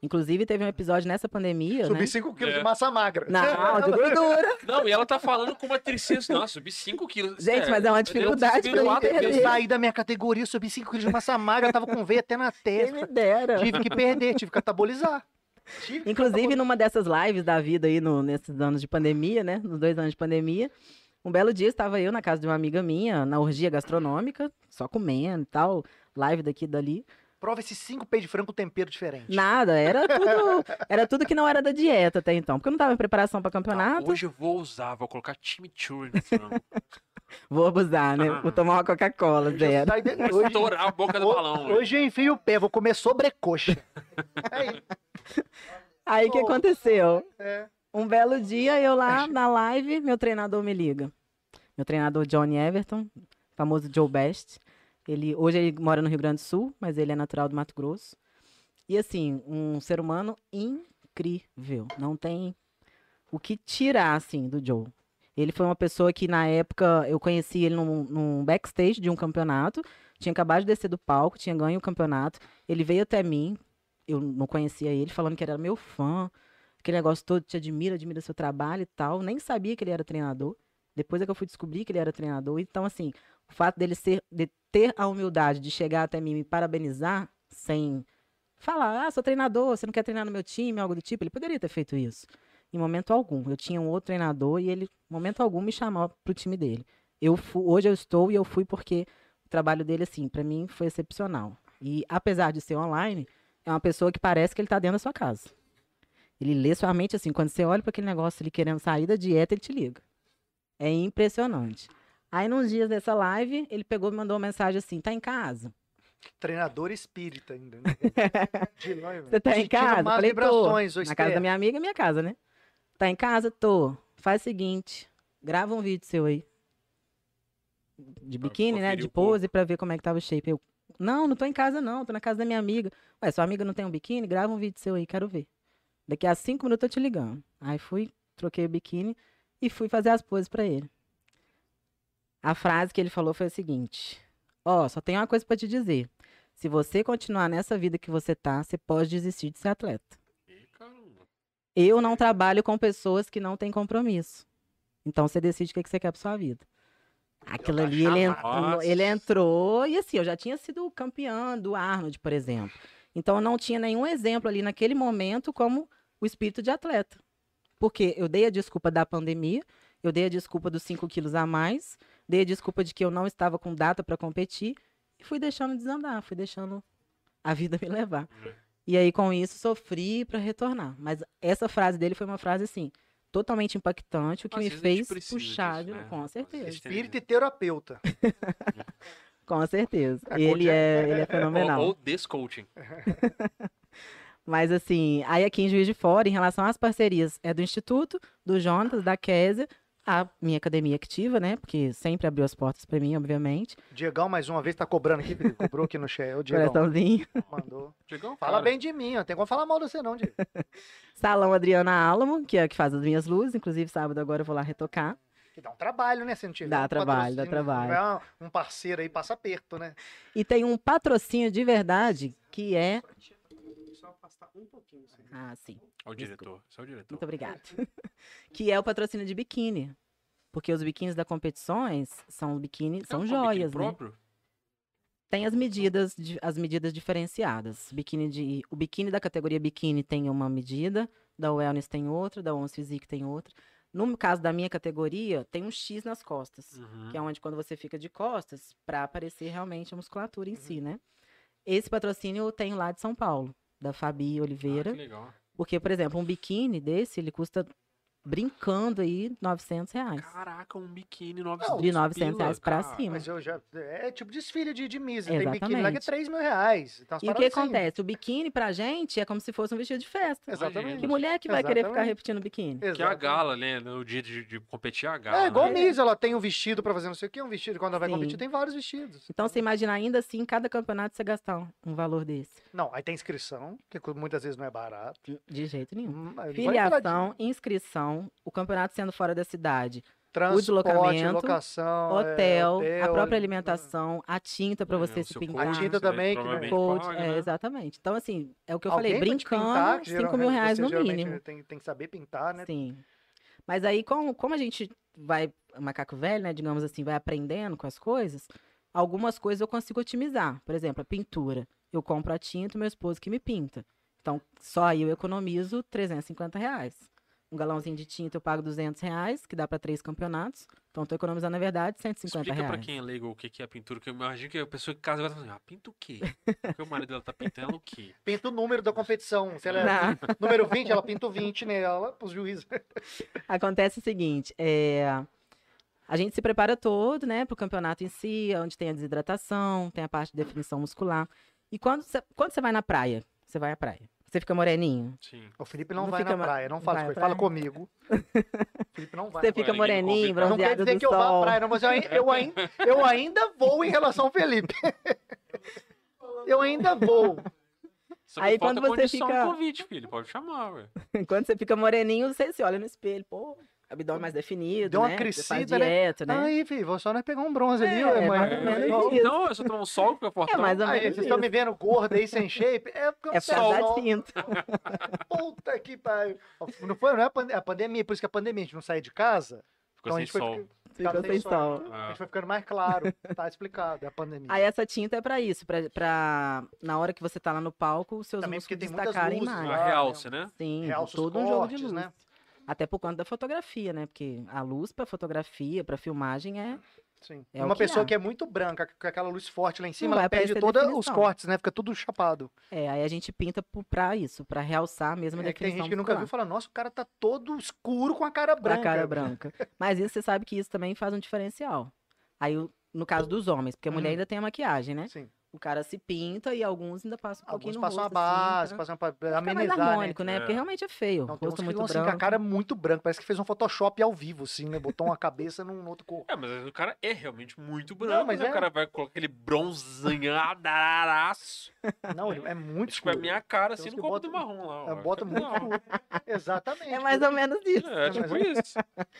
Speaker 3: Inclusive, teve um episódio nessa pandemia,
Speaker 1: Subi
Speaker 3: né?
Speaker 1: 5 quilos
Speaker 2: É.
Speaker 1: de massa magra.
Speaker 3: Não, de gordura.
Speaker 2: Não, e ela tá falando com uma tristeza. Nossa, subi 5 quilos.
Speaker 3: Gente, mas é uma dificuldade pra mim
Speaker 2: quatro
Speaker 1: Eu
Speaker 3: perder.
Speaker 1: saí da minha categoria, subi 5 quilos de massa magra, tava com veia até na
Speaker 3: Quem
Speaker 1: testa.
Speaker 3: me dera.
Speaker 1: Tive que perder, tive que catabolizar. Tive que
Speaker 3: Inclusive, numa dessas lives da vida aí, no- nesses anos de pandemia, né? Nos dois anos de pandemia. Um belo dia estava eu na casa de uma amiga minha, na orgia gastronômica, só comendo e tal, live daqui e dali.
Speaker 1: Prova esses cinco peitos de frango com tempero diferente.
Speaker 3: Nada, era tudo, era tudo que não era da dieta até então, porque eu não estava em preparação para
Speaker 2: Ah,
Speaker 3: campeonato.
Speaker 2: hoje eu vou usar, vou colocar chimichurri no frango.
Speaker 3: Vou abusar, né? Vou tomar uma Coca-Cola,
Speaker 1: Hoje eu
Speaker 3: zero.
Speaker 1: saio de-
Speaker 2: Vou
Speaker 1: hoje-
Speaker 2: estourar a boca do balão. velho.
Speaker 1: Hoje eu enfio o pé, vou comer sobrecoxa. Aí,
Speaker 3: Aí o que
Speaker 1: Ô.
Speaker 3: aconteceu?
Speaker 1: é.
Speaker 3: Um belo dia, eu lá na live, meu treinador me liga. Meu treinador Johnny Everton, famoso Joe Best. Ele, hoje ele mora no Rio Grande do Sul, mas ele é natural do Mato Grosso. E assim, um ser humano incrível. Não tem o que tirar, assim, do Joe. Ele foi uma pessoa que, na época, eu conheci ele num, num backstage de um campeonato. Tinha acabado de descer do palco, tinha ganho o campeonato. Ele veio até mim, eu não conhecia ele, falando que ele era meu fã. Aquele negócio todo, te admira, admira seu trabalho e tal. Nem sabia que ele era treinador. Depois é que eu fui descobrir que ele era treinador. Então, assim, o fato dele ser, de ter a humildade de chegar até mim e me parabenizar sem falar, ah, sou treinador, você não quer treinar no meu time, algo do tipo. Ele poderia ter feito isso. Em momento algum. Eu tinha um outro treinador e ele, em momento algum, me chamava pro time dele. eu fu- hoje eu estou e eu fui porque o trabalho dele, assim, para mim foi excepcional. E apesar de ser online, é uma pessoa que parece que ele tá dentro da sua casa. Ele lê sua mente assim, quando você olha para aquele negócio ali querendo sair da dieta, ele te liga. É impressionante. Aí, nos dias dessa live, ele pegou e mandou uma mensagem assim: tá em casa?
Speaker 1: Treinador espírita ainda, né? De nós, velho.
Speaker 3: Você tá em
Speaker 1: Positiva,
Speaker 3: casa? Eu
Speaker 1: más
Speaker 3: falei, tô.
Speaker 1: vibrações, ô
Speaker 3: Na casa da
Speaker 1: Esther.
Speaker 3: minha amiga, minha casa, né? Tá em casa? Tô. Faz o seguinte, grava um vídeo seu aí. De
Speaker 2: Pra
Speaker 3: biquíni, né?
Speaker 2: conferir
Speaker 3: De
Speaker 2: o corpo.
Speaker 3: pose pra ver como é que tava o shape. Eu, não, não tô em casa não, tô na casa da minha amiga. Ué, sua amiga não tem um biquíni? Grava um vídeo seu aí, quero ver. Daqui a cinco minutos eu te ligando. Aí fui, troquei o biquíni e fui fazer as poses pra ele. A frase que ele falou foi a seguinte: Ó, só tem uma coisa pra te dizer. Se você continuar nessa vida que você tá, você pode desistir de ser atleta.
Speaker 2: Ih, caramba.
Speaker 3: Eu não trabalho com pessoas que não têm compromisso. Então você decide o que, que você quer pra sua vida. Aquilo
Speaker 1: tá
Speaker 3: ali, ele
Speaker 2: chamado.
Speaker 3: entrou, ele
Speaker 2: Nossa.
Speaker 3: entrou e assim, eu já tinha sido campeã do Arnold, por exemplo. Então eu não tinha nenhum exemplo ali naquele momento como o espírito de atleta. Porque eu dei a desculpa da pandemia, eu dei a desculpa dos 5 quilos a mais, dei a desculpa de que eu não estava com data para competir e fui deixando desandar, fui deixando a vida me levar.
Speaker 2: É.
Speaker 3: E aí, com isso, sofri para retornar. Mas essa frase dele foi uma frase, assim, totalmente impactante, o que
Speaker 2: Às
Speaker 3: me
Speaker 2: vezes a gente
Speaker 3: fez
Speaker 2: precisa
Speaker 3: puxar,
Speaker 2: disso,
Speaker 3: de-
Speaker 2: né?
Speaker 3: com
Speaker 2: Às vezes
Speaker 3: certeza.
Speaker 2: tem-
Speaker 1: Espírita e terapeuta.
Speaker 3: Com certeza.
Speaker 1: A coach
Speaker 3: Ele
Speaker 1: é-
Speaker 3: é, ele é fenomenal.
Speaker 2: Ou, ou descoaching.
Speaker 3: Mas assim, aí aqui em Juiz de Fora, em relação às parcerias, é do Instituto, do Jonas, da Kézia, a minha academia activa, né? Porque sempre abriu as portas para mim, obviamente.
Speaker 1: Diegão, mais uma vez, tá cobrando aqui, Felipe. cobrou aqui no chat. Ô, Diegão,
Speaker 3: Coraçãozinho.
Speaker 1: mandou.
Speaker 2: Diegão,
Speaker 1: Fala
Speaker 2: cara,
Speaker 1: bem de mim, ó. Tem como falar mal de você, não, Diego.
Speaker 3: Salão Adriana Álamo, que é a que faz as minhas luzes. Inclusive, sábado agora eu vou lá retocar.
Speaker 1: Que dá um trabalho, né? Se não tiver.
Speaker 3: Dá
Speaker 1: um
Speaker 3: trabalho, dá
Speaker 1: patrocínio,
Speaker 3: trabalho.
Speaker 1: tiver um- Um parceiro aí passa perto, né?
Speaker 3: E tem um patrocínio de verdade, que é.
Speaker 1: Só afastar um pouquinho.
Speaker 3: Ah, sim.
Speaker 2: É o diretor. Só o diretor.
Speaker 3: Muito obrigada. que é o patrocínio de biquíni. Porque os biquínis da competições são biquíni,
Speaker 2: É um
Speaker 3: são
Speaker 2: biquíni
Speaker 3: joias, né?
Speaker 2: próprio?
Speaker 3: Tem as medidas, di- as medidas diferenciadas. Biquíni de, o biquíni da categoria biquíni tem uma medida, da Wellness tem outra, da Ons Physique tem outra. No caso da minha categoria, tem um X nas costas
Speaker 2: Uhum.
Speaker 3: que é onde quando você fica de costas, para aparecer realmente a musculatura em si, né? Esse patrocínio eu tenho lá de São Paulo, da Fabi
Speaker 2: Ah, que
Speaker 3: Oliveira.
Speaker 2: legal.
Speaker 3: porque, por exemplo, um biquíni desse, ele custa, brincando aí, 900 reais.
Speaker 2: Caraca, um biquíni 900
Speaker 3: de 900
Speaker 2: pila,
Speaker 3: reais pra
Speaker 2: cara.
Speaker 3: cima.
Speaker 1: Mas eu já. É tipo desfile de, de misa. Tem biquíni lá que é
Speaker 3: Exatamente.
Speaker 1: 3 mil reais. Então, as
Speaker 3: E o que
Speaker 1: paradas assim.
Speaker 3: acontece? O biquíni pra gente é como se fosse um vestido de festa.
Speaker 1: Exatamente.
Speaker 3: Que mulher que vai querer ficar
Speaker 1: Exatamente.
Speaker 3: repetindo biquíni?
Speaker 2: Que é a
Speaker 1: Exatamente.
Speaker 2: gala, né? No dia de, de competir é a gala.
Speaker 1: É igual
Speaker 2: né?
Speaker 1: Misa, ela tem um vestido pra fazer não sei o quê, um vestido quando ela vai
Speaker 3: Sim.
Speaker 1: competir, tem vários vestidos.
Speaker 3: Então você imagina ainda assim, em cada campeonato você gastar um- um valor desse.
Speaker 1: Não, aí tem inscrição, que cu- muitas vezes não é barato.
Speaker 3: De jeito nenhum.
Speaker 1: Hum, aí não vai falar de
Speaker 3: Filiação, inscrição, o campeonato sendo fora da cidade,
Speaker 1: Transporte,
Speaker 3: deslocamento,
Speaker 1: locação, é,
Speaker 3: hotel, a própria
Speaker 1: é,
Speaker 3: alimentação, a tinta pra
Speaker 2: É,
Speaker 3: você
Speaker 2: o
Speaker 3: se
Speaker 2: seu
Speaker 3: pintar.
Speaker 2: coach,
Speaker 1: A tinta
Speaker 2: você
Speaker 1: também, que
Speaker 2: provavelmente
Speaker 3: coach,
Speaker 2: paga,
Speaker 3: é,
Speaker 2: né?
Speaker 3: exatamente. Então, assim, é o que eu falei,
Speaker 1: Alguém pra te
Speaker 3: brincando,
Speaker 1: que
Speaker 3: 5 mil
Speaker 1: geralmente-
Speaker 3: um reais
Speaker 1: você
Speaker 3: no
Speaker 1: geralmente
Speaker 3: mínimo.
Speaker 1: Tem, tem que saber pintar, né?
Speaker 3: Sim. Mas aí, como, como a gente vai, macaco velho, né, digamos assim, vai aprendendo com as coisas, algumas coisas eu consigo otimizar. Por exemplo, a pintura. Eu compro a tinta, meu esposo que me pinta. Então, só aí eu economizo 350 reais. Um galãozinho de tinta eu pago 200 reais, que dá para três campeonatos. Então, estou economizando, na verdade, 150
Speaker 2: Explica
Speaker 3: reais.
Speaker 2: pra quem é leigo o que que é pintura, que eu imagino que a pessoa que casa vai falar assim, ah, pinta o quê? Porque o marido dela tá pintando o quê?
Speaker 1: Pinta o número da competição. Se ela é
Speaker 3: Não.
Speaker 1: número 20, ela pinta o 20 nela, pros juízes.
Speaker 3: Acontece o seguinte, é, a gente se prepara todo, né, pro campeonato em si, onde tem a desidratação, tem a parte de definição muscular. E quando você quando você vai na praia, você vai à praia, você fica moreninho,
Speaker 2: Sim.
Speaker 1: O Felipe não,
Speaker 3: Não
Speaker 1: vai
Speaker 3: fica
Speaker 1: na
Speaker 3: ma-
Speaker 1: praia, não fala
Speaker 3: vai
Speaker 1: isso,
Speaker 3: à
Speaker 1: fala
Speaker 3: praia.
Speaker 1: comigo. O Felipe não vai.
Speaker 3: você
Speaker 1: na praia.
Speaker 2: ninguém
Speaker 3: fica
Speaker 2: convida.
Speaker 1: Não
Speaker 2: Não
Speaker 3: moreninho,
Speaker 1: quer
Speaker 3: bronzeado
Speaker 1: dizer
Speaker 3: do
Speaker 1: que eu vá à
Speaker 3: sol.
Speaker 1: praia, não, mas eu, ai- eu, ai- eu ainda vou em relação ao Felipe. Eu ainda vou.
Speaker 2: Só
Speaker 3: Aí
Speaker 2: que falta
Speaker 3: quando você
Speaker 2: condição
Speaker 3: fica-
Speaker 2: no convite, filho. Pode chamar, ué.
Speaker 3: Quando você fica moreninho, você se olha no espelho, pô, abdômen mais definido,
Speaker 1: Deu uma
Speaker 3: né? Você faz
Speaker 1: crescida, né?
Speaker 3: dieta, né?
Speaker 1: Aí, filho, vou só nós pegar um bronze ali,
Speaker 3: É,
Speaker 1: ué, mãe.
Speaker 3: mais ou menos
Speaker 1: Aí,
Speaker 3: isso.
Speaker 1: ó,
Speaker 2: Não, eu só tomar um sol que eu Ah,
Speaker 3: É mais ou
Speaker 1: Aí,
Speaker 3: menos
Speaker 1: vocês
Speaker 3: isso.
Speaker 1: estão me vendo gordo aí, sem shape? É porque eu pego
Speaker 3: É pra
Speaker 1: sol.
Speaker 3: dar tinta.
Speaker 1: Puta que pariu. Não foi, não é a pande- a pandemia, por isso que a pandemia a gente não sai de casa.
Speaker 2: Ficou
Speaker 3: Então
Speaker 1: a
Speaker 2: sem
Speaker 1: gente foi
Speaker 2: sol.
Speaker 1: ficando-
Speaker 3: Ficou sem sol.
Speaker 1: A
Speaker 2: Ah,
Speaker 1: gente vai ficando mais claro. Tá explicado, é a pandemia.
Speaker 3: Aí essa tinta é pra isso, pra, pra na hora que você tá lá no palco, os seus
Speaker 1: Também porque
Speaker 3: músculos
Speaker 1: tem muitas
Speaker 3: destacarem
Speaker 1: luzes,
Speaker 3: mais.
Speaker 1: né?
Speaker 2: a realce, né?
Speaker 3: Sim,
Speaker 1: Realça os
Speaker 3: todo um jogo de
Speaker 1: cortes,
Speaker 3: luz.
Speaker 1: né?
Speaker 3: Até por conta da fotografia, né? Porque a luz para fotografia, para filmagem é
Speaker 1: Sim.
Speaker 3: É o
Speaker 1: uma
Speaker 3: que
Speaker 1: pessoa
Speaker 3: há.
Speaker 1: que é muito branca, com aquela luz forte lá em cima,
Speaker 3: Não
Speaker 1: ela
Speaker 3: vai aparecer
Speaker 1: perde todos os
Speaker 3: definição.
Speaker 1: cortes, né? Fica tudo chapado.
Speaker 3: É, aí a gente pinta pro- pra isso, pra realçar mesmo a
Speaker 1: É que tem
Speaker 3: definição
Speaker 1: gente que nunca
Speaker 3: muscular.
Speaker 1: viu e fala, nossa, o cara tá todo escuro com a cara
Speaker 3: pra
Speaker 1: branca. né?
Speaker 3: cara branca. Mas isso você sabe que isso também faz um diferencial. Aí, o- no caso dos homens, porque a mulher
Speaker 1: Hum.
Speaker 3: ainda tem a maquiagem, né?
Speaker 1: Sim.
Speaker 3: O cara se pinta e alguns ainda passam um pouquinho
Speaker 1: Alguns
Speaker 3: no
Speaker 1: passam a
Speaker 3: rosto,
Speaker 1: base,
Speaker 3: assim, pra
Speaker 1: passam pra pra
Speaker 3: ficar mais
Speaker 1: amenizar, né?
Speaker 3: harmônico, né?
Speaker 2: É.
Speaker 3: Porque realmente é feio.
Speaker 1: Não, tem uns
Speaker 3: rosto
Speaker 1: que
Speaker 3: muito
Speaker 1: ficam assim, com a
Speaker 3: branco.
Speaker 1: cara muito branca. Parece que fez um Photoshop ao vivo, assim, né? Botou uma cabeça num outro corpo.
Speaker 2: É, mas o cara é realmente muito branco,
Speaker 1: mas
Speaker 2: né?
Speaker 1: é.
Speaker 2: O cara vai colocar aquele bronzanhadaço.
Speaker 1: Não, ele é muito
Speaker 2: Tipo, é a
Speaker 1: escuro.
Speaker 2: minha cara,
Speaker 1: Tem
Speaker 2: assim,
Speaker 1: uns
Speaker 2: no
Speaker 1: que
Speaker 2: corpo
Speaker 1: botam-
Speaker 2: do marrom lá. ó.
Speaker 1: É, bota muito
Speaker 2: Não,
Speaker 1: escuro. Exatamente.
Speaker 3: É mais ou menos isso.
Speaker 2: É, tipo isso.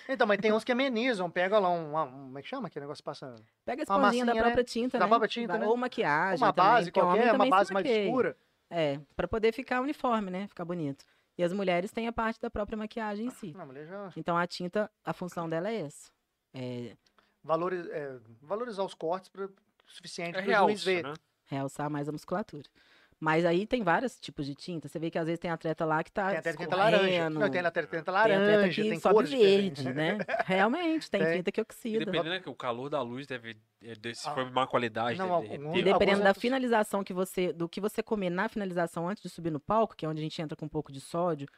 Speaker 1: Então, mas tem uns que amenizam. Pega lá um... um- Como é que chama aquele negócio passando?
Speaker 3: Pega a
Speaker 1: Uma
Speaker 3: esponjinha
Speaker 1: massinha,
Speaker 3: da
Speaker 1: né?
Speaker 3: própria tinta,
Speaker 1: Da
Speaker 3: né?
Speaker 1: própria tinta,
Speaker 3: Vai-
Speaker 1: né?
Speaker 3: Ou maquiagem
Speaker 1: Uma
Speaker 3: também,
Speaker 1: base
Speaker 3: porque o homem
Speaker 1: qualquer, uma
Speaker 3: também se
Speaker 1: base mais
Speaker 3: maqueia.
Speaker 1: escura.
Speaker 3: É, pra poder ficar uniforme, né? Ficar bonito. E as mulheres têm a parte da própria maquiagem em si.
Speaker 1: Não, a mulher já...
Speaker 3: Então a tinta, a função dela é essa. É
Speaker 1: valori- é, valorizar os cortes pra... suficiente
Speaker 3: tipo,
Speaker 2: É
Speaker 1: para
Speaker 2: real,
Speaker 1: o juiz ver.
Speaker 2: né?
Speaker 3: realçar mais a musculatura. Mas aí tem vários tipos de tinta. Você vê que às vezes tem atleta lá que tá
Speaker 1: Tem até tinta laranja.
Speaker 3: escorrendo,
Speaker 1: Não, tem até tinta
Speaker 3: tem atleta
Speaker 1: laranja,
Speaker 3: que
Speaker 1: tem
Speaker 3: sobe
Speaker 1: cores diferentes.
Speaker 3: verde, né? Realmente, tem,
Speaker 1: Tem.
Speaker 3: tinta que
Speaker 2: E
Speaker 3: oxida.
Speaker 2: dependendo, né, que o calor da luz deve. é, de- Se
Speaker 1: Ah.
Speaker 2: for má qualidade,
Speaker 1: Não,
Speaker 2: deve
Speaker 1: algum-
Speaker 3: E
Speaker 2: derreter.
Speaker 1: algum-
Speaker 3: dependendo da
Speaker 1: outros-
Speaker 3: finalização que você, do que você comer na finalização antes de subir no palco, que é onde a gente entra com um pouco de sódio,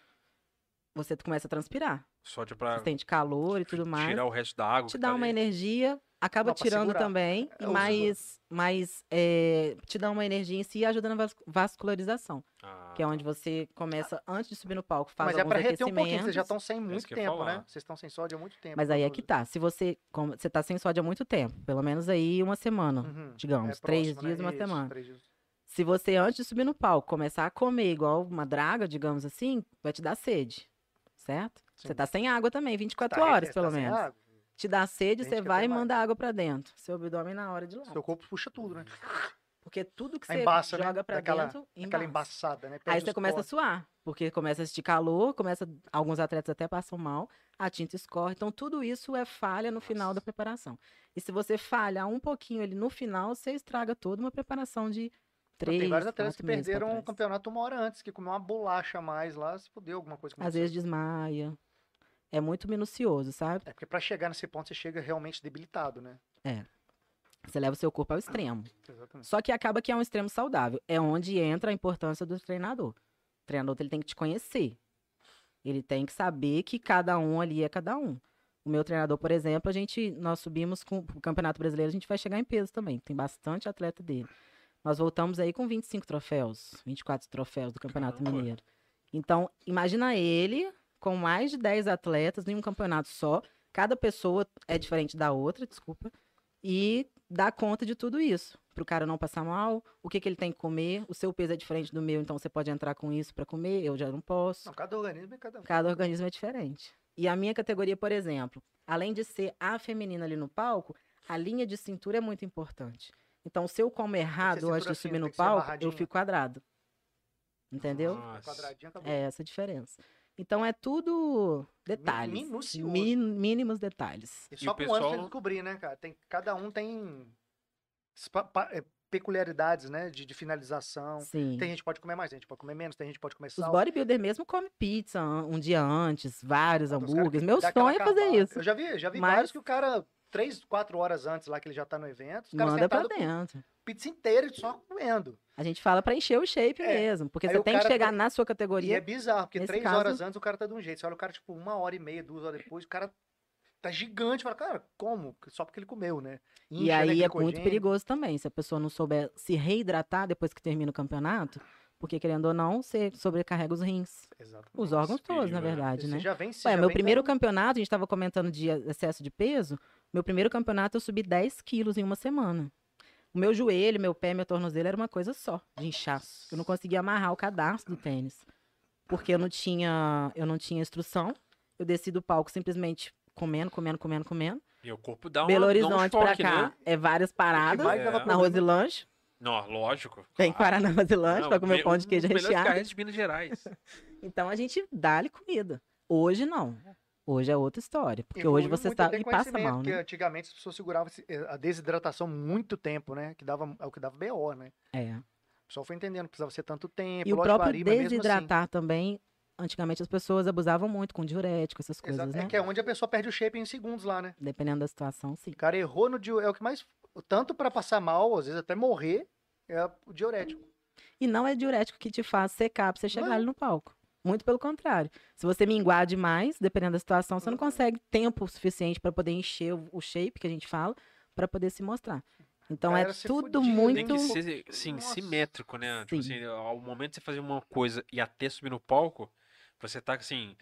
Speaker 3: você começa a transpirar.
Speaker 2: Sódio pra
Speaker 3: Você tem de calor e tudo mais.
Speaker 2: tirar o resto da água.
Speaker 3: te
Speaker 2: que
Speaker 3: dá
Speaker 2: tá
Speaker 3: uma
Speaker 2: ali.
Speaker 3: energia, acaba
Speaker 1: Não, pra
Speaker 3: tirando
Speaker 1: segurar.
Speaker 3: também,
Speaker 1: É,
Speaker 3: e
Speaker 1: usa.
Speaker 3: mais, mais é, te dá uma energia em si e ajuda na vas- vascularização,
Speaker 2: Ah,
Speaker 3: que é onde você começa, antes de subir no palco, faz
Speaker 1: Mas é
Speaker 3: alguns
Speaker 1: pra reter um pouquinho, vocês
Speaker 3: aquecimentos.
Speaker 1: já estão sem muito
Speaker 2: É isso que eu ia
Speaker 1: tempo,
Speaker 2: falar.
Speaker 1: né? Vocês estão sem sódio há muito tempo.
Speaker 3: Mas aí é
Speaker 1: inclusive.
Speaker 3: que tá, se você, como, você tá sem sódio há muito tempo, pelo menos aí uma semana,
Speaker 1: Uhum.
Speaker 3: tá. digamos,
Speaker 1: É
Speaker 3: três
Speaker 1: próximo, né?
Speaker 3: dias, uma
Speaker 1: Isso,
Speaker 3: semana.
Speaker 1: três dias.
Speaker 3: Se você, antes de subir no palco, começar a comer igual uma draga, digamos assim, vai te dar sede, certo? Você
Speaker 1: Sim.
Speaker 3: tá sem água também, 24
Speaker 1: Tá,
Speaker 3: horas,
Speaker 1: é,
Speaker 3: pelo
Speaker 1: tá sem
Speaker 3: menos.
Speaker 1: água.
Speaker 3: Te dá sede,
Speaker 1: Tem
Speaker 3: você
Speaker 1: gente que
Speaker 3: vai
Speaker 1: até
Speaker 3: e
Speaker 1: mais.
Speaker 3: manda água pra dentro. Seu abdômen na hora de lá.
Speaker 1: Seu corpo puxa tudo, né?
Speaker 3: Porque tudo que
Speaker 1: Aí
Speaker 3: você
Speaker 1: embaça, né?
Speaker 3: joga pra
Speaker 1: Daquela-
Speaker 3: dentro,
Speaker 1: Aquela
Speaker 3: embaça.
Speaker 1: embaçada, né?
Speaker 3: Aí
Speaker 1: Perde
Speaker 3: você
Speaker 1: os
Speaker 3: começa a
Speaker 1: cortes.
Speaker 3: suar, porque começa a sentir calor, começa alguns atletas até passam mal, a tinta escorre. Então tudo isso é falha no final da
Speaker 2: Nossa.
Speaker 3: preparação. E se você falha um pouquinho ali no final, você estraga toda uma preparação de três,
Speaker 1: Tem vários atletas que
Speaker 3: quatro meses pra
Speaker 1: perderam o
Speaker 3: trás.
Speaker 1: campeonato uma hora antes, que comeu uma bolacha a mais lá, se fudeu alguma coisa.
Speaker 3: Às vezes desmaia. É muito minucioso, sabe?
Speaker 1: É porque pra chegar nesse ponto você chega realmente debilitado, né?
Speaker 3: Você leva o seu
Speaker 1: Ah.
Speaker 3: corpo ao extremo.
Speaker 1: Exatamente.
Speaker 3: Só que acaba que é um extremo saudável. É onde entra a importância do treinador. O treinador ele tem que te conhecer. Ele tem que saber que cada um ali é cada um. O meu treinador, por exemplo, a gente nós subimos com o Campeonato Brasileiro, a gente vai chegar em peso também. Tem bastante atleta dele. Nós voltamos aí com 25 troféus, 24 troféus do Campeonato
Speaker 2: Caramba.
Speaker 3: Mineiro. Então, imagina ele com mais de 10 atletas em um campeonato só. Cada pessoa é diferente da outra, desculpa. E dá conta de tudo isso. Pro cara não passar mal, o que, que ele tem que comer. O seu peso é diferente do meu, então você pode entrar com isso pra comer, eu já não posso.
Speaker 1: Não, cada organismo é cada um.
Speaker 3: Cada organismo é diferente. E a minha categoria, por exemplo, além de ser a feminina ali no palco, a linha de cintura é muito importante. Então, se eu como errado
Speaker 1: cintura
Speaker 3: antes de
Speaker 1: fina,
Speaker 3: subir no
Speaker 1: tem que ser
Speaker 3: palco, eu
Speaker 1: amarradinha.
Speaker 3: fico quadrado. Entendeu?
Speaker 2: Nossa.
Speaker 1: Um Quadradinho, acabou.
Speaker 3: É essa a diferença. Então é tudo detalhes.
Speaker 1: minucioso.
Speaker 3: min- mínimos detalhes.
Speaker 1: E
Speaker 2: o
Speaker 1: só com o
Speaker 2: pessoal-
Speaker 1: anos você descobrir, né, cara? Tem, cada um tem spa- pa- é, peculiaridades, né? De, de finalização.
Speaker 3: Sim.
Speaker 1: Então, Tem gente que pode comer mais, tem gente que pode comer menos, tem gente que pode comer
Speaker 3: Os
Speaker 1: sal.
Speaker 3: bodybuilder mesmo come pizza an- um dia antes, vários
Speaker 1: Então, os caras
Speaker 3: hambúrgueres.
Speaker 1: que
Speaker 3: Meu
Speaker 1: dá aquela
Speaker 3: sonho é fazer
Speaker 1: acabada.
Speaker 3: isso.
Speaker 1: Eu já vi, já vi
Speaker 3: Mas-
Speaker 1: vários que o cara, três, quatro horas antes lá que ele já tá no evento, os caras
Speaker 3: Manda pra
Speaker 1: sentados com
Speaker 3: dentro.
Speaker 1: pizza inteira e só comendo.
Speaker 3: A gente fala pra encher o shape
Speaker 1: É,
Speaker 3: mesmo, porque
Speaker 1: aí
Speaker 3: você
Speaker 1: o
Speaker 3: tem que
Speaker 1: cara
Speaker 3: chegar
Speaker 1: foi-
Speaker 3: na sua
Speaker 1: E é
Speaker 3: categoria.
Speaker 1: bizarro, porque
Speaker 3: nesse
Speaker 1: três
Speaker 3: caso-
Speaker 1: horas antes o cara tá de um jeito. Você olha o cara, tipo, uma hora e meia, duas horas depois, o cara tá gigante. Fala, cara, como? Só porque ele comeu, né?
Speaker 3: E,
Speaker 1: Incha, né,
Speaker 3: aí é muito
Speaker 1: glicogênio.
Speaker 3: perigoso também, se a pessoa não souber se reidratar depois que termina o campeonato, porque querendo ou não, você sobrecarrega os rins,
Speaker 1: Exatamente.
Speaker 3: os órgãos todos,
Speaker 2: perigo,
Speaker 3: na
Speaker 2: né?
Speaker 3: verdade,
Speaker 1: Você
Speaker 3: né?
Speaker 1: já vem, você
Speaker 3: Ué,
Speaker 1: já
Speaker 3: meu
Speaker 1: vem
Speaker 3: primeiro
Speaker 1: dando-
Speaker 3: campeonato, a gente tava comentando de excesso de peso. Meu primeiro campeonato eu subi 10 quilos em uma semana. O meu joelho, meu pé, meu tornozelo era uma coisa só, de inchaço. Eu não conseguia amarrar o cadastro do tênis. Porque eu não tinha, eu não tinha instrução. Eu desci do palco simplesmente comendo, comendo, comendo, comendo.
Speaker 2: E o corpo dá um.
Speaker 3: Belo
Speaker 2: dá um
Speaker 3: Horizonte pra
Speaker 2: choque,
Speaker 3: cá
Speaker 2: Né?
Speaker 3: é várias paradas.
Speaker 1: mais dava
Speaker 2: É.
Speaker 3: Na
Speaker 1: problema-
Speaker 3: Rosilante,
Speaker 2: Não, lógico.
Speaker 3: tem que
Speaker 2: claro.
Speaker 3: parar na Rosilante
Speaker 2: Não,
Speaker 3: pra comer
Speaker 2: me-
Speaker 3: pão de queijo
Speaker 2: um dos melhores
Speaker 3: recheado.
Speaker 2: carreiras de Minas Gerais.
Speaker 3: Então a gente dá-lhe comida. Hoje não. Hoje é outra história. Porque hoje
Speaker 1: Evoluiu
Speaker 3: você
Speaker 1: muito,
Speaker 3: está
Speaker 1: tem
Speaker 3: e passa
Speaker 1: conhecimento,
Speaker 3: mal,
Speaker 1: Porque
Speaker 3: né?
Speaker 1: antigamente as pessoas seguravam esse- eh, a desidratação muito tempo, né? Que dava, é o que dava BO, né?
Speaker 3: É.
Speaker 1: O pessoal foi entendendo, que precisava ser tanto tempo.
Speaker 3: E o
Speaker 1: lógico,
Speaker 3: próprio
Speaker 1: varia, mas mesmo assim.
Speaker 3: desidratar também antigamente as pessoas abusavam muito com diurético, essas coisas,
Speaker 1: Exato.
Speaker 3: né?
Speaker 1: É que é onde a pessoa perde o shape em segundos lá, né?
Speaker 3: Dependendo da situação, sim.
Speaker 1: O cara errou no diurético. É o que mais. Tanto pra passar mal, às vezes até morrer, é o diurético.
Speaker 3: E não é diurético que te faz secar pra você chegar
Speaker 1: Não.
Speaker 3: ali no palco. Muito pelo contrário. Se você minguar demais, dependendo da situação,
Speaker 1: Uhum.
Speaker 3: você não consegue tempo suficiente pra poder encher o, o shape que a gente fala pra poder se mostrar. Então é
Speaker 1: Galera se fudia,
Speaker 3: tudo
Speaker 2: Tem
Speaker 3: muito.
Speaker 2: que ser, assim,
Speaker 1: Nossa.
Speaker 2: simétrico, né? Tipo
Speaker 3: Sim.
Speaker 2: assim, ao momento de você fazer uma coisa e até subir no palco, você tá, assim,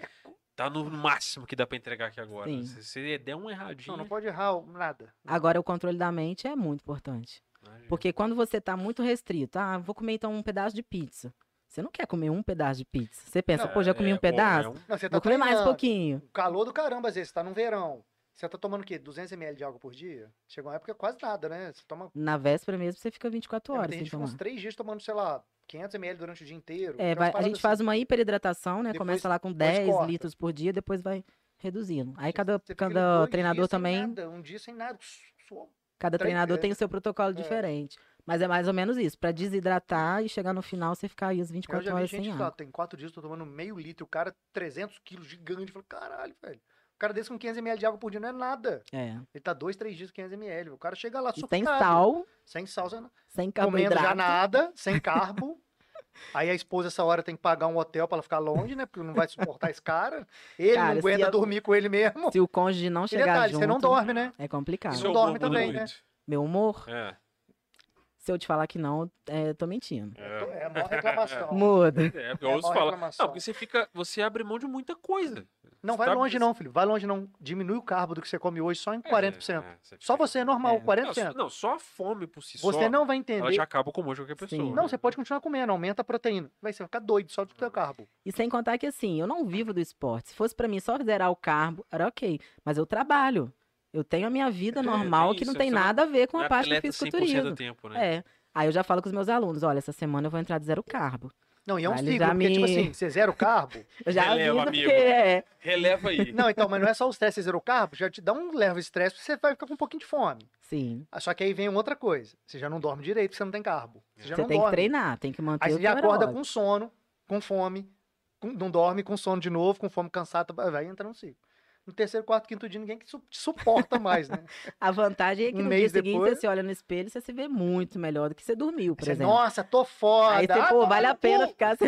Speaker 2: tá no máximo que dá pra entregar aqui agora.
Speaker 3: Sim.
Speaker 2: Se você der uma erradinha...
Speaker 1: Não,
Speaker 3: Uhum.
Speaker 1: não pode errar o- nada.
Speaker 3: Agora o controle da mente é muito importante.
Speaker 2: né, gente?
Speaker 3: Porque quando você tá muito restrito, ah, vou comer então um pedaço de pizza. Você não quer comer um pedaço de pizza. Você pensa,
Speaker 2: Não,
Speaker 3: pô, já comi
Speaker 2: é-
Speaker 3: um
Speaker 2: pô, é
Speaker 3: pedaço?
Speaker 2: um-
Speaker 1: Não, você tá
Speaker 3: Vou comer mais um
Speaker 1: treinando.
Speaker 3: pouquinho.
Speaker 1: Calor do caramba, às vezes, você tá no verão. Você tá tomando o quê? 200 ml de água por dia? Chega uma época que quase nada, né? Você toma.
Speaker 3: Na véspera mesmo, você fica
Speaker 1: É,
Speaker 3: 24
Speaker 1: mas
Speaker 3: horas
Speaker 1: tem
Speaker 3: sem
Speaker 1: gente que fica
Speaker 3: tomar.
Speaker 1: uns três dias tomando, sei lá, 500 ml durante o dia inteiro.
Speaker 3: É,
Speaker 1: Tem umas
Speaker 3: vai- a
Speaker 1: paradas assim.
Speaker 3: gente faz uma hiperidratação, né?
Speaker 1: Depois-
Speaker 3: Começa lá com
Speaker 1: depois
Speaker 3: 10
Speaker 1: corta.
Speaker 3: litros por dia, depois vai reduzindo. Aí cada,
Speaker 1: Você fica
Speaker 3: cada
Speaker 1: dois
Speaker 3: treinador
Speaker 1: dias sem
Speaker 3: também,
Speaker 1: nada, um dia sem nada. su- suor.
Speaker 3: cada
Speaker 1: três-
Speaker 3: treinador
Speaker 1: é.
Speaker 3: tem o seu protocolo
Speaker 1: É.
Speaker 3: diferente. Mas é mais ou menos isso, pra desidratar e chegar no final você ficar aí as
Speaker 1: Eu
Speaker 3: 24
Speaker 1: já vi
Speaker 3: horas
Speaker 1: gente
Speaker 3: sem
Speaker 1: que tá
Speaker 3: água.
Speaker 1: fala, tem quatro dias, eu tô tomando meio litro. O cara, 300 quilos, gigante. Fala, caralho, velho. O cara desse com 500 ml de água por dia não é nada.
Speaker 3: É.
Speaker 1: Ele tá dois, três dias com 500 ml. O cara chega lá
Speaker 3: E
Speaker 1: sufocado.
Speaker 3: sem sal,
Speaker 1: Sem sal, sem nada.
Speaker 3: sem
Speaker 1: comendo já
Speaker 3: carboidrato.
Speaker 1: nada, sem carbo. Aí a esposa, essa hora, tem que pagar um hotel pra ela ficar longe, né? Porque não vai suportar esse cara. Ele
Speaker 3: Cara,
Speaker 1: não
Speaker 3: se
Speaker 1: aguenta
Speaker 3: eu-
Speaker 1: dormir com ele mesmo.
Speaker 3: Se o cônjuge não
Speaker 1: E
Speaker 3: chegar
Speaker 1: detalhe,
Speaker 3: junto,
Speaker 1: você não dorme, né?
Speaker 3: é complicado.
Speaker 1: Isso-
Speaker 2: Seu
Speaker 1: dorme
Speaker 2: corpo
Speaker 1: também,
Speaker 2: muda
Speaker 1: né?
Speaker 2: muito.
Speaker 3: Meu humor,
Speaker 2: É,
Speaker 3: se eu te falar que não, é, tô mentindo.
Speaker 2: é.
Speaker 1: É a maior reclamação.
Speaker 3: Muda.
Speaker 2: É, porque
Speaker 1: É a
Speaker 2: outros
Speaker 1: maior
Speaker 2: falam,
Speaker 1: reclamação.
Speaker 2: não, porque você fica, você abre mão de muita coisa.
Speaker 1: Não vai
Speaker 2: Tá-
Speaker 1: longe, não, filho. Vai longe, não. Diminui o carbo do que você come hoje só em
Speaker 2: É,
Speaker 1: 40%.
Speaker 2: é, fica-
Speaker 1: Só você é normal,
Speaker 3: É.
Speaker 2: Não,
Speaker 1: 40%.
Speaker 2: só- Não, só a fome por si só.
Speaker 1: Você é não vai
Speaker 2: Ela já
Speaker 1: entender.
Speaker 2: acaba com o humor de qualquer
Speaker 3: Sim.
Speaker 2: pessoa. né?
Speaker 1: Não, você pode continuar comendo, aumenta a proteína. Vai você vai ficar doido só do teu carbo.
Speaker 3: E sem contar que assim, eu não vivo do esporte. Se fosse pra mim só zerar o carbo, era ok. Mas eu trabalho. Eu tenho a minha vida
Speaker 2: É,
Speaker 3: normal
Speaker 2: tem
Speaker 3: que não
Speaker 2: isso,
Speaker 3: tem
Speaker 2: você não-
Speaker 3: nada a ver com
Speaker 2: Não
Speaker 3: a
Speaker 2: é
Speaker 3: parte do
Speaker 2: atleta 100% do
Speaker 3: fisiculturismo.
Speaker 2: tempo, né?
Speaker 3: É. Aí eu já falo com os meus alunos, olha, essa semana eu vou entrar de zero carbo.
Speaker 1: Não, e é um
Speaker 3: Mas ele
Speaker 1: ciclo,
Speaker 3: já
Speaker 1: porque, tipo
Speaker 3: me-
Speaker 1: assim, você zera o carbo.
Speaker 3: Eu já
Speaker 2: Releva,
Speaker 3: aviso
Speaker 2: amigo.
Speaker 3: porque é.
Speaker 2: Releva aí.
Speaker 1: Não, então, mas não é só o estresse, você zera o carbo, já te dá um leve estresse, porque você vai ficar com um pouquinho de fome.
Speaker 3: Sim.
Speaker 1: Ah, Só que aí vem outra coisa. Você já não dorme direito, você não tem carbo. Você já
Speaker 3: Você
Speaker 1: não
Speaker 3: tem
Speaker 1: dorme.
Speaker 3: que treinar, tem que manter
Speaker 1: Aí
Speaker 3: o
Speaker 1: você já
Speaker 3: teu
Speaker 1: acorda
Speaker 3: aeróbico.
Speaker 1: com sono, com fome, com- não dorme, com sono de novo, com fome cansada, vai- vai entrar no ciclo. No terceiro, quarto, quinto dia, ninguém que su- te suporta mais, né?
Speaker 3: A vantagem é que
Speaker 1: Um
Speaker 3: no dia
Speaker 1: mês
Speaker 3: seguinte
Speaker 1: depois-
Speaker 3: você se olha no espelho e você se vê muito melhor do que você dormiu, por
Speaker 1: Você,
Speaker 3: exemplo.
Speaker 1: Nossa, tô foda.
Speaker 3: Aí você,
Speaker 1: Ah,
Speaker 3: pô,
Speaker 1: toma
Speaker 3: vale
Speaker 1: no
Speaker 3: a pena
Speaker 1: cu.
Speaker 3: ficar.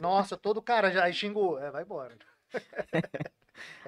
Speaker 1: Nossa, todo cara já aí xingou. É, vai embora.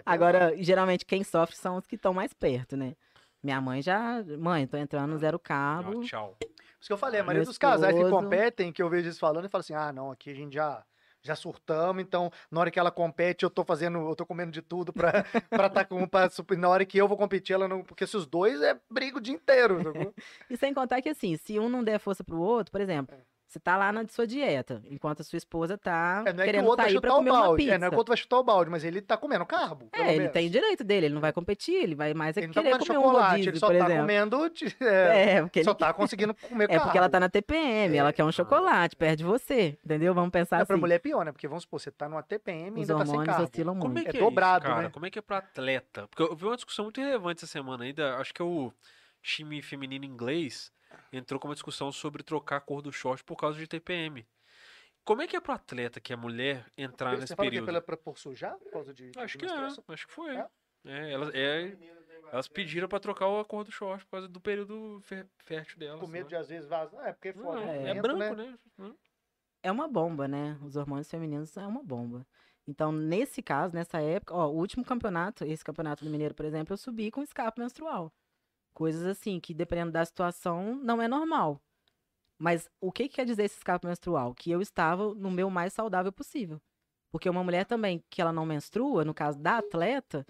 Speaker 3: Agora, geralmente, quem sofre são os que estão mais perto, né? Minha mãe já. Mãe, tô entrando
Speaker 1: Ah,
Speaker 3: no zero carbo.
Speaker 2: Ó, tchau.
Speaker 1: Por isso que eu falei, a
Speaker 3: Meu
Speaker 1: maioria dos casais que
Speaker 3: esposo.
Speaker 1: competem, que eu vejo eles falando, e fala assim: ah, não, aqui a gente já. Já surtamos, então na hora que ela compete, eu tô fazendo, eu tô comendo de tudo pra, pra tá com pra, sup- Na hora que eu vou competir, ela não. Porque se os dois é briga o dia inteiro. sacou?
Speaker 3: E sem contar que, assim, se um não der força pro outro, por
Speaker 1: É.
Speaker 3: exemplo, você tá lá na sua dieta, enquanto a sua esposa tá
Speaker 1: É, não é que o
Speaker 3: querendo
Speaker 1: outro vai
Speaker 3: sair pra
Speaker 1: chutar o
Speaker 3: comer uma
Speaker 1: balde.
Speaker 3: pizza.
Speaker 1: É, não é que o outro vai chutar o balde, mas ele tá comendo carbo.
Speaker 3: É,
Speaker 1: pelo
Speaker 3: ele
Speaker 1: menos.
Speaker 3: tem direito dele, ele não vai competir, ele vai mais é
Speaker 1: Ele não tá
Speaker 3: querer
Speaker 1: comendo
Speaker 3: comer um
Speaker 1: chocolate, ele
Speaker 3: rodízio,
Speaker 1: só
Speaker 3: por
Speaker 1: tá
Speaker 3: exemplo.
Speaker 1: comendo. de- É,
Speaker 3: É, porque ele-
Speaker 1: Só tá conseguindo comer
Speaker 3: é
Speaker 1: carbo.
Speaker 3: porque ela tá na TPM, ela quer um chocolate, perde você, entendeu? Vamos pensar
Speaker 1: É, então. pra
Speaker 3: assim.
Speaker 1: mulher é pior, né? Porque vamos supor, você tá numa TPM e
Speaker 3: Os
Speaker 1: ainda tá sem
Speaker 3: hormônios
Speaker 1: carbo.
Speaker 3: oscilam
Speaker 2: Como é
Speaker 3: muito.
Speaker 2: que é,
Speaker 1: dobrado,
Speaker 2: isso, cara?
Speaker 1: né?
Speaker 2: Como é que é pra atleta? Porque eu vi uma discussão muito relevante essa semana ainda. Acho que é o time feminino inglês entrou com uma discussão sobre trocar a cor do short por causa de TPM. Como é que é pro atleta que é mulher entrar
Speaker 1: Você
Speaker 2: nesse
Speaker 1: fala
Speaker 2: período?
Speaker 1: que é pela, pra, por sujar? Por causa de, de
Speaker 2: Acho que é,
Speaker 1: menstruação?
Speaker 2: acho que foi.
Speaker 1: É?
Speaker 2: É, elas, é, elas
Speaker 1: né?
Speaker 2: pediram pra trocar a cor do short por causa do período fé- fértil delas.
Speaker 1: Com medo
Speaker 2: né?
Speaker 1: de às vezes vazar. É porque é
Speaker 2: Não,
Speaker 1: foda.
Speaker 2: é,
Speaker 1: né?
Speaker 3: é
Speaker 1: Vento,
Speaker 2: branco, né? Hum.
Speaker 3: É uma bomba, né? Os hormônios femininos é uma bomba. Então, nesse caso, nessa época, ó, o último campeonato, esse campeonato do Mineiro, por exemplo, eu subi com escape menstrual. Coisas assim, que dependendo da situação, não é normal. Mas o que, que quer dizer esse escape menstrual? Que eu estava no meu mais saudável possível. Porque uma mulher também, que ela não menstrua, no caso da atleta,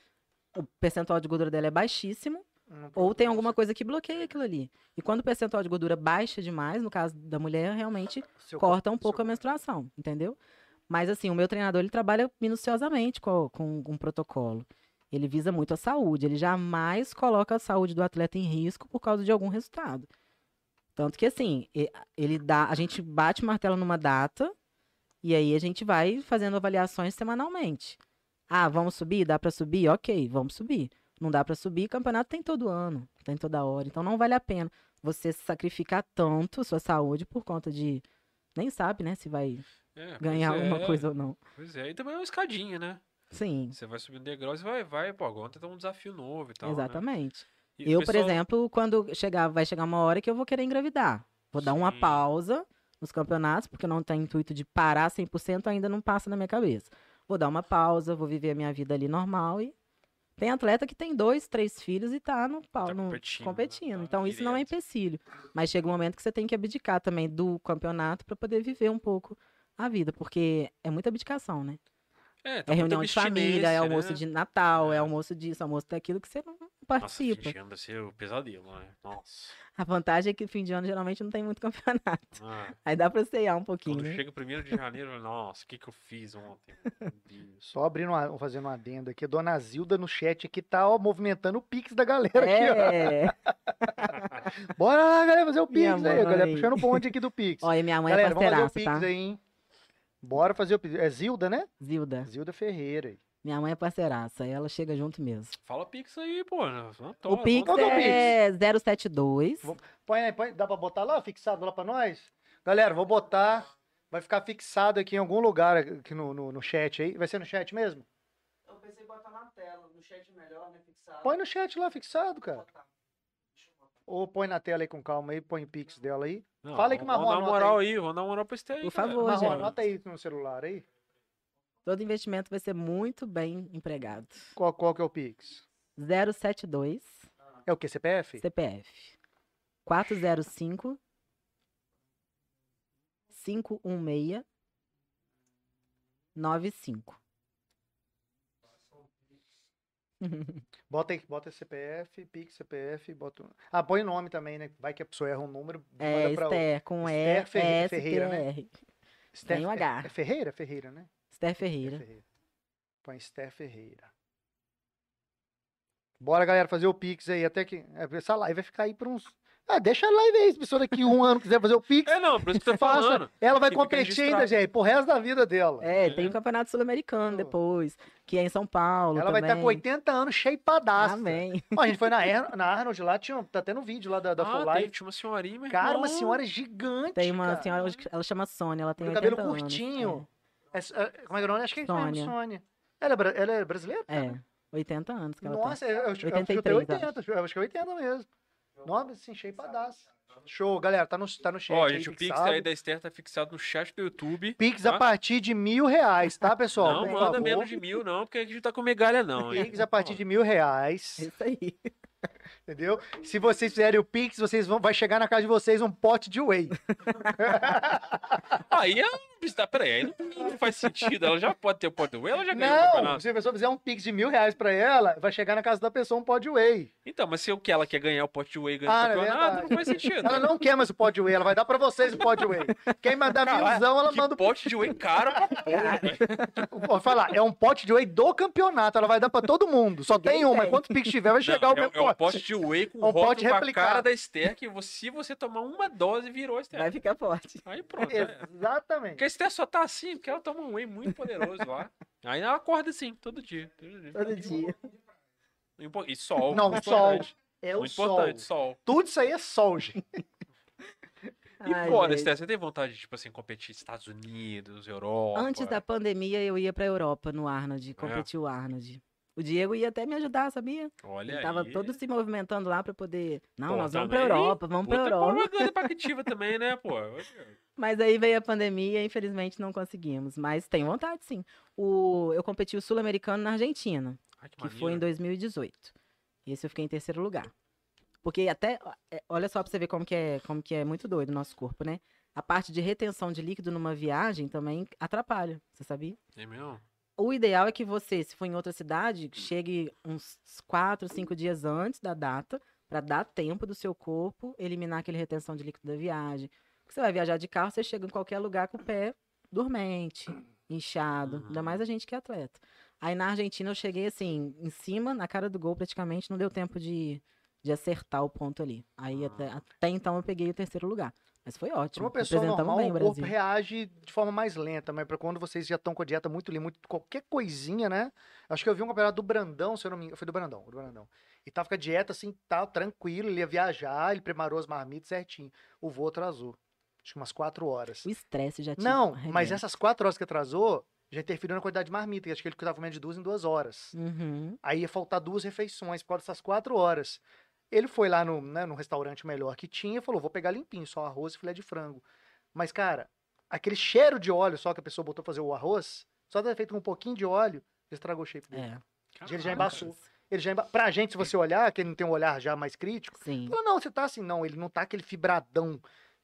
Speaker 3: o percentual de gordura dela é baixíssimo,
Speaker 1: Não
Speaker 3: ou tem
Speaker 1: produz.
Speaker 3: alguma coisa que bloqueia aquilo ali. E quando o percentual de gordura baixa demais, no caso da mulher, realmente
Speaker 1: Seu
Speaker 3: corta um
Speaker 1: corpo-
Speaker 3: pouco a
Speaker 1: seu-
Speaker 3: menstruação, entendeu? Mas assim, o meu treinador ele trabalha minuciosamente com, com um protocolo. Ele visa muito a saúde, ele jamais coloca a saúde do atleta em risco por causa de algum resultado. Tanto que assim, e- ele dá, a gente bate o martelo numa data e aí a gente vai fazendo avaliações semanalmente. Ah, vamos subir, dá pra subir, OK, vamos subir. Não dá pra subir, campeonato tem todo ano, tem toda hora, então não vale a pena você sacrificar tanto a sua saúde por conta de nem sabe, né, se vai
Speaker 2: É, pois
Speaker 3: ganhar alguma
Speaker 2: é,
Speaker 3: coisa ou não.
Speaker 2: Pois é, e também é uma escadinha, né?
Speaker 3: Sim,
Speaker 2: Você vai subindo degraus e vai, vai, pô, agora tem um desafio novo e tal. né?
Speaker 3: exatamente.
Speaker 2: E o
Speaker 3: Eu, por
Speaker 2: pessoal-
Speaker 3: exemplo, quando chegar, vai chegar uma hora que eu vou querer engravidar. Vou dar uma
Speaker 2: Sim.
Speaker 3: pausa nos campeonatos, porque eu não tenho intuito de parar 100%, ainda não passa na minha cabeça. Vou dar uma pausa, vou viver a minha vida ali normal e tem atleta que tem dois, três filhos e tá no pau,
Speaker 2: Tá
Speaker 3: no-
Speaker 2: competindo,
Speaker 3: competindo.
Speaker 2: né? Tá
Speaker 3: então isso não é
Speaker 2: direto.
Speaker 3: empecilho, mas chega um momento que você tem que abdicar também do campeonato para poder viver um pouco a vida, porque é muita abdicação, né?
Speaker 2: É, tá muita
Speaker 3: É reunião de família, é
Speaker 2: abstinência,
Speaker 3: almoço
Speaker 2: né?
Speaker 3: de Natal, é.
Speaker 2: É.
Speaker 3: almoço disso, almoço daquilo que você não
Speaker 2: Nossa, fim
Speaker 3: participa.
Speaker 2: de ano deve ser é o pesadelo, né? Nossa.
Speaker 3: A vantagem é que fim de ano geralmente não tem muito campeonato.
Speaker 2: Ah,
Speaker 3: Aí dá pra ceiar um pouquinho,
Speaker 2: quando
Speaker 3: né?
Speaker 2: chega o primeiro de janeiro, eu falo, nossa, o que que eu fiz ontem? Meu Deus.
Speaker 1: Só abrindo, uma, fazendo um adendo aqui, a dona Zilda no chat aqui tá ó, movimentando o Pix da galera aqui,
Speaker 3: É.
Speaker 1: ó. Bora lá, galera, fazer o Pix
Speaker 3: Minha
Speaker 1: aí, a galera.
Speaker 3: mãe.
Speaker 1: Puxando o bonde aqui do Pix.
Speaker 3: Olha, minha mãe
Speaker 1: galera,
Speaker 3: é
Speaker 1: vamos fazer o
Speaker 3: parceiraça,
Speaker 1: Pix
Speaker 3: tá?
Speaker 1: aí, hein? Bora fazer o Pix. É Zilda, né?
Speaker 3: Zilda.
Speaker 1: Zilda Ferreira. aí.
Speaker 3: Minha mãe é parceiraça. Ela chega junto mesmo.
Speaker 2: Fala Pix aí, pô. né? Não
Speaker 3: O
Speaker 2: tola,
Speaker 3: Pix
Speaker 2: vamos dar um
Speaker 3: é 072.
Speaker 1: Vamos- Põe aí, põe. Dá pra botar lá, fixado lá pra nós? Galera, vou botar. Vai ficar fixado aqui em algum lugar aqui no, no, no chat aí. Vai ser no chat mesmo?
Speaker 4: Eu pensei em botar na tela, no chat melhor, né? Fixado.
Speaker 1: Põe no chat lá fixado, cara.
Speaker 4: Botar. Deixa eu botar.
Speaker 1: Ou põe na tela aí com calma aí, põe o Pix dela aí.
Speaker 2: Não,
Speaker 1: Fala aí que o
Speaker 2: vamos-
Speaker 1: Marrom
Speaker 2: Vamos dar
Speaker 1: anota
Speaker 2: moral aí, vamos dar uma moral pra esse aí.
Speaker 3: Por
Speaker 2: galera.
Speaker 3: favor, Ô,
Speaker 1: Marrom,
Speaker 3: gente.
Speaker 1: anota aí no celular aí.
Speaker 3: Todo investimento vai ser muito bem empregado.
Speaker 1: Qual, qual que é o Pix?
Speaker 3: 072
Speaker 1: É o que? CPF?
Speaker 3: CPF 405 516 95.
Speaker 1: Bota aí, bota CPF, Pix, CPF, bota. o- Ah, põe o nome também, né? Vai que a pessoa erra um número,
Speaker 3: É,
Speaker 1: manda pra outra.
Speaker 3: Esther, com E,
Speaker 1: Esther Ferre-
Speaker 3: S, T,
Speaker 1: Ferreira, né?
Speaker 3: R.
Speaker 1: Esther-
Speaker 3: tem o
Speaker 1: é-
Speaker 3: H.
Speaker 1: É, Ferreira? Ferreira, né?
Speaker 3: Esther
Speaker 1: É
Speaker 3: Ferreira.
Speaker 1: Ferreira. Põe Esther Ferreira. Bora, galera, fazer o Pix aí. Até que. é, Essa live vai ficar aí por uns. Ah, deixa a live aí. Se a pessoa daqui um ano quiser fazer o Pix,
Speaker 2: É, não, por isso que eu tô
Speaker 1: faça.
Speaker 2: falando.
Speaker 1: Ela vai
Speaker 2: E fica
Speaker 1: competir ainda,
Speaker 2: registrado.
Speaker 1: gente, pro resto da vida dela.
Speaker 3: É,
Speaker 2: É.
Speaker 3: tem o Campeonato Sul-Americano
Speaker 1: Pô.
Speaker 3: depois, que é em São Paulo.
Speaker 1: Ela vai tá estar com 80 anos, cheipadaça.
Speaker 3: Amém.
Speaker 1: Ó, a gente foi na, Ar- na Arnold lá, tinha, tá até no vídeo lá da, da Full
Speaker 2: Ah, tem,
Speaker 1: Life.
Speaker 2: tinha uma senhorinha, mas...
Speaker 1: Cara, uma
Speaker 2: Nossa.
Speaker 1: senhora gigante.
Speaker 3: Tem uma
Speaker 1: cara.
Speaker 3: senhora, acho que ela chama Sônia, ela tem
Speaker 1: Com
Speaker 3: 80
Speaker 1: cabelo
Speaker 3: anos.
Speaker 1: curtinho. É, é, como é que é o nome? Acho que é isso mesmo,
Speaker 3: Sônia.
Speaker 1: Sônia. Ela é, bra- ela é brasileira?
Speaker 3: É, é, 80 anos que ela tá. tem.
Speaker 1: Nossa, eu, eu, eu, eu chutei
Speaker 3: 83
Speaker 1: 80, eu acho que é 80 mesmo. assim, Nossa, se enchei padaço. Show, galera, tá no, tá no chat
Speaker 2: Ó,
Speaker 1: aí,
Speaker 2: gente, o Pix
Speaker 1: fixado.
Speaker 2: aí da Esther tá fixado no chat do YouTube.
Speaker 1: Pix
Speaker 2: tá?
Speaker 1: a partir de mil reais, tá, pessoal?
Speaker 2: Não
Speaker 1: Por
Speaker 2: manda
Speaker 1: favor.
Speaker 2: menos de mil, não, porque a gente tá com migalha, não. hein?
Speaker 1: Pix a partir de mil reais,
Speaker 3: É Isso aí.
Speaker 1: entendeu? Se vocês fizerem o Pix, vocês vão, vai chegar na casa de vocês um pote de whey.
Speaker 2: Aí é um. tá, Peraí, aí não, não faz sentido. Ela já pode ter o pote do ela já ganhou o
Speaker 1: Não,
Speaker 2: campeonato.
Speaker 1: se a pessoa fizer um Pix de mil reais pra ela, vai chegar na casa da pessoa um pote de whey.
Speaker 2: Então, mas se o que ela quer ganhar o pote de whey ganha
Speaker 1: Ah, é
Speaker 2: o campeonato,
Speaker 1: verdade.
Speaker 2: não faz sentido.
Speaker 1: Ela não quer mais o pod whey, ela vai dar pra vocês o pod whey. Quem mandar
Speaker 2: Caralho,
Speaker 1: milzão, ela
Speaker 2: que
Speaker 1: manda o
Speaker 2: pote de whey caro pra porra. velho.
Speaker 1: Vou falar, é um pote de whey do campeonato, ela vai dar pra todo mundo. Só tem uma,
Speaker 3: tem.
Speaker 1: enquanto o Pix tiver, vai chegar o
Speaker 2: Não, é,
Speaker 1: meu
Speaker 2: é um
Speaker 1: pote.
Speaker 2: pote de whey com
Speaker 1: É
Speaker 2: o
Speaker 1: um pote
Speaker 2: rótulo com a
Speaker 1: replicado.
Speaker 2: cara da Esther, que você- se você tomar uma dose, virou a Esther.
Speaker 3: Vai ficar forte.
Speaker 2: Aí pronto. é.
Speaker 1: Exatamente.
Speaker 2: Porque a Esther só tá assim, porque ela toma um whey muito poderoso lá. Aí ela acorda assim, todo dia.
Speaker 3: Todo dia.
Speaker 2: E um po- E sol.
Speaker 1: Não,
Speaker 2: muito
Speaker 1: sol.
Speaker 2: importante.
Speaker 1: É o
Speaker 2: muito
Speaker 1: sol.
Speaker 2: importante, sol.
Speaker 1: Tudo isso aí é sol, gente.
Speaker 2: E
Speaker 3: Ai,
Speaker 2: fora,
Speaker 3: gente.
Speaker 2: Esther, você tem vontade de, tipo assim, competir Estados Unidos, Europa?
Speaker 3: Antes da pandemia, eu ia pra Europa no
Speaker 2: É.
Speaker 3: Arnold, competir o Arnold. O Diego ia até me ajudar, sabia?
Speaker 2: Olha
Speaker 3: Ele tava
Speaker 2: aí.
Speaker 3: todo se movimentando lá pra poder. Não,
Speaker 2: Pô,
Speaker 3: nós vamos
Speaker 2: também,
Speaker 3: pra Europa, vamos pra
Speaker 2: Puta
Speaker 3: Europa.
Speaker 2: propaganda pactiva também, né, pô?
Speaker 3: Mas aí veio a pandemia e infelizmente não conseguimos. Mas tem vontade, sim. O... Eu competi o Sul-Americano na Argentina,
Speaker 2: Ai, que
Speaker 3: que foi
Speaker 2: maneiro.
Speaker 3: em 2018. Esse eu fiquei em terceiro lugar. Porque até. é, Olha só pra você ver como que, é, como que é muito doido o nosso corpo, né? A parte de retenção de líquido numa viagem também atrapalha. Você sabia?
Speaker 2: É mesmo?
Speaker 3: O ideal é que você, se for em outra cidade,
Speaker 1: Hum.
Speaker 3: chegue uns 4, 5 dias antes da data, para dar tempo do seu corpo eliminar aquele retenção de líquido da viagem. Porque você vai viajar de carro, você chega em qualquer lugar com o pé dormente, inchado, ainda mais
Speaker 1: Ah.
Speaker 3: a gente que é atleta. Aí na Argentina eu cheguei assim, em cima, na cara do gol praticamente, não deu tempo de, de acertar o ponto ali. Aí até, até então eu peguei o terceiro lugar. Mas foi
Speaker 1: Ah. Pra
Speaker 3: ótimo.
Speaker 1: uma pessoa
Speaker 3: Representamos
Speaker 1: normal,
Speaker 3: bem
Speaker 1: o
Speaker 3: o
Speaker 1: corpo
Speaker 3: Brasil.
Speaker 1: reage de forma mais lenta, mas pra quando vocês já estão com a dieta muito limpa, muito- qualquer coisinha, né? Acho que eu vi um campeonato do Brandão, se eu não me engano. Foi do Brandão, do Brandão. E tava com a dieta assim, tá tranquilo, ele ia viajar, ele preparou as marmitas certinho. O voo atrasou. Acho que umas quatro horas.
Speaker 3: O estresse já te
Speaker 1: Não, mas
Speaker 3: arrebenta.
Speaker 1: essas quatro horas que atrasou já interferiu na quantidade de marmita. que Acho que ele estava comendo de duas em duas horas.
Speaker 3: Uhum.
Speaker 1: Aí ia faltar duas refeições por causa dessas quatro horas. Ele foi lá no, né, no restaurante melhor que tinha e falou: vou pegar limpinho, só arroz e filé de frango. Mas, cara, aquele cheiro de óleo só que a pessoa botou pra fazer o arroz, só ter feito com um pouquinho de óleo, estragou o shape dele.
Speaker 3: É.
Speaker 1: Ele já
Speaker 2: Caraca.
Speaker 1: embaçou. Ele já emba... Pra gente, se você olhar, que ele não tem um olhar já mais crítico,
Speaker 3: Sim.
Speaker 1: falou: não, você tá assim, não, ele não tá aquele fibradão,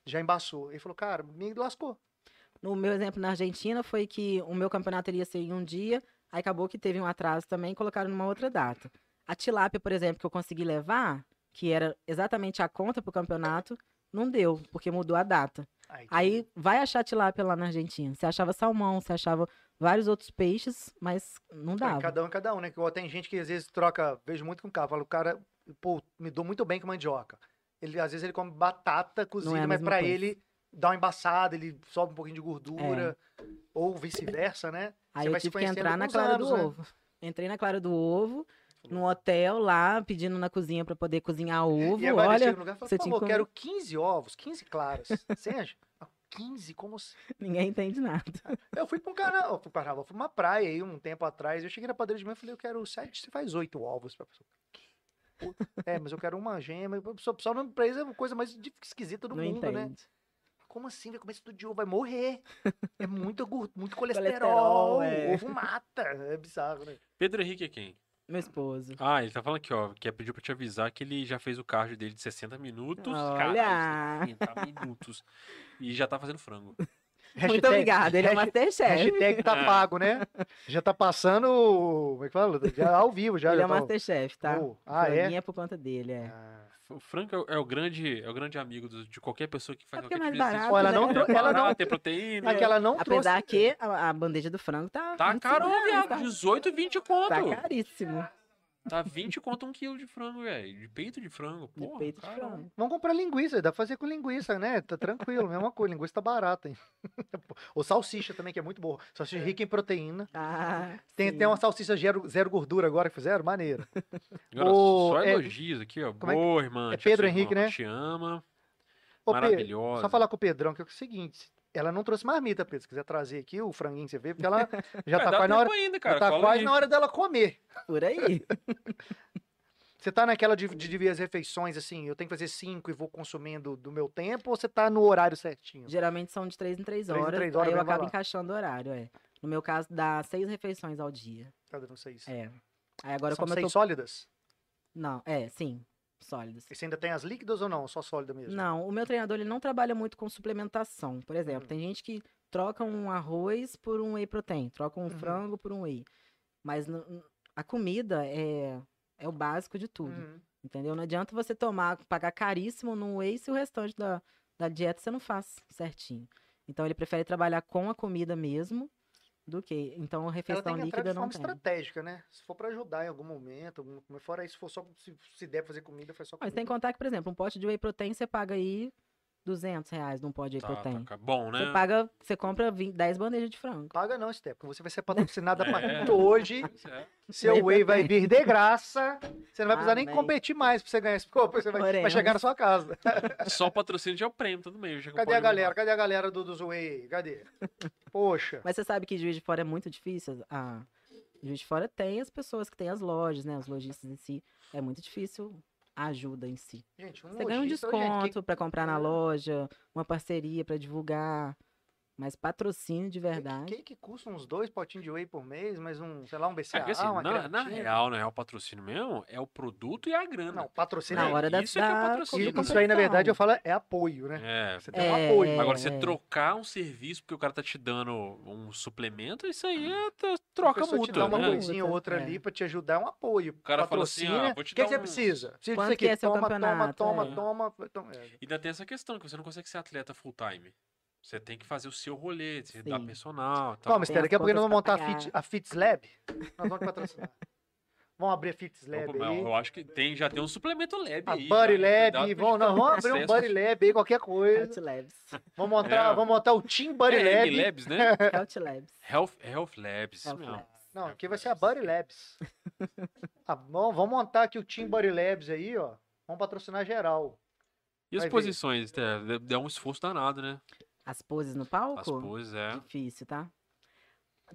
Speaker 1: já embaçou. Ele falou: cara, me lascou.
Speaker 3: No meu exemplo na Argentina foi que o meu campeonato ele ia ser em um dia, aí acabou que teve um atraso também, colocaram numa outra data. A tilápia, por exemplo, que eu consegui levar, que era exatamente a conta pro campeonato, não deu, porque mudou a data. Aí vai achar tilápia lá na Argentina. Você achava salmão, você achava vários outros peixes, mas não
Speaker 1: É,
Speaker 3: dava.
Speaker 1: Cada um é cada um, né? Que Tem gente que às vezes troca, vejo muito com o cara, fala, o cara, pô, me dou muito bem com mandioca. Ele, às vezes ele come batata cozida,
Speaker 3: é a
Speaker 1: mas
Speaker 3: mesma
Speaker 1: pra
Speaker 3: coisa.
Speaker 1: ele dá uma embaçada, ele sobe um pouquinho de gordura,
Speaker 3: É.
Speaker 1: ou vice-versa, né?
Speaker 3: Aí
Speaker 1: Você
Speaker 3: eu
Speaker 1: vai se
Speaker 3: tive que
Speaker 1: conhecendo
Speaker 3: entrar
Speaker 1: com
Speaker 3: na
Speaker 1: os
Speaker 3: clara
Speaker 1: anos,
Speaker 3: do
Speaker 1: né?
Speaker 3: ovo. Entrei na clara do ovo, num hotel lá, pedindo na cozinha pra poder cozinhar ovo.
Speaker 1: e é agora ele
Speaker 3: Olha,
Speaker 1: chega no lugar e fala,
Speaker 3: você
Speaker 1: por
Speaker 3: tinha
Speaker 1: favor,
Speaker 3: que
Speaker 1: quero 15 ovos, 15 claras. Sérgio, ah, 15, como assim?
Speaker 3: ninguém entende nada.
Speaker 1: Eu fui pra um carnaval, fui, pra um carnaval, fui pra uma praia aí um tempo atrás. Eu cheguei na padaria de manhã e falei, eu quero sete, você faz oito ovos pra pessoa. Puta, É, mas eu quero uma gema. O pessoal- o pessoal não pra eles é a coisa mais de- esquisita do
Speaker 3: não
Speaker 1: mundo,
Speaker 3: entende.
Speaker 1: né? Como assim? Vai comer isso tudo de ovo, vai morrer. É muito, gur- muito colesterol.
Speaker 3: Colesterol, é.
Speaker 1: Ovo mata. É bizarro, né?
Speaker 2: Pedro Henrique é quem?
Speaker 3: Meu esposo.
Speaker 2: Ah, ele tá falando aqui, ó, que é pediu pra te avisar que ele já fez o cardio dele de 60 minutos. Cara,
Speaker 3: Olha!
Speaker 2: 60 minutos. E já tá fazendo frango.
Speaker 3: Muito obrigada, ele é um Masterchef.
Speaker 1: Hashtag tá pago, né? Já tá passando. Como é que fala? Já ao vivo, já.
Speaker 3: Ele
Speaker 1: já
Speaker 3: é um
Speaker 1: tá-
Speaker 3: Masterchef, tá?
Speaker 1: Oh, ah, é?
Speaker 3: Franguinho por conta dele, é.
Speaker 1: Ah.
Speaker 2: O frango é o- é o grande, é o grande amigo do- de qualquer pessoa que faz
Speaker 3: porque é
Speaker 2: qualquer tipo
Speaker 3: mais
Speaker 2: exercício.
Speaker 3: barato,
Speaker 1: Olha, não né? tro- ela não-
Speaker 2: tem proteína.
Speaker 1: É que ela não trouxe.
Speaker 3: Apesar que a, a bandeja do frango tá.
Speaker 2: Tá
Speaker 3: 25
Speaker 2: caro,
Speaker 3: reais, tá-
Speaker 2: viado. 18, 20 conto.
Speaker 3: Tá caríssimo.
Speaker 2: Tá 20 conto um quilo de frango, velho. De peito de frango,
Speaker 3: De
Speaker 2: porra.
Speaker 3: peito de
Speaker 2: caramba.
Speaker 3: frango.
Speaker 1: Vamos comprar linguiça, dá pra fazer com linguiça, né? Tá tranquilo, mesma coisa, linguiça tá barata, hein? Ou salsicha também, que é muito boa. Salsicha rica em proteína.
Speaker 3: Ah,
Speaker 1: Tem,
Speaker 3: sim.
Speaker 1: tem uma salsicha zero, zero gordura agora que fizeram, maneiro.
Speaker 2: Agora,
Speaker 1: Ô,
Speaker 2: só
Speaker 1: é-
Speaker 2: elogios aqui, ó.
Speaker 1: como é que-
Speaker 2: Boa, irmã.
Speaker 1: é
Speaker 2: te-
Speaker 1: Pedro
Speaker 2: irmã,
Speaker 1: Henrique, né?
Speaker 2: Te ama.
Speaker 1: Ô, Pedro,
Speaker 2: maravilhosa.
Speaker 1: só falar com o Pedrão que é o seguinte, ela não trouxe marmita, Pedro, se quiser trazer aqui o franguinho que você vê, porque ela já
Speaker 2: É,
Speaker 1: tá
Speaker 2: dá
Speaker 1: quase na
Speaker 2: tempo
Speaker 1: hora,
Speaker 2: ainda,
Speaker 1: já
Speaker 2: cara.
Speaker 1: tá
Speaker 2: cola
Speaker 1: quase
Speaker 2: aí.
Speaker 1: na hora dela comer.
Speaker 3: Por aí.
Speaker 1: Você tá naquela de, de dividir as refeições, assim, eu tenho que fazer cinco e vou consumindo do meu tempo, ou você tá no horário certinho?
Speaker 3: Geralmente são de três em três
Speaker 1: Três em
Speaker 3: horas.
Speaker 1: três horas
Speaker 3: aí eu
Speaker 1: mesmo, vai
Speaker 3: acabo
Speaker 1: lá.
Speaker 3: encaixando o horário, é. No meu caso, dá seis refeições ao dia.
Speaker 1: Tá dando seis.
Speaker 3: É. Aí agora,
Speaker 1: São
Speaker 3: como eu
Speaker 1: seis
Speaker 3: tô.
Speaker 1: sólidas?
Speaker 3: Não, é, sim. Sólidos.
Speaker 1: E você ainda tem as líquidas ou não? Só sólida mesmo?
Speaker 3: Não, o meu treinador ele não trabalha muito com suplementação. Por exemplo,
Speaker 1: Hum.
Speaker 3: tem gente que troca um arroz por um whey protein, troca
Speaker 1: Uhum.
Speaker 3: um frango por um whey. Mas n- n- a comida é, é o básico de tudo,
Speaker 1: Uhum.
Speaker 3: entendeu? Não adianta você tomar, pagar caríssimo num whey se o restante da, da dieta você não faz certinho. Então ele prefere trabalhar com a comida mesmo do que. Então a
Speaker 1: Ela tem
Speaker 3: refeição
Speaker 1: que entrar
Speaker 3: líquida
Speaker 1: de
Speaker 3: não
Speaker 1: forma
Speaker 3: tem.
Speaker 1: estratégica, né? Se for pra ajudar em algum momento, algum- mas fora isso, se for só se, se der pra fazer comida, faz só
Speaker 3: Mas
Speaker 1: comida.
Speaker 3: tem que contar que, por exemplo, um pote de whey protein você paga aí 200 reais num pote de whey
Speaker 2: Tá,
Speaker 3: protein.
Speaker 2: tá, ca- bom, né?
Speaker 3: Você paga, você compra 20, 10 bandejas de frango.
Speaker 1: Paga não, Step, porque você vai ser patrocinada pra
Speaker 2: É.
Speaker 1: tudo hoje.
Speaker 2: Pois é.
Speaker 1: Seu
Speaker 3: Whey
Speaker 1: Whey vai vir de graça. Você não vai precisar nem
Speaker 3: Amém.
Speaker 1: competir mais pra você ganhar esse copo. Você vai, vai
Speaker 3: Oremos.
Speaker 1: chegar na sua casa.
Speaker 2: Só o patrocínio já é o prêmio, tudo bem. já
Speaker 1: Cadê
Speaker 2: pode
Speaker 1: a galera?
Speaker 2: levar.
Speaker 1: Cadê a galera do, dos Whey? Cadê? Poxa.
Speaker 3: Mas você sabe que Juiz de Fora é muito difícil? Ah, Juiz de Fora tem as pessoas que têm as lojas, né? Os lojistas em si. É muito difícil a ajuda em si.
Speaker 1: Gente, um
Speaker 3: Você ganha um
Speaker 1: lojista, gente, que-
Speaker 3: desconto pra comprar na
Speaker 1: É.
Speaker 3: loja, uma parceria pra divulgar. Mas patrocínio de
Speaker 1: É que-
Speaker 3: verdade.
Speaker 1: Que, que custa uns dois potinhos de Whey por mês, mas um, sei lá, um BCA,
Speaker 2: É que assim,
Speaker 1: uma
Speaker 2: na, na
Speaker 1: creatina.
Speaker 2: real, na real, o patrocínio mesmo é o produto e a grana.
Speaker 1: Não, patrocínio.
Speaker 3: Na
Speaker 1: é-
Speaker 3: hora da-
Speaker 2: Isso é que é o
Speaker 3: da
Speaker 2: patrocínio.
Speaker 1: Isso aí, na verdade, eu falo, é apoio, né?
Speaker 2: É.
Speaker 1: Você tem um
Speaker 3: É,
Speaker 1: apoio.
Speaker 2: Agora, você
Speaker 3: é.
Speaker 2: trocar um serviço porque o cara tá te dando um suplemento, isso aí é t- troca
Speaker 1: a Hum. pessoa te
Speaker 2: mútua,
Speaker 1: dá uma
Speaker 2: né?
Speaker 3: coisa.
Speaker 1: coisinha ou outra
Speaker 3: É.
Speaker 1: ali pra te ajudar, é um apoio.
Speaker 2: O cara fala assim,
Speaker 1: Patrocina.
Speaker 2: ah, vou te
Speaker 1: O que,
Speaker 2: dar
Speaker 1: que você
Speaker 2: um-
Speaker 1: precisa? Precisa
Speaker 3: Quanto
Speaker 1: disso aqui.
Speaker 3: que é seu
Speaker 1: toma, toma,
Speaker 3: campeonato?
Speaker 1: toma,
Speaker 2: É.
Speaker 1: toma, toma. É.
Speaker 2: E ainda tem essa questão que você não consegue ser atleta full time. Você tem que fazer o seu rolê, você dá
Speaker 3: Sim.
Speaker 2: personal e tal.
Speaker 1: Calma,
Speaker 3: Tem
Speaker 1: Esther,
Speaker 3: as
Speaker 1: daqui a pouco nós vamos
Speaker 3: contas
Speaker 1: montar
Speaker 3: pra
Speaker 1: a Fits, a Fits Lab. Nós vamos te patrocinar. vamos abrir a Fits
Speaker 2: Não,
Speaker 1: Lab
Speaker 2: não,
Speaker 1: aí.
Speaker 2: Então, eu acho que tem, já tem um suplemento lab
Speaker 1: A
Speaker 2: aí.
Speaker 1: Buddy
Speaker 2: cara. Cuidado
Speaker 1: Lab.
Speaker 2: pra
Speaker 1: Vamos,
Speaker 2: gente tá
Speaker 1: nós
Speaker 2: não
Speaker 1: vamos
Speaker 2: ter
Speaker 1: abrir um
Speaker 2: acesso.
Speaker 1: Buddy Lab aí, qualquer
Speaker 3: É
Speaker 1: coisa.
Speaker 3: Outlabs.
Speaker 1: Vamos montar,
Speaker 2: É.
Speaker 1: vamos montar o Team Buddy
Speaker 2: É,
Speaker 1: Lab.
Speaker 2: M Labs, né?
Speaker 3: Outlabs.
Speaker 2: Health, Health Labs. isso
Speaker 3: Health
Speaker 2: mesmo.
Speaker 3: Labs.
Speaker 1: Não, aqui vai ser a Buddy Labs. Ah, bom, vamos montar aqui o Team Buddy Labs aí, ó. Vamos patrocinar geral.
Speaker 2: E as
Speaker 1: Vai ver.
Speaker 2: posições, Té? Dá um esforço danado, né?
Speaker 3: As poses no palco?
Speaker 2: As poses,
Speaker 1: né?
Speaker 2: é.
Speaker 3: Difícil, tá?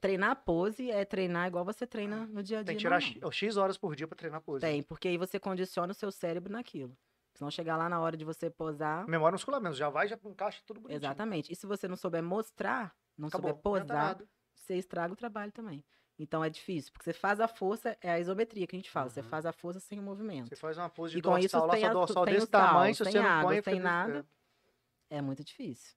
Speaker 3: Treinar a pose é treinar igual você treina no dia a dia.
Speaker 1: Tem que tirar
Speaker 3: normal.
Speaker 1: X, oh, X horas por dia pra treinar pose.
Speaker 3: Tem, porque aí você condiciona o seu cérebro naquilo. Se não chegar lá na hora de você posar.
Speaker 1: Memória muscular mesmo. Já vai, já encaixa tudo bonitinho.
Speaker 3: Exatamente. é E se você não souber mostrar, não
Speaker 1: Acabou. tá
Speaker 3: souber
Speaker 1: Não adianta
Speaker 3: posar,
Speaker 1: nada.
Speaker 3: você estraga o trabalho também. Então é difícil, porque você faz a força, é a isometria que a gente fala. Você
Speaker 2: Uhum.
Speaker 3: faz a força sem o movimento.
Speaker 1: Você faz uma pose de
Speaker 3: E com isso
Speaker 1: dorsal lá,
Speaker 3: tem
Speaker 1: só
Speaker 3: as-
Speaker 1: dorsal
Speaker 3: tem
Speaker 1: desse
Speaker 3: os taus,
Speaker 1: tá tamanho, se
Speaker 3: tem
Speaker 1: você não
Speaker 3: água,
Speaker 1: põe...
Speaker 3: tem
Speaker 1: fica- assim,
Speaker 3: nada. É muito difícil.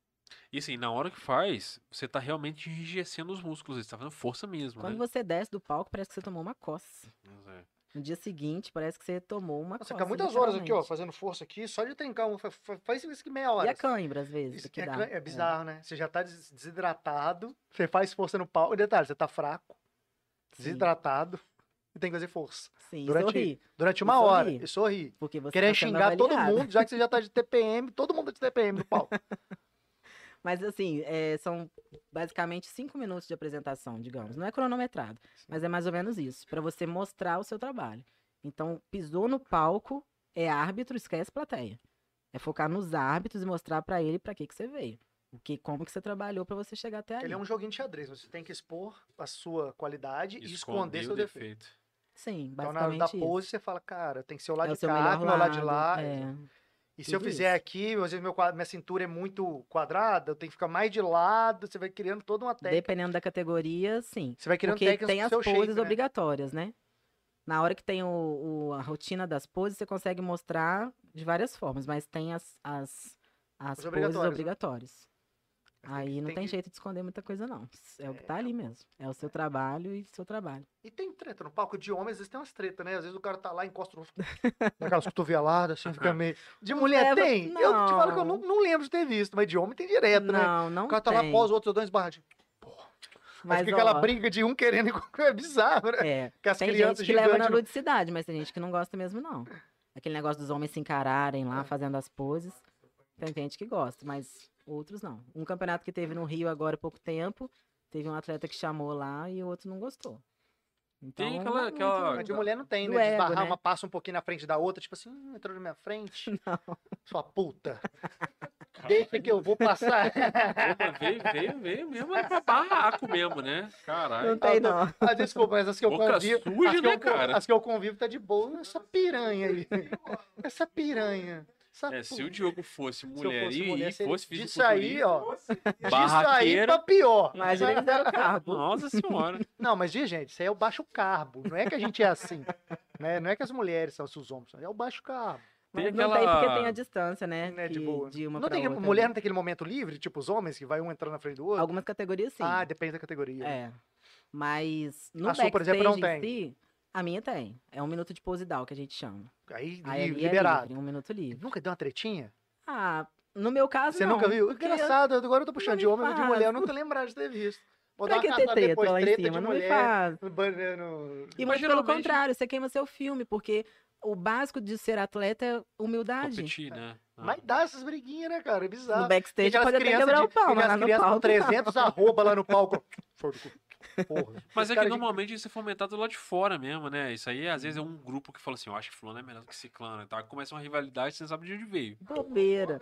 Speaker 2: E assim, na hora que faz, você tá realmente enrijecendo os músculos. Você tá fazendo força mesmo,
Speaker 3: Quando
Speaker 2: né?
Speaker 3: você desce do palco, parece que você tomou uma coça.
Speaker 2: Mas é.
Speaker 3: No dia seguinte, parece que você tomou uma
Speaker 1: Nossa,
Speaker 3: coça.
Speaker 1: fica muitas horas aqui, ó,
Speaker 3: literalmente.
Speaker 1: fazendo força aqui, só de trincar um. fa- fa- Faz isso que meia hora.
Speaker 3: E a cãibra, às vezes,
Speaker 1: Isso
Speaker 3: que
Speaker 1: é,
Speaker 3: dá.
Speaker 1: cra- é bizarro, né? Você já tá des- desidratado, você faz força no pau. E detalhe, você tá fraco,
Speaker 3: Sim,
Speaker 1: desidratado, e tem que fazer força.
Speaker 3: Sim, é
Speaker 1: durante-
Speaker 3: sorri,
Speaker 1: Durante
Speaker 3: E
Speaker 1: uma
Speaker 3: sorri.
Speaker 1: hora, e sorri.
Speaker 3: porque você
Speaker 1: Querendo
Speaker 3: tá sendo
Speaker 1: xingar todo
Speaker 3: avaliado.
Speaker 1: mundo, já que você já tá de TPM, todo mundo é de TPM no pau.
Speaker 3: Mas assim, é, são basicamente cinco minutos de apresentação, digamos. Não é cronometrado, mas é mais ou menos isso, para você mostrar o seu trabalho. Então, pisou no palco, é árbitro, esquece plateia. É focar nos árbitros e mostrar para ele para que que você veio. O que, como que você trabalhou para você chegar até ali.
Speaker 1: Ele é um joguinho de xadrez, você tem que expor a sua qualidade e esconder
Speaker 2: o
Speaker 1: seu defeito.
Speaker 3: Sim,
Speaker 1: Então, na hora
Speaker 3: basicamente
Speaker 1: da
Speaker 3: isso.
Speaker 1: pose, você fala, cara, tem que ser o lado
Speaker 3: é o
Speaker 1: de
Speaker 3: seu
Speaker 1: cá,
Speaker 3: melhor
Speaker 1: aqui, meu lado de lá.
Speaker 3: lado, é.
Speaker 1: E se eu
Speaker 3: Tudo
Speaker 1: fizer
Speaker 3: isso.
Speaker 1: aqui, às vezes meu quadro- minha cintura é muito quadrada, eu tenho que ficar mais de lado, você vai criando toda uma técnica.
Speaker 3: Dependendo da categoria, sim.
Speaker 1: Você vai criando
Speaker 3: Porque
Speaker 1: técnicas
Speaker 3: tem
Speaker 1: pro
Speaker 3: as
Speaker 1: seu
Speaker 3: poses
Speaker 1: shape, né?
Speaker 3: obrigatórias, né? Na hora que tem o, o- a rotina das poses, você consegue mostrar de várias formas, mas tem as, as, as
Speaker 1: Os
Speaker 3: poses
Speaker 1: obrigatórios, né?
Speaker 3: obrigatórias. Aí não
Speaker 1: tem
Speaker 3: tem
Speaker 1: que-
Speaker 3: jeito de esconder muita coisa, não. É o que tá ali mesmo. É o seu trabalho e seu trabalho.
Speaker 1: E tem treta no palco de homem, às vezes tem umas tretas, né? Às vezes o cara tá lá, encosta no... Naquelas cotoveladas, assim, fica meio... De mulher
Speaker 3: leva-
Speaker 1: tem? Eu te falo que eu não,
Speaker 3: Não.
Speaker 1: não lembro de ter visto, mas de homem tem direto, né?
Speaker 3: Não, não
Speaker 1: O cara tá lá,
Speaker 3: tem.
Speaker 1: pós, os outros dois barras. Mas
Speaker 3: mas,
Speaker 1: fica aquela
Speaker 3: ó,
Speaker 1: briga de um querendo... e- É bizarro, né?
Speaker 3: é,
Speaker 1: Que as
Speaker 3: tem
Speaker 1: crianças
Speaker 3: gente que leva
Speaker 1: gigantes...
Speaker 3: na
Speaker 1: no-
Speaker 3: ludicidade, mas tem gente que não gosta mesmo, não. Aquele negócio dos homens se encararem
Speaker 1: É.
Speaker 3: lá, fazendo as poses. Tem gente que gosta, mas outros não. Um campeonato que teve no Rio agora há pouco tempo, teve um atleta que chamou lá e o outro não gostou. Então,
Speaker 2: Tem
Speaker 3: não
Speaker 2: aquela-
Speaker 3: é muito-
Speaker 2: aquela-
Speaker 1: Mas de mulher não tem,
Speaker 3: Do
Speaker 1: né?
Speaker 3: ego,
Speaker 1: Desbarrar
Speaker 3: né?
Speaker 1: uma passa um pouquinho na frente da outra, tipo assim, "Hum, entrou na minha frente. Sua puta. Deixa que eu vou passar.
Speaker 2: Opa, veio, veio, veio mesmo. É pra barraco mesmo, né? Caralho.
Speaker 3: Não tem,
Speaker 1: Ah, tô-
Speaker 3: não.
Speaker 1: Ah, desculpa, mas as que eu
Speaker 2: Boca
Speaker 1: convivo.
Speaker 2: suja,
Speaker 1: as, que
Speaker 2: né,
Speaker 1: eu, con-
Speaker 2: cara?
Speaker 1: as que eu convivo tá de boa. Essa piranha aí. Essa piranha. Essa
Speaker 2: É, se
Speaker 1: puta.
Speaker 2: o Diogo fosse
Speaker 1: Se eu
Speaker 2: mulher,
Speaker 1: fosse
Speaker 2: e-
Speaker 1: mulher,
Speaker 2: e
Speaker 1: seria-
Speaker 2: fosse
Speaker 1: Disso aí, ó. Disso aí
Speaker 2: barraqueira.
Speaker 1: pra pior.
Speaker 3: Mas ele zero carbo.
Speaker 2: Nossa senhora.
Speaker 1: Não, mas diz, gente, isso aí é o baixo carbo. Não é que a gente é assim. né? Não é que as mulheres são os homens, são- é o baixo carbo.
Speaker 2: Tem
Speaker 3: Mas não tem porque tem
Speaker 2: aquela-
Speaker 3: a distância, né?
Speaker 1: né, de
Speaker 3: que-
Speaker 1: boa.
Speaker 3: de uma
Speaker 1: não
Speaker 3: pra
Speaker 1: tem,
Speaker 3: outra,
Speaker 1: mulher
Speaker 3: né?
Speaker 1: não tem aquele momento livre, tipo os homens, que vai um entrando na frente do outro?
Speaker 3: Algumas categorias sim.
Speaker 1: Ah, depende da categoria.
Speaker 3: assim. É. Mas no
Speaker 1: A sua,
Speaker 3: backstage
Speaker 1: por exemplo, não
Speaker 3: em si, a minha tem. É um minuto de pose down que a gente chama.
Speaker 1: Aí,
Speaker 3: Aí ali
Speaker 1: li-
Speaker 3: é
Speaker 1: liberado.
Speaker 3: livre, um minuto livre.
Speaker 1: Nunca deu uma tretinha?
Speaker 3: Ah, no meu caso,
Speaker 1: Você
Speaker 3: não,
Speaker 1: nunca viu?
Speaker 3: porque
Speaker 1: Engraçado, agora eu tô puxando
Speaker 3: me
Speaker 1: de homem mas de mulher, eu
Speaker 3: faz.
Speaker 1: nunca lembrava de ter visto. Vou
Speaker 3: Pra
Speaker 1: uma
Speaker 3: que ter
Speaker 1: caçada
Speaker 3: treta lá em cima?
Speaker 1: de
Speaker 3: Não me
Speaker 1: mulher.
Speaker 3: faz.
Speaker 1: banano-
Speaker 3: E
Speaker 2: Mas
Speaker 3: muito pelo
Speaker 2: geralmente-
Speaker 3: contrário, você queima seu filme, porque o básico de ser atleta é humildade.
Speaker 2: Competir, né? Ah.
Speaker 1: Mas dá essas briguinhas, né, cara? É bizarro.
Speaker 3: No backstage
Speaker 1: Aquelas
Speaker 3: pode até
Speaker 1: crianças
Speaker 3: quebrar
Speaker 1: de-
Speaker 3: o pau, mas
Speaker 1: aquelas
Speaker 3: lá no
Speaker 1: crianças com
Speaker 3: palco tá
Speaker 1: 300 arroba lá no palco. Fora do cu. Porra.
Speaker 2: Mas
Speaker 1: Esse
Speaker 2: é
Speaker 1: cara
Speaker 2: que
Speaker 1: de- Uhum.
Speaker 2: normalmente isso é fomentado lá de fora mesmo, né? Isso aí, às vezes, é um grupo que fala assim, eu acho que fulano é melhor que ciclano e tal. Começa uma rivalidade, você não sabe de onde veio.
Speaker 3: Bobeira.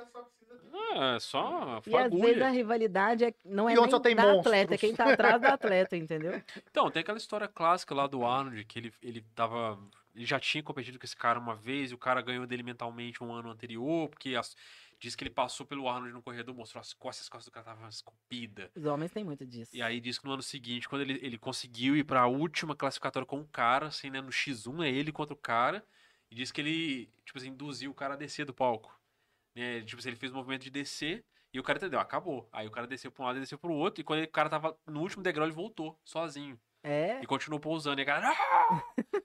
Speaker 2: Ah, é só
Speaker 3: E às
Speaker 2: fagulha.
Speaker 3: vezes a rivalidade é- não é
Speaker 1: E onde
Speaker 3: nem
Speaker 1: só tem
Speaker 3: da
Speaker 1: monstros.
Speaker 3: atleta, é quem tá atrás do atleta, entendeu?
Speaker 2: Então, tem aquela história clássica lá do Arnold, que ele, ele tava. Ele já tinha competido com esse cara uma vez, e o cara ganhou dele mentalmente um ano anterior, porque as- diz que ele passou pelo Arnold no corredor, mostrou as costas, as costas do cara estavam esculpidas.
Speaker 3: Os homens têm muito disso.
Speaker 2: E aí diz que no ano seguinte, quando ele, ele conseguiu ir pra última classificatória com o cara, assim, né? No X1 é ele contra o cara. E diz que ele, tipo assim, induziu o cara a descer do palco. Né? Tipo assim, ele fez o movimento de descer e o cara entendeu, acabou. Aí o cara desceu pra um lado e desceu pro outro. E quando ele- o cara tava no último degrau, ele voltou, sozinho.
Speaker 3: É,
Speaker 2: E continuou pousando. E a galera. "Ah!"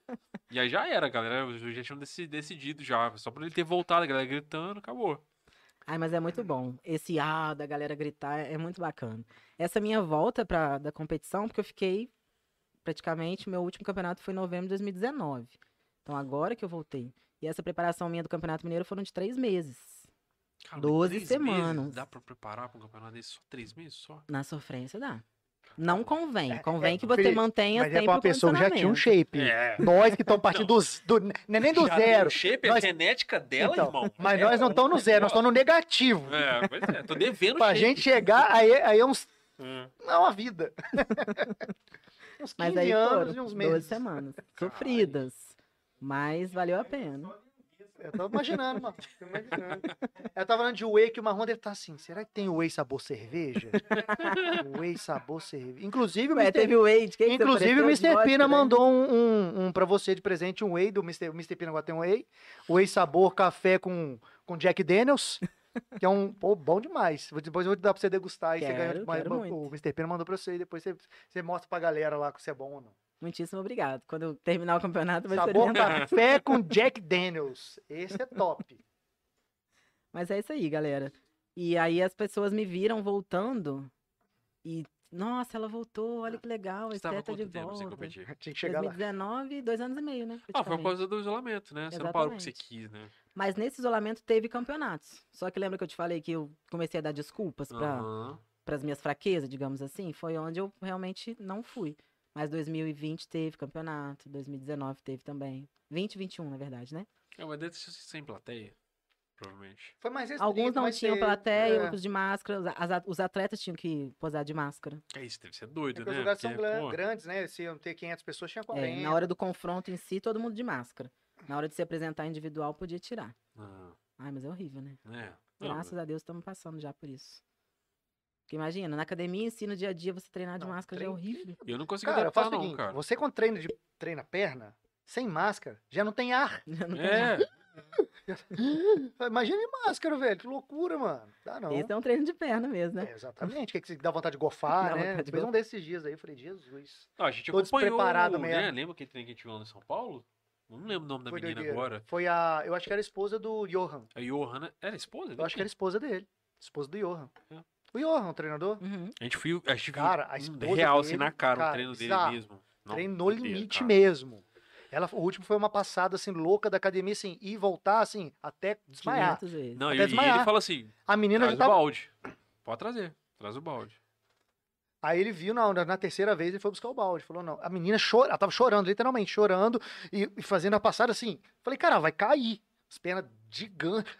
Speaker 2: e aí já era, galera. Os já tinham deci- decidido já. Só pra ele ter voltado, a galera gritando, acabou.
Speaker 3: Ai, mas é
Speaker 1: Uhum.
Speaker 3: muito bom. Esse ah da galera gritar é é muito bacana. Essa minha volta pra, da competição, porque eu fiquei praticamente, meu último campeonato foi em novembro de 2019. Então agora que eu voltei. E essa preparação minha do Campeonato Mineiro foram de três meses.
Speaker 2: Cara, mas
Speaker 3: Doze
Speaker 2: três meses?
Speaker 3: semanas.
Speaker 2: Dá pra preparar pra um campeonato desse só três meses só?
Speaker 3: Na sofrência dá. Não convém.
Speaker 1: É,
Speaker 3: Convém
Speaker 1: é,
Speaker 3: que você
Speaker 1: Fê,
Speaker 3: mantenha
Speaker 1: Mas é
Speaker 3: sempre
Speaker 1: pra uma
Speaker 3: o
Speaker 1: pessoa que já tinha um
Speaker 3: um condicionamento.
Speaker 1: shape.
Speaker 2: É.
Speaker 1: Nós que estamos partindo dos, do. Não é nem do
Speaker 2: Já tem
Speaker 1: zero.
Speaker 2: O shape, a
Speaker 1: Nós-
Speaker 2: genética dela,
Speaker 1: Então,
Speaker 2: irmão.
Speaker 1: Mas
Speaker 2: É,
Speaker 1: nós não estamos no zero, nós estamos no negativo.
Speaker 2: É, pois é. Tô devendo
Speaker 1: Pra
Speaker 2: shape.
Speaker 1: gente chegar, aí, aí é uns.
Speaker 2: Hum.
Speaker 1: É uma vida. uns 15
Speaker 3: Mas aí
Speaker 1: anos
Speaker 3: foram
Speaker 1: e uns
Speaker 3: 12
Speaker 1: meses.
Speaker 3: semanas. Sofridas. Mas valeu a pena.
Speaker 1: Eu tô imaginando, mano. Tô imaginando. Eu tava falando de whey que o Marrom deve estar assim. Será que tem whey sabor cerveja? whey sabor cerveja. Inclusive, o
Speaker 3: Ué,
Speaker 1: Mr.
Speaker 3: teve o Wade. Quem que você
Speaker 1: Inclusive, o
Speaker 3: ofereceu?
Speaker 1: Mr.
Speaker 3: Vodka,
Speaker 1: Pina
Speaker 3: né?
Speaker 1: mandou um, um, um pra você de presente, um whey do Mr. O Mr. Pina agora tem um whey. Whey sabor café com, com Jack Daniels, que é um... Pô, bom demais. Vou- Depois eu vou te dar pra você degustar. Aí você ganha
Speaker 3: Quero,
Speaker 1: demais.
Speaker 3: quero
Speaker 1: O Mr. Pina mandou pra você e depois você, você mostra pra galera lá se é bom ou não.
Speaker 3: Muitíssimo obrigado. Quando eu terminar o campeonato, vai ser
Speaker 1: Sabor café com Jack Daniels. Esse é top.
Speaker 3: Mas é isso aí, galera. E aí as pessoas me viram voltando e, nossa, ela voltou, olha que legal, a
Speaker 2: Ah, Você tava
Speaker 3: Esté tá de
Speaker 2: quanto tempo sem
Speaker 3: volta.
Speaker 2: competir?
Speaker 1: Tinha que chegar lá.
Speaker 3: 2019, dois anos e meio, né?
Speaker 2: Ah, foi por
Speaker 3: praticamente.
Speaker 2: causa do isolamento, né? Você não parou porque você quis, né?
Speaker 3: Mas nesse isolamento teve campeonatos. Só que lembra que eu te falei que eu comecei a dar desculpas para
Speaker 2: Aham.
Speaker 3: as minhas fraquezas, digamos assim? Foi onde eu realmente não fui. Mas 2020 teve campeonato, 2019 teve também. 2021, na verdade, né?
Speaker 2: É, mas deve ser sem plateia, provavelmente.
Speaker 1: Foi mais restrito,
Speaker 3: Alguns não
Speaker 1: mais
Speaker 3: tinham
Speaker 1: cedo.
Speaker 3: plateia,
Speaker 1: É.
Speaker 3: outros de máscara. os a- as a- Os atletas tinham que posar de máscara.
Speaker 2: É isso, deve ser
Speaker 1: É
Speaker 2: doido,
Speaker 1: porque
Speaker 2: né?
Speaker 1: os lugares são
Speaker 2: Porque,
Speaker 1: gran-
Speaker 2: pô,
Speaker 1: grandes, né? Se eu ter 500 pessoas, tinha
Speaker 3: É,
Speaker 1: 40.
Speaker 3: na hora do confronto em si, todo mundo de máscara. Na hora de se apresentar individual, podia tirar.
Speaker 2: não,
Speaker 3: Ai, mas é horrível, né?
Speaker 2: ah, né? Não,
Speaker 3: Graças a Deus estamos passando já por isso. Porque imagina, na academia em si, no dia a dia, você treinar de
Speaker 1: Não,
Speaker 3: máscara já é
Speaker 1: treino-
Speaker 3: horrível.
Speaker 2: eu não consigo
Speaker 1: Cara, eu
Speaker 2: adaptar,
Speaker 1: faço o
Speaker 2: não,
Speaker 1: seguinte:
Speaker 2: cara.
Speaker 1: você com treino de treina perna, sem máscara, já não tem ar.
Speaker 3: Eu não tenho
Speaker 2: É,
Speaker 1: Imagina de máscara, velho. Que loucura, mano. Dá não.
Speaker 3: Isso é um treino de perna mesmo, né?
Speaker 1: É, exatamente. Que, que você dá vontade de gofar,
Speaker 3: Dá
Speaker 1: né?
Speaker 3: vontade de
Speaker 1: Depois
Speaker 3: gofar.
Speaker 1: um desses dias aí, eu falei, Jesus.
Speaker 2: não, a gente
Speaker 1: Tô
Speaker 2: acompanhou,
Speaker 1: despreparado
Speaker 2: né?
Speaker 1: mesmo.
Speaker 2: Lembra aquele trem que a gente viu lá em São Paulo? Não lembro o nome da
Speaker 1: Foi
Speaker 2: menina
Speaker 1: doideira.
Speaker 2: agora.
Speaker 1: Foi a. Eu acho que era a esposa do Johan.
Speaker 2: A Johanna era a esposa?
Speaker 1: Eu acho que era a esposa dele. Esposa do Johan.
Speaker 2: É.
Speaker 1: O Johan, o treinador.
Speaker 3: Uhum.
Speaker 2: A gente viu, a gente viu
Speaker 1: Cara, a
Speaker 2: um
Speaker 1: esposa
Speaker 2: real, assim,
Speaker 1: dele,
Speaker 2: na cara, o
Speaker 1: cara,
Speaker 2: treino dele
Speaker 1: bizarro.
Speaker 2: mesmo. Não,
Speaker 1: Treinou
Speaker 2: doideira,
Speaker 1: limite
Speaker 2: cara.
Speaker 1: mesmo. Ela, o último foi uma passada assim louca da academia assim e voltar assim até desmaiar.
Speaker 3: 500 vezes.
Speaker 2: Não, e,
Speaker 1: Até
Speaker 2: e ele
Speaker 1: desmaiar.
Speaker 2: fala assim,
Speaker 1: A menina já
Speaker 2: traz o
Speaker 1: tava.
Speaker 2: balde. Pode trazer, traz o balde.
Speaker 1: Aí ele viu na, na terceira vez ele foi buscar o balde. Falou não, a menina chora, ela tava chorando literalmente chorando e, e fazendo a passada assim. Falei cara, vai cair. As pernas gigantes.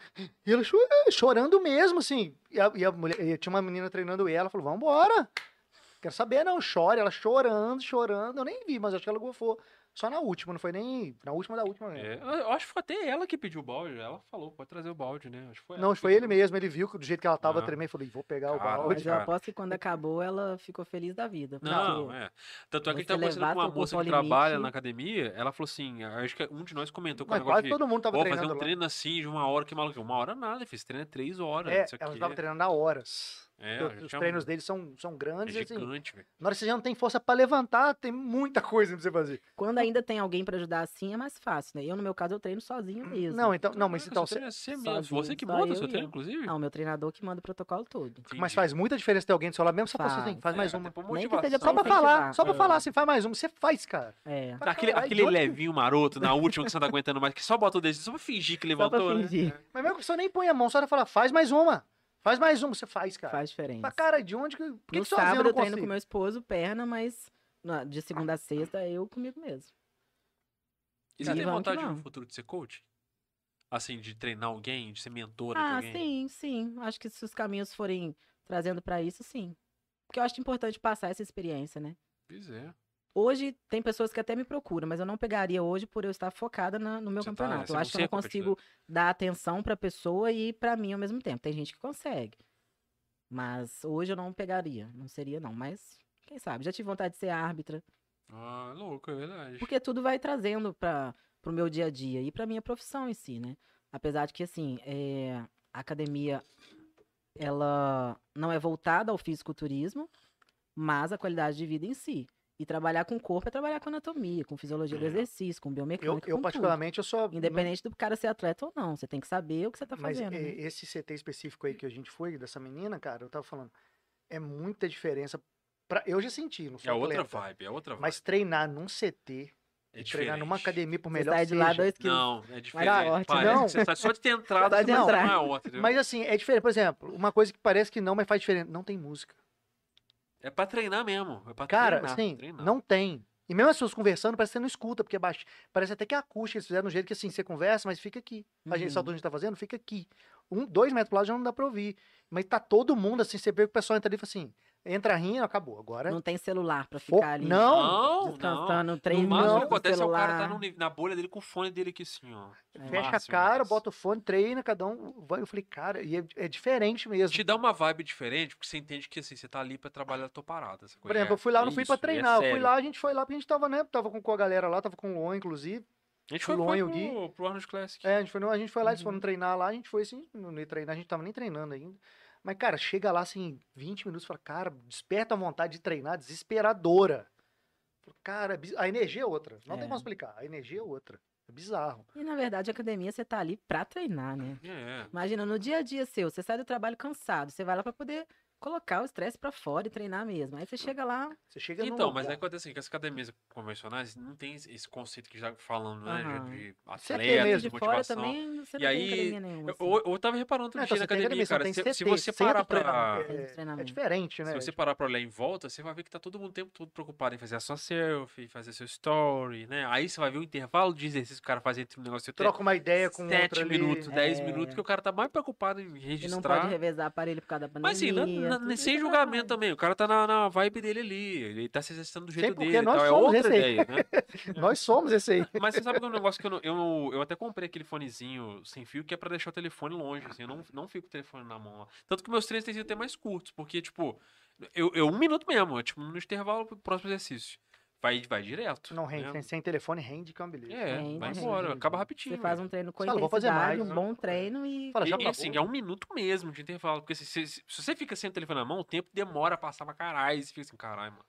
Speaker 1: E ela cho- eh, chorando mesmo assim. E, a, e a mulher- e tinha uma menina treinando ela. Falou vamos embora. Quero saber não, chore. Ela chorando, chorando. Eu nem vi, mas acho que ela gofou. Só na última, não foi nem na última da última. Né?
Speaker 2: É, eu acho que foi até ela que pediu o balde. Ela falou, pode trazer o balde, né? Acho que foi ela
Speaker 1: Não,
Speaker 2: que
Speaker 1: foi
Speaker 2: pediu.
Speaker 1: ele mesmo. Ele viu que do jeito que ela tava
Speaker 2: Ah.
Speaker 1: tremendo, falou: "Ih, vou pegar
Speaker 2: Caralho.
Speaker 1: o
Speaker 3: Mas
Speaker 1: balde.
Speaker 3: eu
Speaker 2: cara.
Speaker 3: aposto que quando acabou, ela ficou feliz da vida.
Speaker 2: Não,
Speaker 3: porque
Speaker 2: é. Tanto é que a gente
Speaker 3: você
Speaker 2: tava conversando
Speaker 3: levar
Speaker 2: com uma
Speaker 3: seu
Speaker 2: moça que
Speaker 3: corpo ao limite-
Speaker 2: trabalha na academia, ela falou assim, acho que um de nós comentou com o
Speaker 1: Mas
Speaker 2: negócio
Speaker 1: quase
Speaker 2: de,
Speaker 1: todo mundo tava
Speaker 2: "Pô, fazer
Speaker 1: treinando.
Speaker 2: um
Speaker 1: lá.
Speaker 2: treino assim de uma hora, que maluco. Uma hora nada, fiz treino é três horas,
Speaker 1: É,
Speaker 2: isso aqui.
Speaker 1: ela tava treinando há horas.
Speaker 2: É,
Speaker 1: Porque
Speaker 2: já
Speaker 1: os
Speaker 2: tinha
Speaker 1: treinos
Speaker 2: um-
Speaker 1: deles são, são
Speaker 2: é
Speaker 1: grandes. assim,
Speaker 2: gigante, velho.
Speaker 1: na hora que você já não tem força pra levantar, tem muita coisa pra você fazer.
Speaker 3: Quando ainda tem alguém pra ajudar assim, é mais fácil, né? Eu, no meu caso, eu treino sozinho mesmo.
Speaker 1: Não, então, não, mas
Speaker 2: Caraca,
Speaker 1: então. Você,
Speaker 2: seu treino é você
Speaker 3: sozinho,
Speaker 2: mesmo. Você que
Speaker 3: só
Speaker 2: monta
Speaker 3: eu
Speaker 2: seu
Speaker 3: e
Speaker 2: treino,
Speaker 3: eu.
Speaker 2: inclusive?
Speaker 3: Não, meu treinador que manda o protocolo todo.
Speaker 1: mas
Speaker 2: Entendi.
Speaker 1: faz muita diferença ter alguém do seu lado, mesmo só pra você
Speaker 3: Faz.
Speaker 1: tem, faz
Speaker 2: É,
Speaker 1: mais
Speaker 2: até
Speaker 1: uma.
Speaker 2: por
Speaker 3: Nem que seja
Speaker 1: Só
Speaker 2: motivação,
Speaker 1: pra
Speaker 3: Só
Speaker 1: falar,
Speaker 3: incentivar.
Speaker 1: só pra
Speaker 2: É.
Speaker 1: falar, se faz mais uma, você faz, cara.
Speaker 3: É.
Speaker 1: Pra
Speaker 2: Aquele,
Speaker 1: caralho,
Speaker 2: aquele
Speaker 1: de onde que-
Speaker 2: levinho maroto na última que você não tá aguentando mais, que só botou desse, só pra fingir que
Speaker 3: Só pra
Speaker 2: levantou, né?
Speaker 3: fingir.
Speaker 1: Mas mesmo que você nem põe a mão, só pra falar, faz mais uma. Faz mais uma, você faz, cara.
Speaker 3: Faz diferença.
Speaker 1: Pra cara, de onde que. Por que,
Speaker 3: no
Speaker 1: que sozinho eu
Speaker 3: sábado
Speaker 1: não
Speaker 3: eu treino com
Speaker 1: consigo?
Speaker 3: meu esposo, perna, mas na- de segunda a sexta eu comigo mesmo.
Speaker 2: E você
Speaker 3: E
Speaker 2: tem
Speaker 3: vamos que
Speaker 2: vontade no
Speaker 3: vamos.
Speaker 2: futuro de ser coach? Assim, de treinar alguém, de ser mentora de
Speaker 3: Ah,
Speaker 2: alguém?
Speaker 3: sim, sim. Acho que se os caminhos forem trazendo pra isso, sim. Porque eu acho importante passar essa experiência, né?
Speaker 2: Pois é.
Speaker 3: Hoje tem pessoas que até me procuram, mas eu não pegaria hoje por eu estar focada na- no meu
Speaker 2: Você tá-
Speaker 3: campeonato.
Speaker 2: você
Speaker 3: eu
Speaker 2: não
Speaker 3: acho que
Speaker 2: ser
Speaker 3: eu não consigo dar atenção pra pessoa e pra mim ao mesmo tempo. Tem gente que consegue. Mas hoje eu não pegaria. Não seria, não. Mas, quem sabe? Já tive vontade de ser árbitra.
Speaker 2: Ah, louco, é verdade.
Speaker 3: Porque tudo vai trazendo para o meu dia a dia e para minha profissão em si, né? Apesar de que, assim, é, a academia, ela não é voltada ao fisiculturismo, mas a qualidade de vida em si. E trabalhar com o corpo é trabalhar com anatomia, com fisiologia do
Speaker 2: É.
Speaker 3: exercício, com
Speaker 1: Eu,
Speaker 3: biomecânica,
Speaker 1: eu
Speaker 3: com tudo.
Speaker 1: particularmente, eu sou.
Speaker 3: Independente do cara ser atleta ou não, você tem que saber o que você tá
Speaker 1: Mas
Speaker 3: fazendo,
Speaker 1: eh,
Speaker 3: né?
Speaker 1: esse CT específico aí que a gente foi, dessa menina, cara, eu tava falando, é muita diferença. Pra, eu já senti, não sou
Speaker 2: É outra
Speaker 1: atleta,
Speaker 2: vibe, é outra vibe.
Speaker 1: Mas treinar num CT,
Speaker 2: é
Speaker 1: treinar numa
Speaker 2: diferente.
Speaker 1: academia, por
Speaker 3: Você
Speaker 1: melhor
Speaker 3: sai
Speaker 1: que
Speaker 3: de lá
Speaker 1: seja...
Speaker 3: dois quilos.
Speaker 2: Não, é diferente.
Speaker 1: forte,
Speaker 2: Parece
Speaker 1: não.
Speaker 2: que você tá só de ter entrado,
Speaker 3: Só
Speaker 2: você
Speaker 3: de
Speaker 2: não
Speaker 3: entrar.
Speaker 2: é outra. entendeu?
Speaker 1: Mas assim, é diferente. Por exemplo, uma coisa que parece que não, mas faz diferença. Não tem música.
Speaker 2: É pra treinar mesmo. É pra
Speaker 1: Cara,
Speaker 2: treinar.
Speaker 1: assim,
Speaker 2: treinar.
Speaker 1: não tem. E mesmo as pessoas conversando, parece que você não escuta, porque é baixo. Parece até que a acústica eles fizeram de um jeito que assim, você conversa, mas fica aqui. A gente
Speaker 3: Uhum.
Speaker 1: sabe onde tá fazendo, fica aqui. Um, dois metros pro lado já não dá pra ouvir. Mas tá todo mundo assim, você vê que o pessoal entra ali e fala assim, entra rindo, acabou. Agora.
Speaker 3: Não tem celular pra
Speaker 1: Fo-
Speaker 3: ficar ali.
Speaker 1: não,
Speaker 2: Não, não.
Speaker 3: Descansando,
Speaker 2: No
Speaker 3: treinando.
Speaker 2: máximo que
Speaker 3: com o
Speaker 2: acontece é o cara tá
Speaker 3: celular.
Speaker 2: no ni- na bolha dele com o fone dele aqui assim, ó. No
Speaker 1: Fecha a
Speaker 2: máximo,
Speaker 1: cara,
Speaker 2: mas-
Speaker 1: bota o fone, treina, cada um vai. Eu falei, cara, e é, é diferente mesmo.
Speaker 2: Te dá uma vibe diferente, porque você entende que assim, você tá ali pra trabalhar a tua parada. sacou?
Speaker 1: Por exemplo,
Speaker 2: É
Speaker 1: eu fui lá, eu não fui pra
Speaker 2: isso, e é
Speaker 1: treinar. eu fui
Speaker 2: sério.
Speaker 1: lá, a gente foi lá, porque a gente tava, né? Tava com, com a galera lá, tava com o Luan, inclusive.
Speaker 2: A gente foi,
Speaker 1: Fulon
Speaker 2: foi
Speaker 1: e o Gui.
Speaker 2: pro, pro Arnold Classic.
Speaker 1: É, a gente foi, a gente foi lá, eles foram
Speaker 3: Uhum.
Speaker 1: treinar lá, a gente foi assim, não ia treinar, a gente tava nem treinando ainda. Mas, cara, chega lá assim, 20 minutos, fala, cara, desperta a vontade de treinar, desesperadora. Fala, Cara, é bi- a energia é outra. Não tem
Speaker 3: É.
Speaker 1: como explicar. A energia é outra. É bizarro.
Speaker 3: E na verdade, a academia você tá ali pra treinar, né?
Speaker 2: É.
Speaker 3: Imagina, no dia a dia seu, você sai do trabalho cansado, você vai lá pra poder colocar o estresse pra fora e treinar mesmo. Aí você chega lá,
Speaker 1: Você chega num
Speaker 2: Então, mas aí
Speaker 1: lugar,
Speaker 2: acontece assim, que as academias convencionais não tem esse esse conceito que já falando, né?
Speaker 3: Aham.
Speaker 2: De
Speaker 1: Você tem
Speaker 2: atleta,
Speaker 1: mesmo.
Speaker 2: de
Speaker 3: de fora
Speaker 2: É, motivação.
Speaker 3: também, você
Speaker 2: E
Speaker 3: não
Speaker 2: aí,
Speaker 3: tem academia nenhuma.
Speaker 2: Eu,
Speaker 3: assim,
Speaker 2: eu, eu tava reparando outro
Speaker 1: Não,
Speaker 2: dia
Speaker 1: então
Speaker 2: na
Speaker 1: você tem
Speaker 2: academia,
Speaker 1: academia, só
Speaker 2: cara.
Speaker 1: tem
Speaker 2: Se, se
Speaker 1: CT,
Speaker 2: você
Speaker 1: centro
Speaker 2: parar
Speaker 1: treinamento.
Speaker 2: pra.
Speaker 3: centro de
Speaker 1: é- é
Speaker 3: treinamento.
Speaker 1: diferente, né?
Speaker 2: Se você parar pra olhar em volta, você vai ver que tá todo mundo o tempo todo preocupado em fazer a sua selfie, fazer seu story, né? Aí você vai ver o intervalo de exercício que o cara faz entre um negócio e outro.
Speaker 1: Troca uma ideia com
Speaker 2: sete
Speaker 1: outra ali.
Speaker 2: minutos, 10
Speaker 3: É.
Speaker 2: minutos, que o cara tá mais preocupado em
Speaker 3: E não pode
Speaker 2: registrar.
Speaker 3: revezar aparelho por causa da pandemia.
Speaker 2: Mas assim, na- na-
Speaker 3: tudo
Speaker 2: sem
Speaker 3: isso é
Speaker 2: julgamento
Speaker 3: verdade.
Speaker 2: também, o cara tá na, na vibe dele ali, ele tá se exercitando do jeito
Speaker 1: porque
Speaker 2: dele, e
Speaker 1: nós
Speaker 2: tal, é
Speaker 1: somos
Speaker 2: outra
Speaker 1: esse aí.
Speaker 2: ideia, né?
Speaker 1: Nós somos esse aí.
Speaker 2: Mas você sabe que é um negócio que eu, não- eu, eu até comprei aquele fonezinho sem fio que é pra deixar o telefone longe, assim. Eu não, não fico com o telefone na mão lá. Tanto que meus treinos têm sido até mais curtos, porque, tipo, eu, eu um minuto mesmo, é, tipo, no intervalo pro próximo exercício. Vai, vai direto.
Speaker 1: Não rende,
Speaker 2: né?
Speaker 1: sem telefone rende, que é uma beleza.
Speaker 2: É,
Speaker 3: Rende,
Speaker 2: vai
Speaker 3: rende,
Speaker 2: embora,
Speaker 1: rende.
Speaker 2: acaba
Speaker 3: Você
Speaker 2: rapidinho. é.
Speaker 3: faz um treino com
Speaker 1: Fala, vou fazer
Speaker 3: intensidade,
Speaker 1: mais, né?
Speaker 3: um bom treino e...
Speaker 1: Fala, já
Speaker 2: E, e
Speaker 1: acabou.
Speaker 2: assim, é um minuto mesmo de intervalo. Porque se, se, se- se você fica sem o telefone na mão, o tempo demora a passar pra caralho. e Você fica assim, caralho, mano.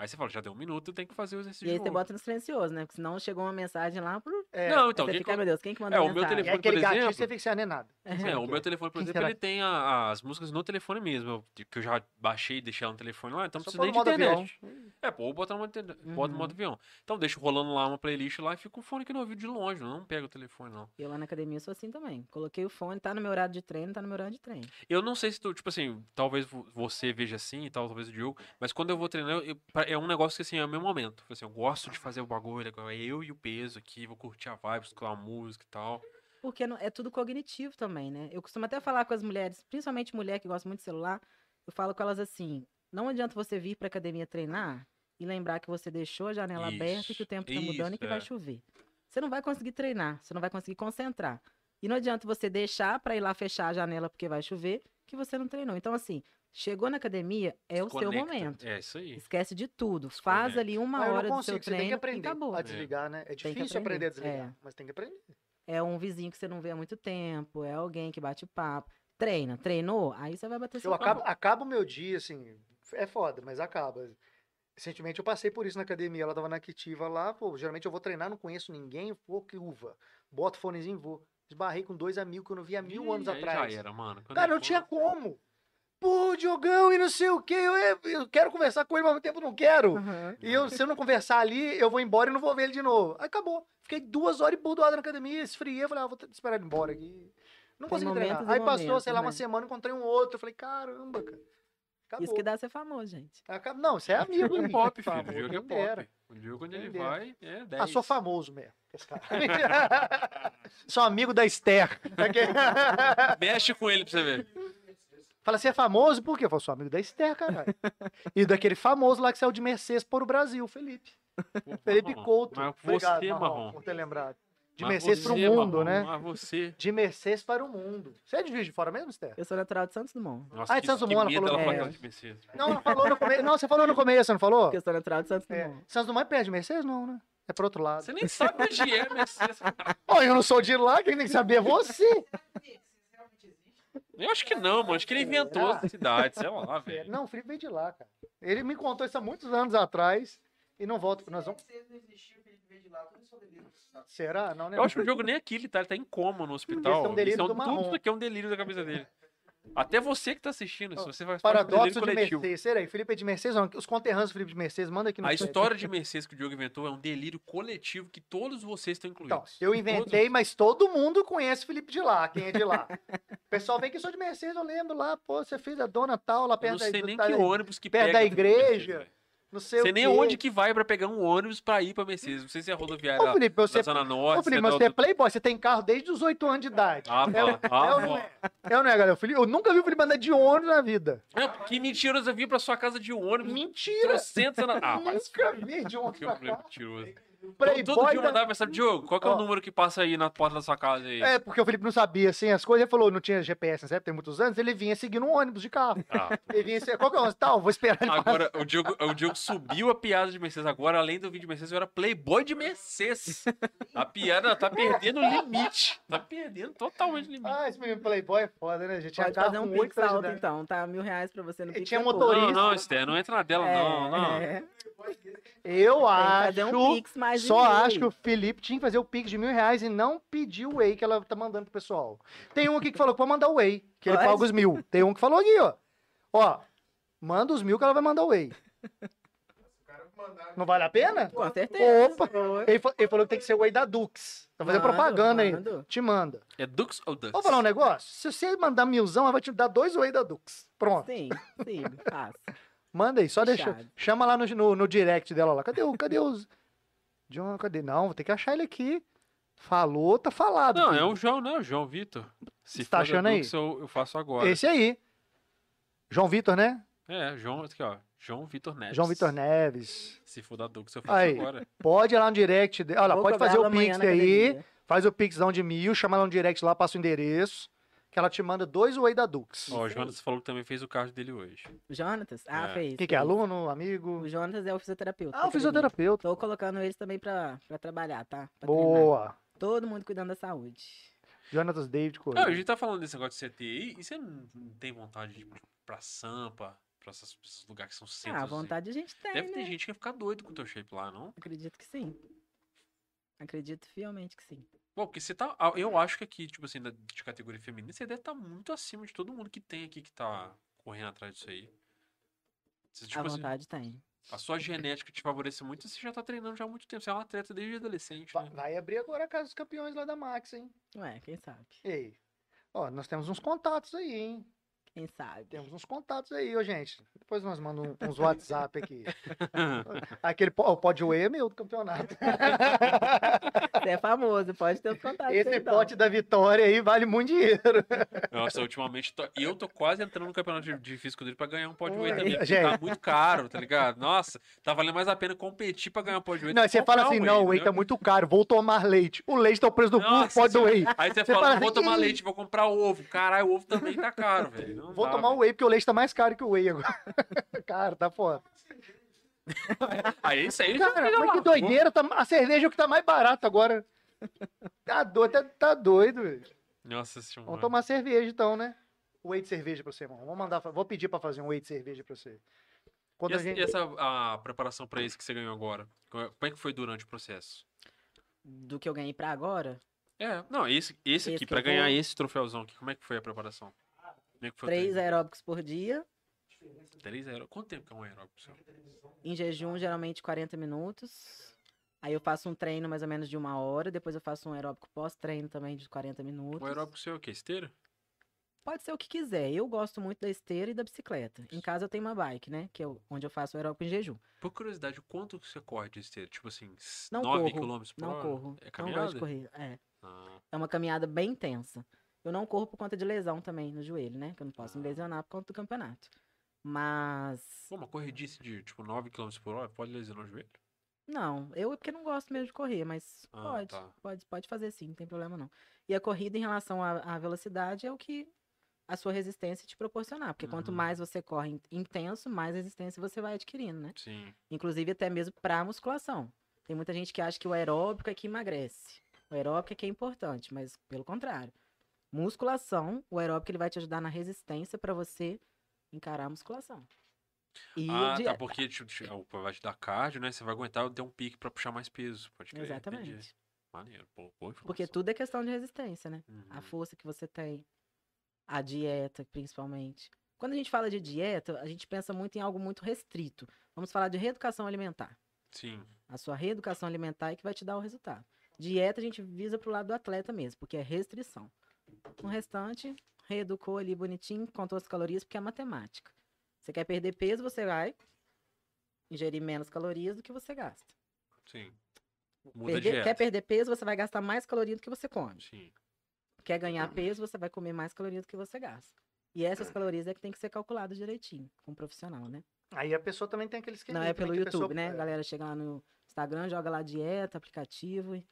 Speaker 2: Aí você fala, já deu um minuto, eu tenho que fazer o exercício
Speaker 3: E aí
Speaker 2: de
Speaker 3: você
Speaker 2: novo.
Speaker 3: bota no silencioso, né? Porque senão chegou uma mensagem lá pro...
Speaker 1: É,
Speaker 2: Não, então, o
Speaker 3: você
Speaker 2: que
Speaker 3: fica, né? "Ai,
Speaker 2: que
Speaker 3: meu Deus, quem que mandou
Speaker 2: É, o
Speaker 3: a
Speaker 2: meu
Speaker 3: mensagem?
Speaker 1: E
Speaker 2: telefone-
Speaker 1: aí aquele
Speaker 2: por
Speaker 1: gatilho
Speaker 2: exemplo-
Speaker 1: você vê que você não é nada. Você
Speaker 2: É,
Speaker 1: sabe
Speaker 2: o
Speaker 1: que
Speaker 2: meu telefone, por
Speaker 1: Quem
Speaker 2: exemplo,
Speaker 1: será
Speaker 2: ele tem a- as músicas no telefone mesmo, de- que eu já baixei e deixei ela no telefone lá, então não
Speaker 1: Só
Speaker 2: precisa nem de
Speaker 1: põe no modo avião.
Speaker 2: internet. É, pô, vou botar no modo, interne- bota no
Speaker 3: Uhum.
Speaker 2: modo avião. Então deixo rolando lá uma playlist lá e fico com o fone aqui no ouvido de longe, eu não pego o telefone não.
Speaker 3: Eu lá na academia eu sou assim também. Coloquei o fone, tá no meu horário de treino, tá no meu horário de treino.
Speaker 2: Eu não sei se tu, tipo assim, talvez vo- você veja assim e tal, talvez o Diogo, mas quando eu vou treinar, eu- eu- pra- é um negócio que assim, é o meu momento. Tipo Assim, eu gosto de fazer o bagulho, agora é eu e o peso aqui, vou curtir a vibe, escutar a música e tal.
Speaker 3: Porque não- é tudo cognitivo também, né? Eu costumo até falar com as mulheres, principalmente mulher que gosta muito de celular, eu falo com elas assim: não adianta você vir pra academia treinar e lembrar que você deixou a janela aberta e que
Speaker 2: Isso,
Speaker 3: o tempo tá mudando e que
Speaker 2: isso, é.
Speaker 3: vai chover. Você não vai conseguir treinar, você não vai conseguir concentrar. E não adianta você deixar pra ir lá fechar a janela porque vai chover, que você não treinou. Então, assim, chegou na academia, é o seu
Speaker 2: Desconecta.
Speaker 3: momento.
Speaker 2: É isso aí.
Speaker 3: Esquece de tudo. Faz
Speaker 2: Desconecta.
Speaker 3: ali uma
Speaker 1: Ah, eu
Speaker 3: hora
Speaker 1: não
Speaker 3: do seu
Speaker 1: consigo, você tem que
Speaker 3: treino e
Speaker 1: aprender
Speaker 3: acabou.
Speaker 1: a desligar, né? É
Speaker 3: Tem que
Speaker 1: difícil aprender a
Speaker 3: aprender,
Speaker 1: desligar, mas tem que aprender.
Speaker 3: É um vizinho que você não vê há muito tempo, é alguém que bate papo. Treina, treinou, aí você vai bater
Speaker 1: Eu
Speaker 3: seu
Speaker 1: acabo,
Speaker 3: papo.
Speaker 1: acabo o meu dia, assim, é foda, mas acaba. Recentemente eu passei por isso na academia, ela tava na Kitiva lá, pô, geralmente eu vou treinar, não conheço ninguém, pô, que uva. Boto fonezinho e vou. Esbarrei com dois amigos que eu não via é mil
Speaker 2: Ih,
Speaker 1: anos
Speaker 2: aí
Speaker 1: atrás.
Speaker 2: Já era, mano. Quando é
Speaker 1: Cara,
Speaker 2: eu
Speaker 1: não tinha
Speaker 2: for-
Speaker 1: como. Pô, Diogão e não sei o quê, eu, eu quero conversar com ele, mas ao mesmo tempo não quero.
Speaker 3: Aham.
Speaker 1: E eu, se eu não conversar ali, eu vou embora e não vou ver ele de novo. Aí acabou. Fiquei duas horas e bordoada na academia, esfriei, eu falei, ah, vou ter que esperar ele embora aqui. Não
Speaker 3: Tem
Speaker 1: consegui
Speaker 3: momentos
Speaker 1: treinar.
Speaker 3: e
Speaker 1: Aí passou,
Speaker 3: momentos,
Speaker 1: sei lá, uma
Speaker 3: né?
Speaker 1: semana, encontrei um outro. Eu falei, caramba, cara. Acabou.
Speaker 3: Isso que dá ser famoso, gente.
Speaker 1: Acabou. Não, você é
Speaker 2: O
Speaker 1: amigo.
Speaker 2: Diogo é
Speaker 1: hein?
Speaker 2: pop, filho.
Speaker 1: Famoso,
Speaker 2: O Diogo é
Speaker 1: quem dera.
Speaker 2: pop. O Diogo, quando ele
Speaker 1: Quem dera.
Speaker 2: vai, é 10.
Speaker 1: Ah, sou famoso mesmo. esse cara. sou amigo da Esther.
Speaker 2: Mexe com ele pra você ver.
Speaker 1: Fala, você é famoso? Por quê? Eu falo, sou amigo da Esther, caralho. E daquele famoso lá que saiu de Mercedes por o Brasil, Felipe. Felipe
Speaker 2: Marrom,
Speaker 1: Couto.
Speaker 2: Mas você,
Speaker 1: Obrigado,
Speaker 2: Marrom.
Speaker 1: por ter lembrado. De
Speaker 2: Mas
Speaker 1: Mercedes pro
Speaker 2: você,
Speaker 1: mundo,
Speaker 2: Marrom,
Speaker 1: né?
Speaker 2: Mas você.
Speaker 1: De Mercedes para o mundo. Você é de Juiz de Fora mesmo, Esther?
Speaker 3: Eu sou natural de Santos Dumont.
Speaker 2: Nossa,
Speaker 1: Ah,
Speaker 2: que,
Speaker 1: Santos
Speaker 2: que
Speaker 1: Dumont, ela
Speaker 2: medo
Speaker 1: falou
Speaker 2: ela
Speaker 3: que
Speaker 2: falar
Speaker 3: é.
Speaker 2: de Mercedes.
Speaker 1: Não, ela falou no começo. Não, você falou no começo, você não falou?
Speaker 3: Porque eu sou natural de Santos
Speaker 1: É.
Speaker 3: Dumont.
Speaker 1: Santos Dumont é perto de Mercedes? Não, né? É pro outro lado.
Speaker 2: Você nem sabe onde é Mercedes.
Speaker 1: Ó, eu não sou de lá, quem tem que saber é você.
Speaker 2: Eu acho que não, mano. Acho que ele inventou
Speaker 1: Será?
Speaker 2: essa cidade, sei lá, velho.
Speaker 1: É. Não, o Felipe veio de lá, cara. Ele me contou isso há muitos anos atrás e não volta. Nós vamos...
Speaker 4: Vocês não existiam, o Felipe veio de lá, tudo isso é um delírio.
Speaker 1: Será? Não, né?
Speaker 2: Eu acho que o jogo nem é aqui, ele tá, ele tá em coma no hospital.
Speaker 1: Esse é um delírio
Speaker 2: Isso é um-
Speaker 1: do Marrom.
Speaker 2: Tudo isso aqui é um delírio da cabeça dele. Até você que tá assistindo, se
Speaker 1: Ó,
Speaker 2: você faz parte do
Speaker 1: Paradoxo
Speaker 2: delírio
Speaker 1: de
Speaker 2: coletivo.
Speaker 1: Mercedes. Será aí? Felipe é de Mercedes? Não, os conterrâneos do Felipe de Mercedes, manda aqui no
Speaker 2: A
Speaker 1: chat.
Speaker 2: história de Mercedes que o Diogo inventou é um delírio coletivo que todos vocês estão
Speaker 1: Então,
Speaker 2: incluídos.
Speaker 1: eu inventei, mas todo mundo conhece o Felipe de lá, quem é de lá. O pessoal vem que eu sou de Mercedes, eu lembro lá, pô, você fez a dona tal, lá
Speaker 2: Eu
Speaker 1: perto
Speaker 2: não
Speaker 1: da
Speaker 2: sei nem
Speaker 1: da-
Speaker 2: que ônibus que
Speaker 1: perto da
Speaker 2: pega. pra Mercedes,
Speaker 1: igreja,
Speaker 2: velho.
Speaker 1: Não sei, o
Speaker 2: Sei nem
Speaker 1: quê.
Speaker 2: onde que vai pra pegar um ônibus pra ir pra Mercedes. Não sei se é rodoviária
Speaker 1: Ô,
Speaker 2: da,
Speaker 1: Felipe, você,
Speaker 2: da Zona
Speaker 1: ô,
Speaker 2: Norte. se é
Speaker 1: Felipe, mas
Speaker 2: da
Speaker 1: você é
Speaker 2: outra-
Speaker 1: playboy, você tem carro desde os 8 anos de idade.
Speaker 2: Ah,
Speaker 1: é,
Speaker 2: pá, ah,
Speaker 1: eu, não
Speaker 2: pá.
Speaker 1: é, eu não é, galera. O Felipe- eu nunca vi o Felipe andar de ônibus na vida.
Speaker 2: Não, que mentiroso, eu vim pra sua casa de ônibus.
Speaker 1: Mentira!
Speaker 2: Trocentos anos. Ah, mas
Speaker 1: nunca vi de ônibus
Speaker 2: que
Speaker 1: pra
Speaker 2: problema
Speaker 1: cá.
Speaker 2: mentiroso. Todo- Todo
Speaker 1: Playboy
Speaker 2: dia eu
Speaker 1: da-
Speaker 2: mandava mensagem, Diogo, qual que é o
Speaker 1: Ó.
Speaker 2: número que passa aí na porta da sua casa aí?
Speaker 1: É, porque o Felipe não sabia, assim, as coisas. Ele falou, não tinha GPS nessa época, tem muitos anos. Ele vinha seguindo um ônibus de carro.
Speaker 2: Ah,
Speaker 1: Ele vinha, assim, qual que é o ônibus? Tal, vou esperar ele passar.
Speaker 2: Agora, o Diogo, o Diogo subiu a piada de Mercedes. Agora, além do vídeo de Mercedes, eu era playboy de Mercedes. A piada tá perdendo o limite. Tá perdendo totalmente o limite.
Speaker 1: Ah, esse menino Playboy é foda, né, gente?
Speaker 3: Pode
Speaker 1: Tinha carro
Speaker 3: fazer um
Speaker 1: com oito
Speaker 3: pix alto,
Speaker 1: anos.
Speaker 3: então, tá? Mil reais pra você no
Speaker 1: E
Speaker 3: pix.
Speaker 1: tinha
Speaker 3: é pouco.
Speaker 1: motorista,
Speaker 2: Não, não, Esther, não entra na dela, não, não.
Speaker 3: É,
Speaker 1: Eu
Speaker 3: Fazer um
Speaker 1: acho.
Speaker 3: pix mais de
Speaker 1: Só
Speaker 3: mil.
Speaker 1: acho que o Felipe tinha que fazer o pix de mil reais e não pedir o Whey que ela tá mandando pro pessoal. Tem um aqui que falou que pode mandar o Whey, que ele
Speaker 3: Pode?
Speaker 1: paga os mil. Tem um que falou aqui, ó. Ó, manda os mil que ela vai mandar o Whey. Não vale a pena?
Speaker 3: Com certeza.
Speaker 1: Opa! Ele, fa- ele falou que tem que ser o Whey da Dux. Tá fazendo
Speaker 3: Mando,
Speaker 1: propaganda aí.
Speaker 3: mando.
Speaker 1: Te manda.
Speaker 2: É Dux ou Dux?
Speaker 1: Vou falar um negócio? Se você mandar milzão, ela vai te dar dois Whey da Dux. Pronto.
Speaker 3: Sim, sim, faço.
Speaker 1: Manda aí, só deixa.
Speaker 3: Fechado.
Speaker 1: Chama lá no, no, no direct dela lá. Cadê o. Cadê os. John, cadê? Não, vou ter que achar ele aqui. Falou, tá falado.
Speaker 2: Não,
Speaker 1: filho.
Speaker 2: é o João, né? O João Vitor. Se
Speaker 1: Você tá
Speaker 2: for da
Speaker 1: achando aí?
Speaker 2: Dux, eu, eu faço agora.
Speaker 1: Esse aí. João Vitor, né?
Speaker 2: É, João, aqui, ó. João Vitor Neves.
Speaker 1: João Vitor Neves.
Speaker 2: Se for da Dux, eu faço
Speaker 1: Aí.
Speaker 2: agora.
Speaker 1: Pode ir lá no direct. de- Olha, lá,
Speaker 3: Vou
Speaker 1: pode
Speaker 3: cobrar
Speaker 1: fazer o
Speaker 3: ela amanhã
Speaker 1: pix
Speaker 3: na
Speaker 1: aí.
Speaker 3: academia.
Speaker 1: Faz o pixão de mil, chama lá no direct lá, passa o endereço. Que ela te manda dois Way da Dux.
Speaker 2: Ó, o Jonas falou que também fez o card dele hoje.
Speaker 3: O Jonatas? Ah,
Speaker 2: É.
Speaker 3: fez.
Speaker 1: O que, que é?
Speaker 3: fez.
Speaker 1: Aluno, amigo?
Speaker 3: O Jonatas é o fisioterapeuta.
Speaker 1: Ah, o
Speaker 3: da academia.
Speaker 1: fisioterapeuta.
Speaker 3: Tô colocando eles também pra, pra trabalhar, tá? Pra treinar.
Speaker 1: Boa.
Speaker 3: Todo mundo cuidando da saúde.
Speaker 1: Jonatas David
Speaker 2: Não, a
Speaker 1: Correia.
Speaker 2: gente tá falando desse negócio de CT aí, e você não não tem vontade de ir pra Sampa, pra essas- esses lugares que são centros?
Speaker 3: ah,
Speaker 2: assim?
Speaker 3: vontade a gente tem,
Speaker 2: Deve
Speaker 3: né?
Speaker 2: ter gente que vai ficar doido com o teu shape lá, não?
Speaker 3: Acredito que sim. Acredito fielmente que sim.
Speaker 2: Bom, porque você tá. ah, Eu acho que aqui, tipo assim, da- de categoria feminina, você deve estar muito acima de todo mundo que tem aqui que tá correndo atrás disso aí. Você, tipo
Speaker 3: a
Speaker 2: assim,
Speaker 3: vontade tem.
Speaker 2: a sua genética te favorece muito e você já tá treinando já há muito tempo. Você é uma atleta desde adolescente,
Speaker 1: Vai,
Speaker 2: né?
Speaker 1: vai abrir agora a casa dos campeões lá da Max, hein?
Speaker 3: Ué, quem sabe?
Speaker 1: Ei. Ó, nós temos uns contatos aí, hein?
Speaker 3: Quem sabe?
Speaker 1: Temos uns contatos aí, ô gente. Depois nós mandamos um- uns WhatsApp aqui.
Speaker 2: né?
Speaker 1: Aquele po- o pod Whey é meu do campeonato.
Speaker 3: Você é famoso, pode ter os contatos. aí,
Speaker 1: Esse
Speaker 3: então.
Speaker 1: pote da vitória aí vale muito dinheiro.
Speaker 2: Nossa, ultimamente tô- e eu tô quase entrando no campeonato de, de físico dele pra ganhar um pódio
Speaker 1: Oi.
Speaker 2: também.
Speaker 1: Hum.
Speaker 2: porque
Speaker 1: É, Gente.
Speaker 2: Tá muito caro, tá ligado? Nossa, tá valendo mais a pena competir pra ganhar um pódio
Speaker 1: Não, você fala assim, não, o whey tá muito caro, vou tomar leite. O leite tá o preço do cu,
Speaker 2: Nossa
Speaker 1: pode do whey.
Speaker 2: Aí você
Speaker 1: Você
Speaker 2: fala,
Speaker 1: fala
Speaker 2: não vou
Speaker 1: assim,
Speaker 2: tomar
Speaker 1: "Ih".
Speaker 2: leite, vou comprar ovo. Caralho, o ovo também tá caro, velho. Não
Speaker 1: Vou
Speaker 2: dá,
Speaker 1: tomar o
Speaker 2: velho.
Speaker 1: whey, porque o leite tá mais caro que o whey agora. Cara, tá foda.
Speaker 2: Aí é isso aí já
Speaker 1: um Cara,
Speaker 2: fica
Speaker 1: mas que
Speaker 2: maluco.
Speaker 1: doideira, tá- a cerveja é o que tá mais barato agora. Tá doido, tá, tá doido. velho.
Speaker 2: Nossa senhora.
Speaker 1: Vamos tomar cerveja então, né? Whey de cerveja pra você, irmão. Vou mandar, fa- vou pedir pra fazer um whey de cerveja pra você. Quando
Speaker 2: E
Speaker 1: a
Speaker 2: essa,
Speaker 1: um gente...
Speaker 2: e essa, a preparação pra isso que você ganhou agora? Como é como é que foi durante o processo?
Speaker 3: Do que eu ganhei pra agora?
Speaker 2: É, não, esse, esse
Speaker 3: Esse
Speaker 2: aqui,
Speaker 3: que
Speaker 2: pra
Speaker 3: eu vou-
Speaker 2: ganhar esse troféuzão aqui, como é que foi a preparação? Como é que foi o
Speaker 3: Três
Speaker 2: treino?
Speaker 3: aeróbicos por dia.
Speaker 2: Três aero- Quanto tempo que é um aeróbico seu?
Speaker 3: Em jejum, geralmente 40 minutos. Aí eu faço um treino mais ou menos de uma hora. Depois eu faço um aeróbico pós-treino também de 40 minutos.
Speaker 2: O aeróbico seu é o quê? Esteira?
Speaker 3: Pode ser o que quiser. Eu gosto muito da esteira e da bicicleta. Em casa eu tenho uma bike, né? Que é o- onde eu faço o aeróbico em jejum.
Speaker 2: Por curiosidade, quanto que você corre de esteira? Tipo assim, s-
Speaker 3: Não
Speaker 2: nove
Speaker 3: corro,
Speaker 2: quilômetros por
Speaker 3: Não
Speaker 2: hora?
Speaker 3: corro.
Speaker 2: É
Speaker 3: não
Speaker 2: caminhada?
Speaker 3: gosto de correr. É.
Speaker 2: Ah,
Speaker 3: É uma caminhada bem intensa. Eu não corro por conta de lesão também no joelho, né? Que eu não posso me
Speaker 2: Ah.
Speaker 3: lesionar por conta do campeonato. Mas.
Speaker 2: pô, uma corridice de, tipo, nove quilômetros por hora pode lesionar o joelho?
Speaker 3: Não, eu é porque não gosto mesmo de correr, mas
Speaker 2: Ah,
Speaker 3: pode,
Speaker 2: tá.
Speaker 3: pode, pode fazer sim, não tem problema não. E a corrida em relação à, à velocidade é o que a sua resistência te proporcionar, porque quanto
Speaker 2: Uhum.
Speaker 3: mais você corre in- intenso, mais resistência você vai adquirindo, né?
Speaker 2: Sim.
Speaker 3: Inclusive até mesmo para musculação. Tem muita gente que acha que o aeróbico é que emagrece. O aeróbico é que é importante, mas pelo contrário. Musculação, o aeróbico ele vai te ajudar na resistência para você encarar a musculação. E é, a
Speaker 2: ah, tá,
Speaker 3: dieta.
Speaker 2: porque tipo, te- o- vai te dar cardio, né? Você vai aguentar ter um pique pra puxar mais peso. Pode crer,
Speaker 3: Exatamente.
Speaker 2: entendi. Maneiro, pô, boa
Speaker 3: Porque
Speaker 2: informação.
Speaker 3: tudo é questão de resistência, né? A
Speaker 2: Uhum.
Speaker 3: força que você tem, a dieta, principalmente. Quando a gente fala de dieta, a gente pensa muito em algo muito restrito. Vamos falar de reeducação alimentar.
Speaker 2: Sim.
Speaker 3: A sua reeducação alimentar é que vai te dar o resultado. Dieta a gente visa pro lado do atleta mesmo, porque é restrição. No restante, reeducou ali bonitinho, contou as calorias, porque é matemática. Você quer perder peso, você vai ingerir menos calorias do que você gasta.
Speaker 2: Sim. Muda a
Speaker 3: Perder-
Speaker 2: dieta.
Speaker 3: quer perder peso, você vai gastar mais caloria do que você come.
Speaker 2: Sim.
Speaker 3: Quer ganhar peso, você vai comer mais calorias do que você gasta. E essas calorias é que tem que ser calculadas direitinho, com um profissional, né?
Speaker 1: Aí a pessoa também tem aqueles que
Speaker 3: Não é pelo YouTube, né? A galera chega lá no Instagram, joga lá dieta, aplicativo. e-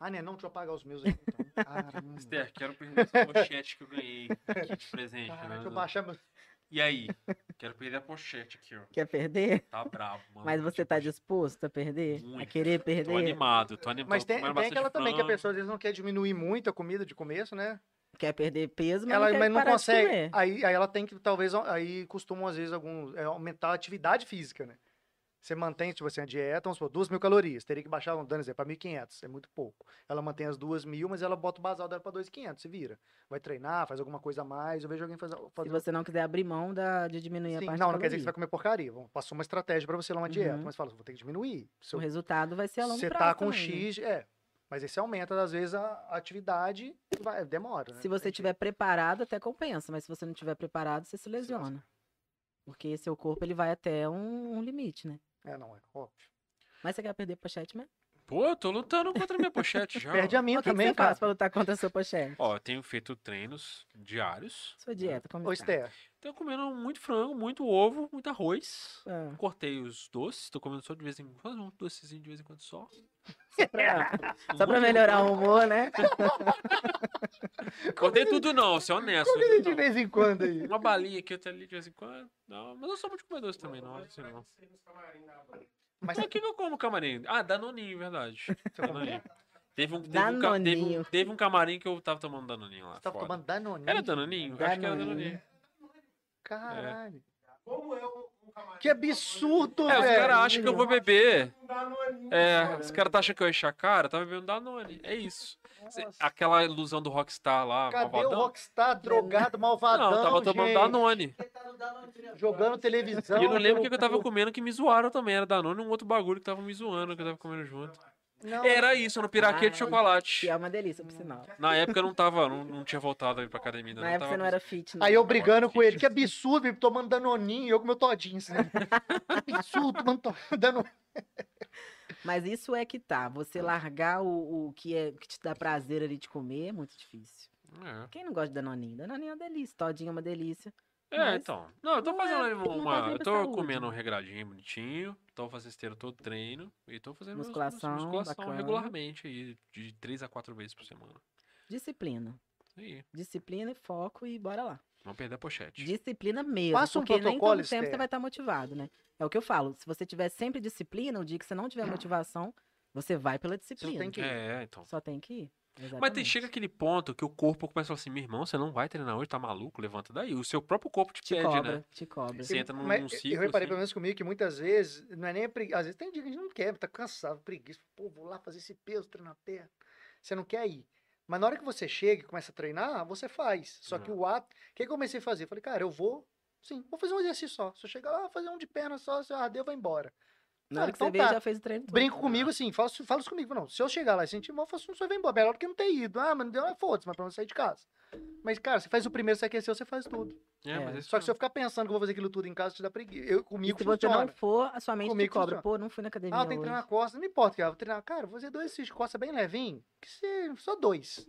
Speaker 1: Ah, né? Não, deixa eu pagar os meus aí. Então. Caramba.
Speaker 2: Esther, quero perder essa pochete que eu ganhei aqui de presente.
Speaker 1: Cara,
Speaker 2: né?
Speaker 1: deixa eu baixar meu-
Speaker 2: E aí? Quero perder a pochete aqui, ó.
Speaker 3: Quer perder?
Speaker 2: Tá bravo, mano.
Speaker 3: Mas você tá
Speaker 2: Tipo,
Speaker 3: disposto a perder? A
Speaker 2: Muito.
Speaker 3: querer
Speaker 2: Tô
Speaker 3: perder?
Speaker 2: animado, tô animado.
Speaker 1: Mas
Speaker 2: tô
Speaker 1: tem,
Speaker 2: comendo
Speaker 1: tem
Speaker 2: bastante
Speaker 1: aquela também que a
Speaker 2: frango.
Speaker 1: pessoa às vezes não quer diminuir muito a comida de começo, né?
Speaker 3: Quer perder peso, mas
Speaker 1: ela
Speaker 3: não quer
Speaker 1: mas não
Speaker 3: parar de
Speaker 1: consegue. Ah,
Speaker 3: comer.
Speaker 1: Aí, aí ela tem que, talvez, aí costumam, às vezes, algum, é, aumentar a atividade física, né? Você mantém, tipo assim, a dieta, vamos supor, 2 mil calorias. Teria que baixar, vamos dizer, para 1.500, é muito pouco. Ela mantém as 2 mil, mas ela bota o basal dela para 2.500, se vira. Vai treinar, faz alguma coisa a mais. Eu vejo alguém fazer.
Speaker 3: Se
Speaker 1: fazer
Speaker 3: você não quiser abrir mão da, de diminuir a
Speaker 1: Sim,
Speaker 3: parte
Speaker 1: não,
Speaker 3: de
Speaker 1: não quer dizer que você vai
Speaker 3: caloria.
Speaker 1: comer porcaria. Vamos- Passou uma estratégia para você lá uma dieta,
Speaker 3: Uhum.
Speaker 1: mas fala, vou ter que diminuir. Se
Speaker 3: O
Speaker 1: eu-
Speaker 3: resultado vai ser a longo
Speaker 1: você
Speaker 3: prazo
Speaker 1: tá com
Speaker 3: também, né?
Speaker 1: X, é. Mas esse aumenta, às vezes, a a atividade e vai, demora. né?
Speaker 3: Se você
Speaker 1: Tem jeito.
Speaker 3: tiver preparado, até compensa. Mas se você não tiver preparado, você se
Speaker 1: lasca.
Speaker 3: lesiona. Porque seu corpo, ele vai até um, um limite, né?
Speaker 1: É, não, é óbvio.
Speaker 3: Mas você quer perder pochete mesmo?
Speaker 2: Pô, eu tô lutando contra a minha pochete já.
Speaker 1: Perde a
Speaker 3: Mas
Speaker 1: minha
Speaker 3: O que, que
Speaker 1: também,
Speaker 3: você
Speaker 1: cara.
Speaker 3: faz pra lutar contra a sua pochete?
Speaker 2: Ó, eu tenho feito treinos diários.
Speaker 3: Sua dieta, como
Speaker 1: Ô,
Speaker 3: está?
Speaker 1: Esther,
Speaker 2: Tô comendo muito frango, muito ovo, muito arroz.
Speaker 3: Ah,
Speaker 2: Cortei os doces, tô comendo só de vez em quando, um docezinho de vez em quando só.
Speaker 3: pra-
Speaker 1: Ah,
Speaker 2: Um
Speaker 3: Só pra
Speaker 2: monte de-
Speaker 3: melhorar o humor, né?
Speaker 2: Cortei tudo não, ser honesto.
Speaker 1: comida de
Speaker 2: não.
Speaker 1: vez em quando aí.
Speaker 2: Uma balinha aqui, outra ali de vez em quando. Não, mas eu sou muito comedor também, não. Assim, não.
Speaker 1: Mas
Speaker 2: Mas o é que que eu como camarim? Ah, danoninho, verdade.
Speaker 1: você come-
Speaker 2: Danoninho. Teve um, teve, um, ca- teve, um,
Speaker 3: Danoninho.
Speaker 2: teve um camarim que eu tava tomando danoninho lá.
Speaker 1: você tava
Speaker 2: foda.
Speaker 1: tomando danoninho?
Speaker 2: Era danoninho? Acho que era danoninho.
Speaker 3: Danoninho.
Speaker 1: Caralho.
Speaker 4: Como é um um camarim?
Speaker 1: Que absurdo,
Speaker 2: É, os
Speaker 1: velho.
Speaker 2: caras acham que eu vou beber.
Speaker 4: Um danoninho.
Speaker 2: É, os caras tá achando que eu ia encher a cara, tá bebendo Danone. É isso. Cê- Aquela ilusão do Rockstar lá,
Speaker 1: Cadê o
Speaker 2: malvadão.
Speaker 1: Rockstar drogado, malvadão,
Speaker 2: Não, tava tomando
Speaker 1: gente,
Speaker 2: Danone.
Speaker 4: Você tá no danoninho.
Speaker 1: Jogando televisão.
Speaker 2: E eu não lembro o que,
Speaker 1: pelo
Speaker 2: que eu tava
Speaker 1: cu.
Speaker 2: comendo que me zoaram também. Era Danone e um outro bagulho que tava me zoando, que eu tava comendo junto.
Speaker 1: Não,
Speaker 2: Era isso, no piraquê de
Speaker 3: Ai.
Speaker 2: chocolate.
Speaker 3: Que é uma delícia, por sinal.
Speaker 2: Na época eu não tava, não, não tinha voltado aí pra academia ainda.
Speaker 3: Na época
Speaker 2: tava
Speaker 3: você não
Speaker 2: com-
Speaker 3: era fit, né?
Speaker 1: Aí eu brigando com ele, que absurdo, ele tomando danoninho e eu com meu todinho, assim. Que absurdo, tomando to- danoninho.
Speaker 3: Mas isso é que tá. Você largar o, o que é que te dá prazer ali de comer é muito difícil.
Speaker 2: É.
Speaker 3: Quem não gosta de danoninho? Danoninho é uma delícia, todinho é uma delícia.
Speaker 2: É,
Speaker 3: Mas
Speaker 2: então. Não, eu tô
Speaker 3: não
Speaker 2: fazendo
Speaker 3: é-
Speaker 2: uma.
Speaker 3: não faz bem
Speaker 2: eu
Speaker 3: pra
Speaker 2: tô
Speaker 3: saúde,
Speaker 2: comendo um
Speaker 3: né?
Speaker 2: regradinho bonitinho. Tô fazendo esteira todo treino. E tô fazendo meus-
Speaker 3: Musculação,
Speaker 2: musculação
Speaker 3: bacana.
Speaker 2: regularmente aí, de três a quatro vezes por semana.
Speaker 3: Disciplina.
Speaker 2: Isso aí.
Speaker 3: Disciplina e foco e bora lá.
Speaker 2: Não perder a pochete.
Speaker 3: Disciplina mesmo.
Speaker 1: Faça um
Speaker 3: porque nem
Speaker 1: protocolo,
Speaker 3: todo tempo
Speaker 1: Esther.
Speaker 3: você vai estar motivado, né? É o que eu falo. Se você tiver sempre disciplina, o dia que você não tiver motivação, você vai pela disciplina.
Speaker 1: tem que-
Speaker 2: É, então.
Speaker 3: Só tem que ir.
Speaker 2: Mas tem,
Speaker 3: Exatamente.
Speaker 2: chega aquele ponto que o corpo começa a falar assim: meu irmão, você não vai treinar hoje, tá maluco? Levanta daí. O seu próprio corpo te,
Speaker 3: Te
Speaker 2: pede,
Speaker 3: cobra,
Speaker 2: né?
Speaker 3: te cobra.
Speaker 2: Você entra num,
Speaker 1: Mas
Speaker 2: num
Speaker 1: eu-
Speaker 2: ciclo.
Speaker 1: eu reparei,
Speaker 2: assim.
Speaker 1: pelo menos comigo, que muitas vezes, não é nem a pregui- Às vezes tem dia que a gente não quer, tá cansado, preguiça. Pô, vou lá fazer esse peso, treinar a perna. Você não quer ir. Mas na hora que você chega e começa a treinar, você faz. Só que
Speaker 2: Uhum.
Speaker 1: o ato. O que que eu comecei a fazer? Eu Falei, cara, eu vou. Sim, vou fazer um exercício só. Se eu chegar lá, vou fazer um de perna só, se eu arder, eu vou embora.
Speaker 3: Na hora que
Speaker 1: Então
Speaker 3: você vê,
Speaker 1: tá.
Speaker 3: já fez o treino todo.
Speaker 1: Brinco comigo assim, falo, falo isso comigo. Não, se eu chegar lá e sentir mal, eu faço um só e vou embora. Melhor do que não ter ido. Ah, mas não deu, ah, foda-se, mas pra não sair de casa. Mas, cara, você faz o primeiro, você aqueceu, você faz tudo.
Speaker 2: É,
Speaker 3: É.
Speaker 2: mas é isso
Speaker 1: Só que se eu
Speaker 2: mesmo.
Speaker 1: ficar pensando que eu vou fazer aquilo tudo em casa, te dá preguiça. Eu,
Speaker 3: E
Speaker 1: comigo
Speaker 3: se você
Speaker 1: funciona.
Speaker 3: não for, a sua mente te
Speaker 1: Comigo
Speaker 3: cobra.
Speaker 1: funciona.
Speaker 3: Pô, não fui na academia
Speaker 1: Ah, tem que
Speaker 3: hoje.
Speaker 1: treinar costas. Não importa, cara. Vou treinar. Cara, vou fazer dois exercícios de costas bem levinho. Que você... Só dois.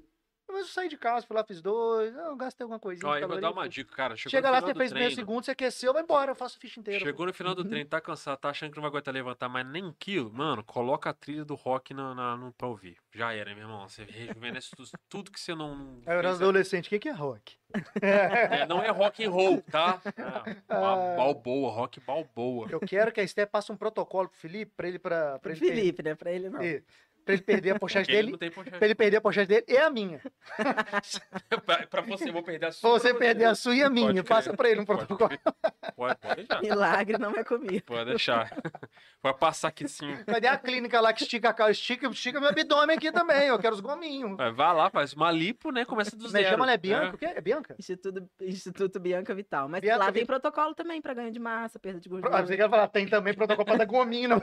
Speaker 1: Mas eu saí de casa, fui lá, fiz dois. ah, Eu gastei alguma coisinha.
Speaker 2: Ó,
Speaker 1: de
Speaker 2: eu vou
Speaker 1: caloria,
Speaker 2: dar uma
Speaker 1: fui.
Speaker 2: dica, cara. Chegou
Speaker 1: Chega
Speaker 2: no
Speaker 1: lá,
Speaker 2: final
Speaker 1: você
Speaker 2: do
Speaker 1: fez meio
Speaker 2: treino,
Speaker 1: segundo, você aqueceu, vai embora. Eu faço a ficha inteira.
Speaker 2: Chegou no final do treino, tá cansado, tá achando que não vai aguentar levantar mais nem um quilo, mano, coloca a trilha do rock na, na, no, pra ouvir. Já era, meu irmão. Você rejuvenesce tu- tudo que você não.
Speaker 1: Aí eu era
Speaker 2: fez,
Speaker 1: adolescente. O que que é rock?
Speaker 2: é, não é rock and roll, tá? É, uma
Speaker 1: Ah.
Speaker 2: balboa, rock balboa.
Speaker 1: Eu quero que a Esté passe um protocolo pro Felipe, pra ele, pra, pra
Speaker 3: Pro
Speaker 1: ele ter-
Speaker 3: Felipe, né? Pra ele não.
Speaker 1: E, Pra ele perder a pochete
Speaker 2: Porque ele
Speaker 1: dele.
Speaker 2: não tem
Speaker 1: Pra
Speaker 2: pochete.
Speaker 1: ele perder a pochete dele e a minha.
Speaker 2: pra, pra você, eu vou perder a
Speaker 1: Pra
Speaker 2: sua.
Speaker 1: você perder a sua e a
Speaker 2: Pode
Speaker 1: minha.
Speaker 2: crer.
Speaker 1: Passa pra ele um
Speaker 2: Pode
Speaker 1: protocolo.
Speaker 2: crer. Pode, pode deixar.
Speaker 3: Milagre não é comigo.
Speaker 2: Pode deixar. Vai passar aqui sim.
Speaker 1: Cadê a clínica lá que estica a cara? Estica, estica meu abdômen aqui também. Eu quero os gominhos.
Speaker 2: Vai, vai lá, faz uma lipo, né? Começa do
Speaker 1: Me
Speaker 2: zero.
Speaker 1: chama, ela é
Speaker 2: né?
Speaker 1: Bianca? O quê? É Bianca?
Speaker 3: Instituto, Instituto Bianca Vital. Mas
Speaker 1: Bianca
Speaker 3: lá
Speaker 1: Vi-
Speaker 3: tem protocolo também pra ganho de massa, perda de
Speaker 1: Ah, você
Speaker 3: gordura.
Speaker 1: quer falar, tem também protocolo pra dar gominho, não.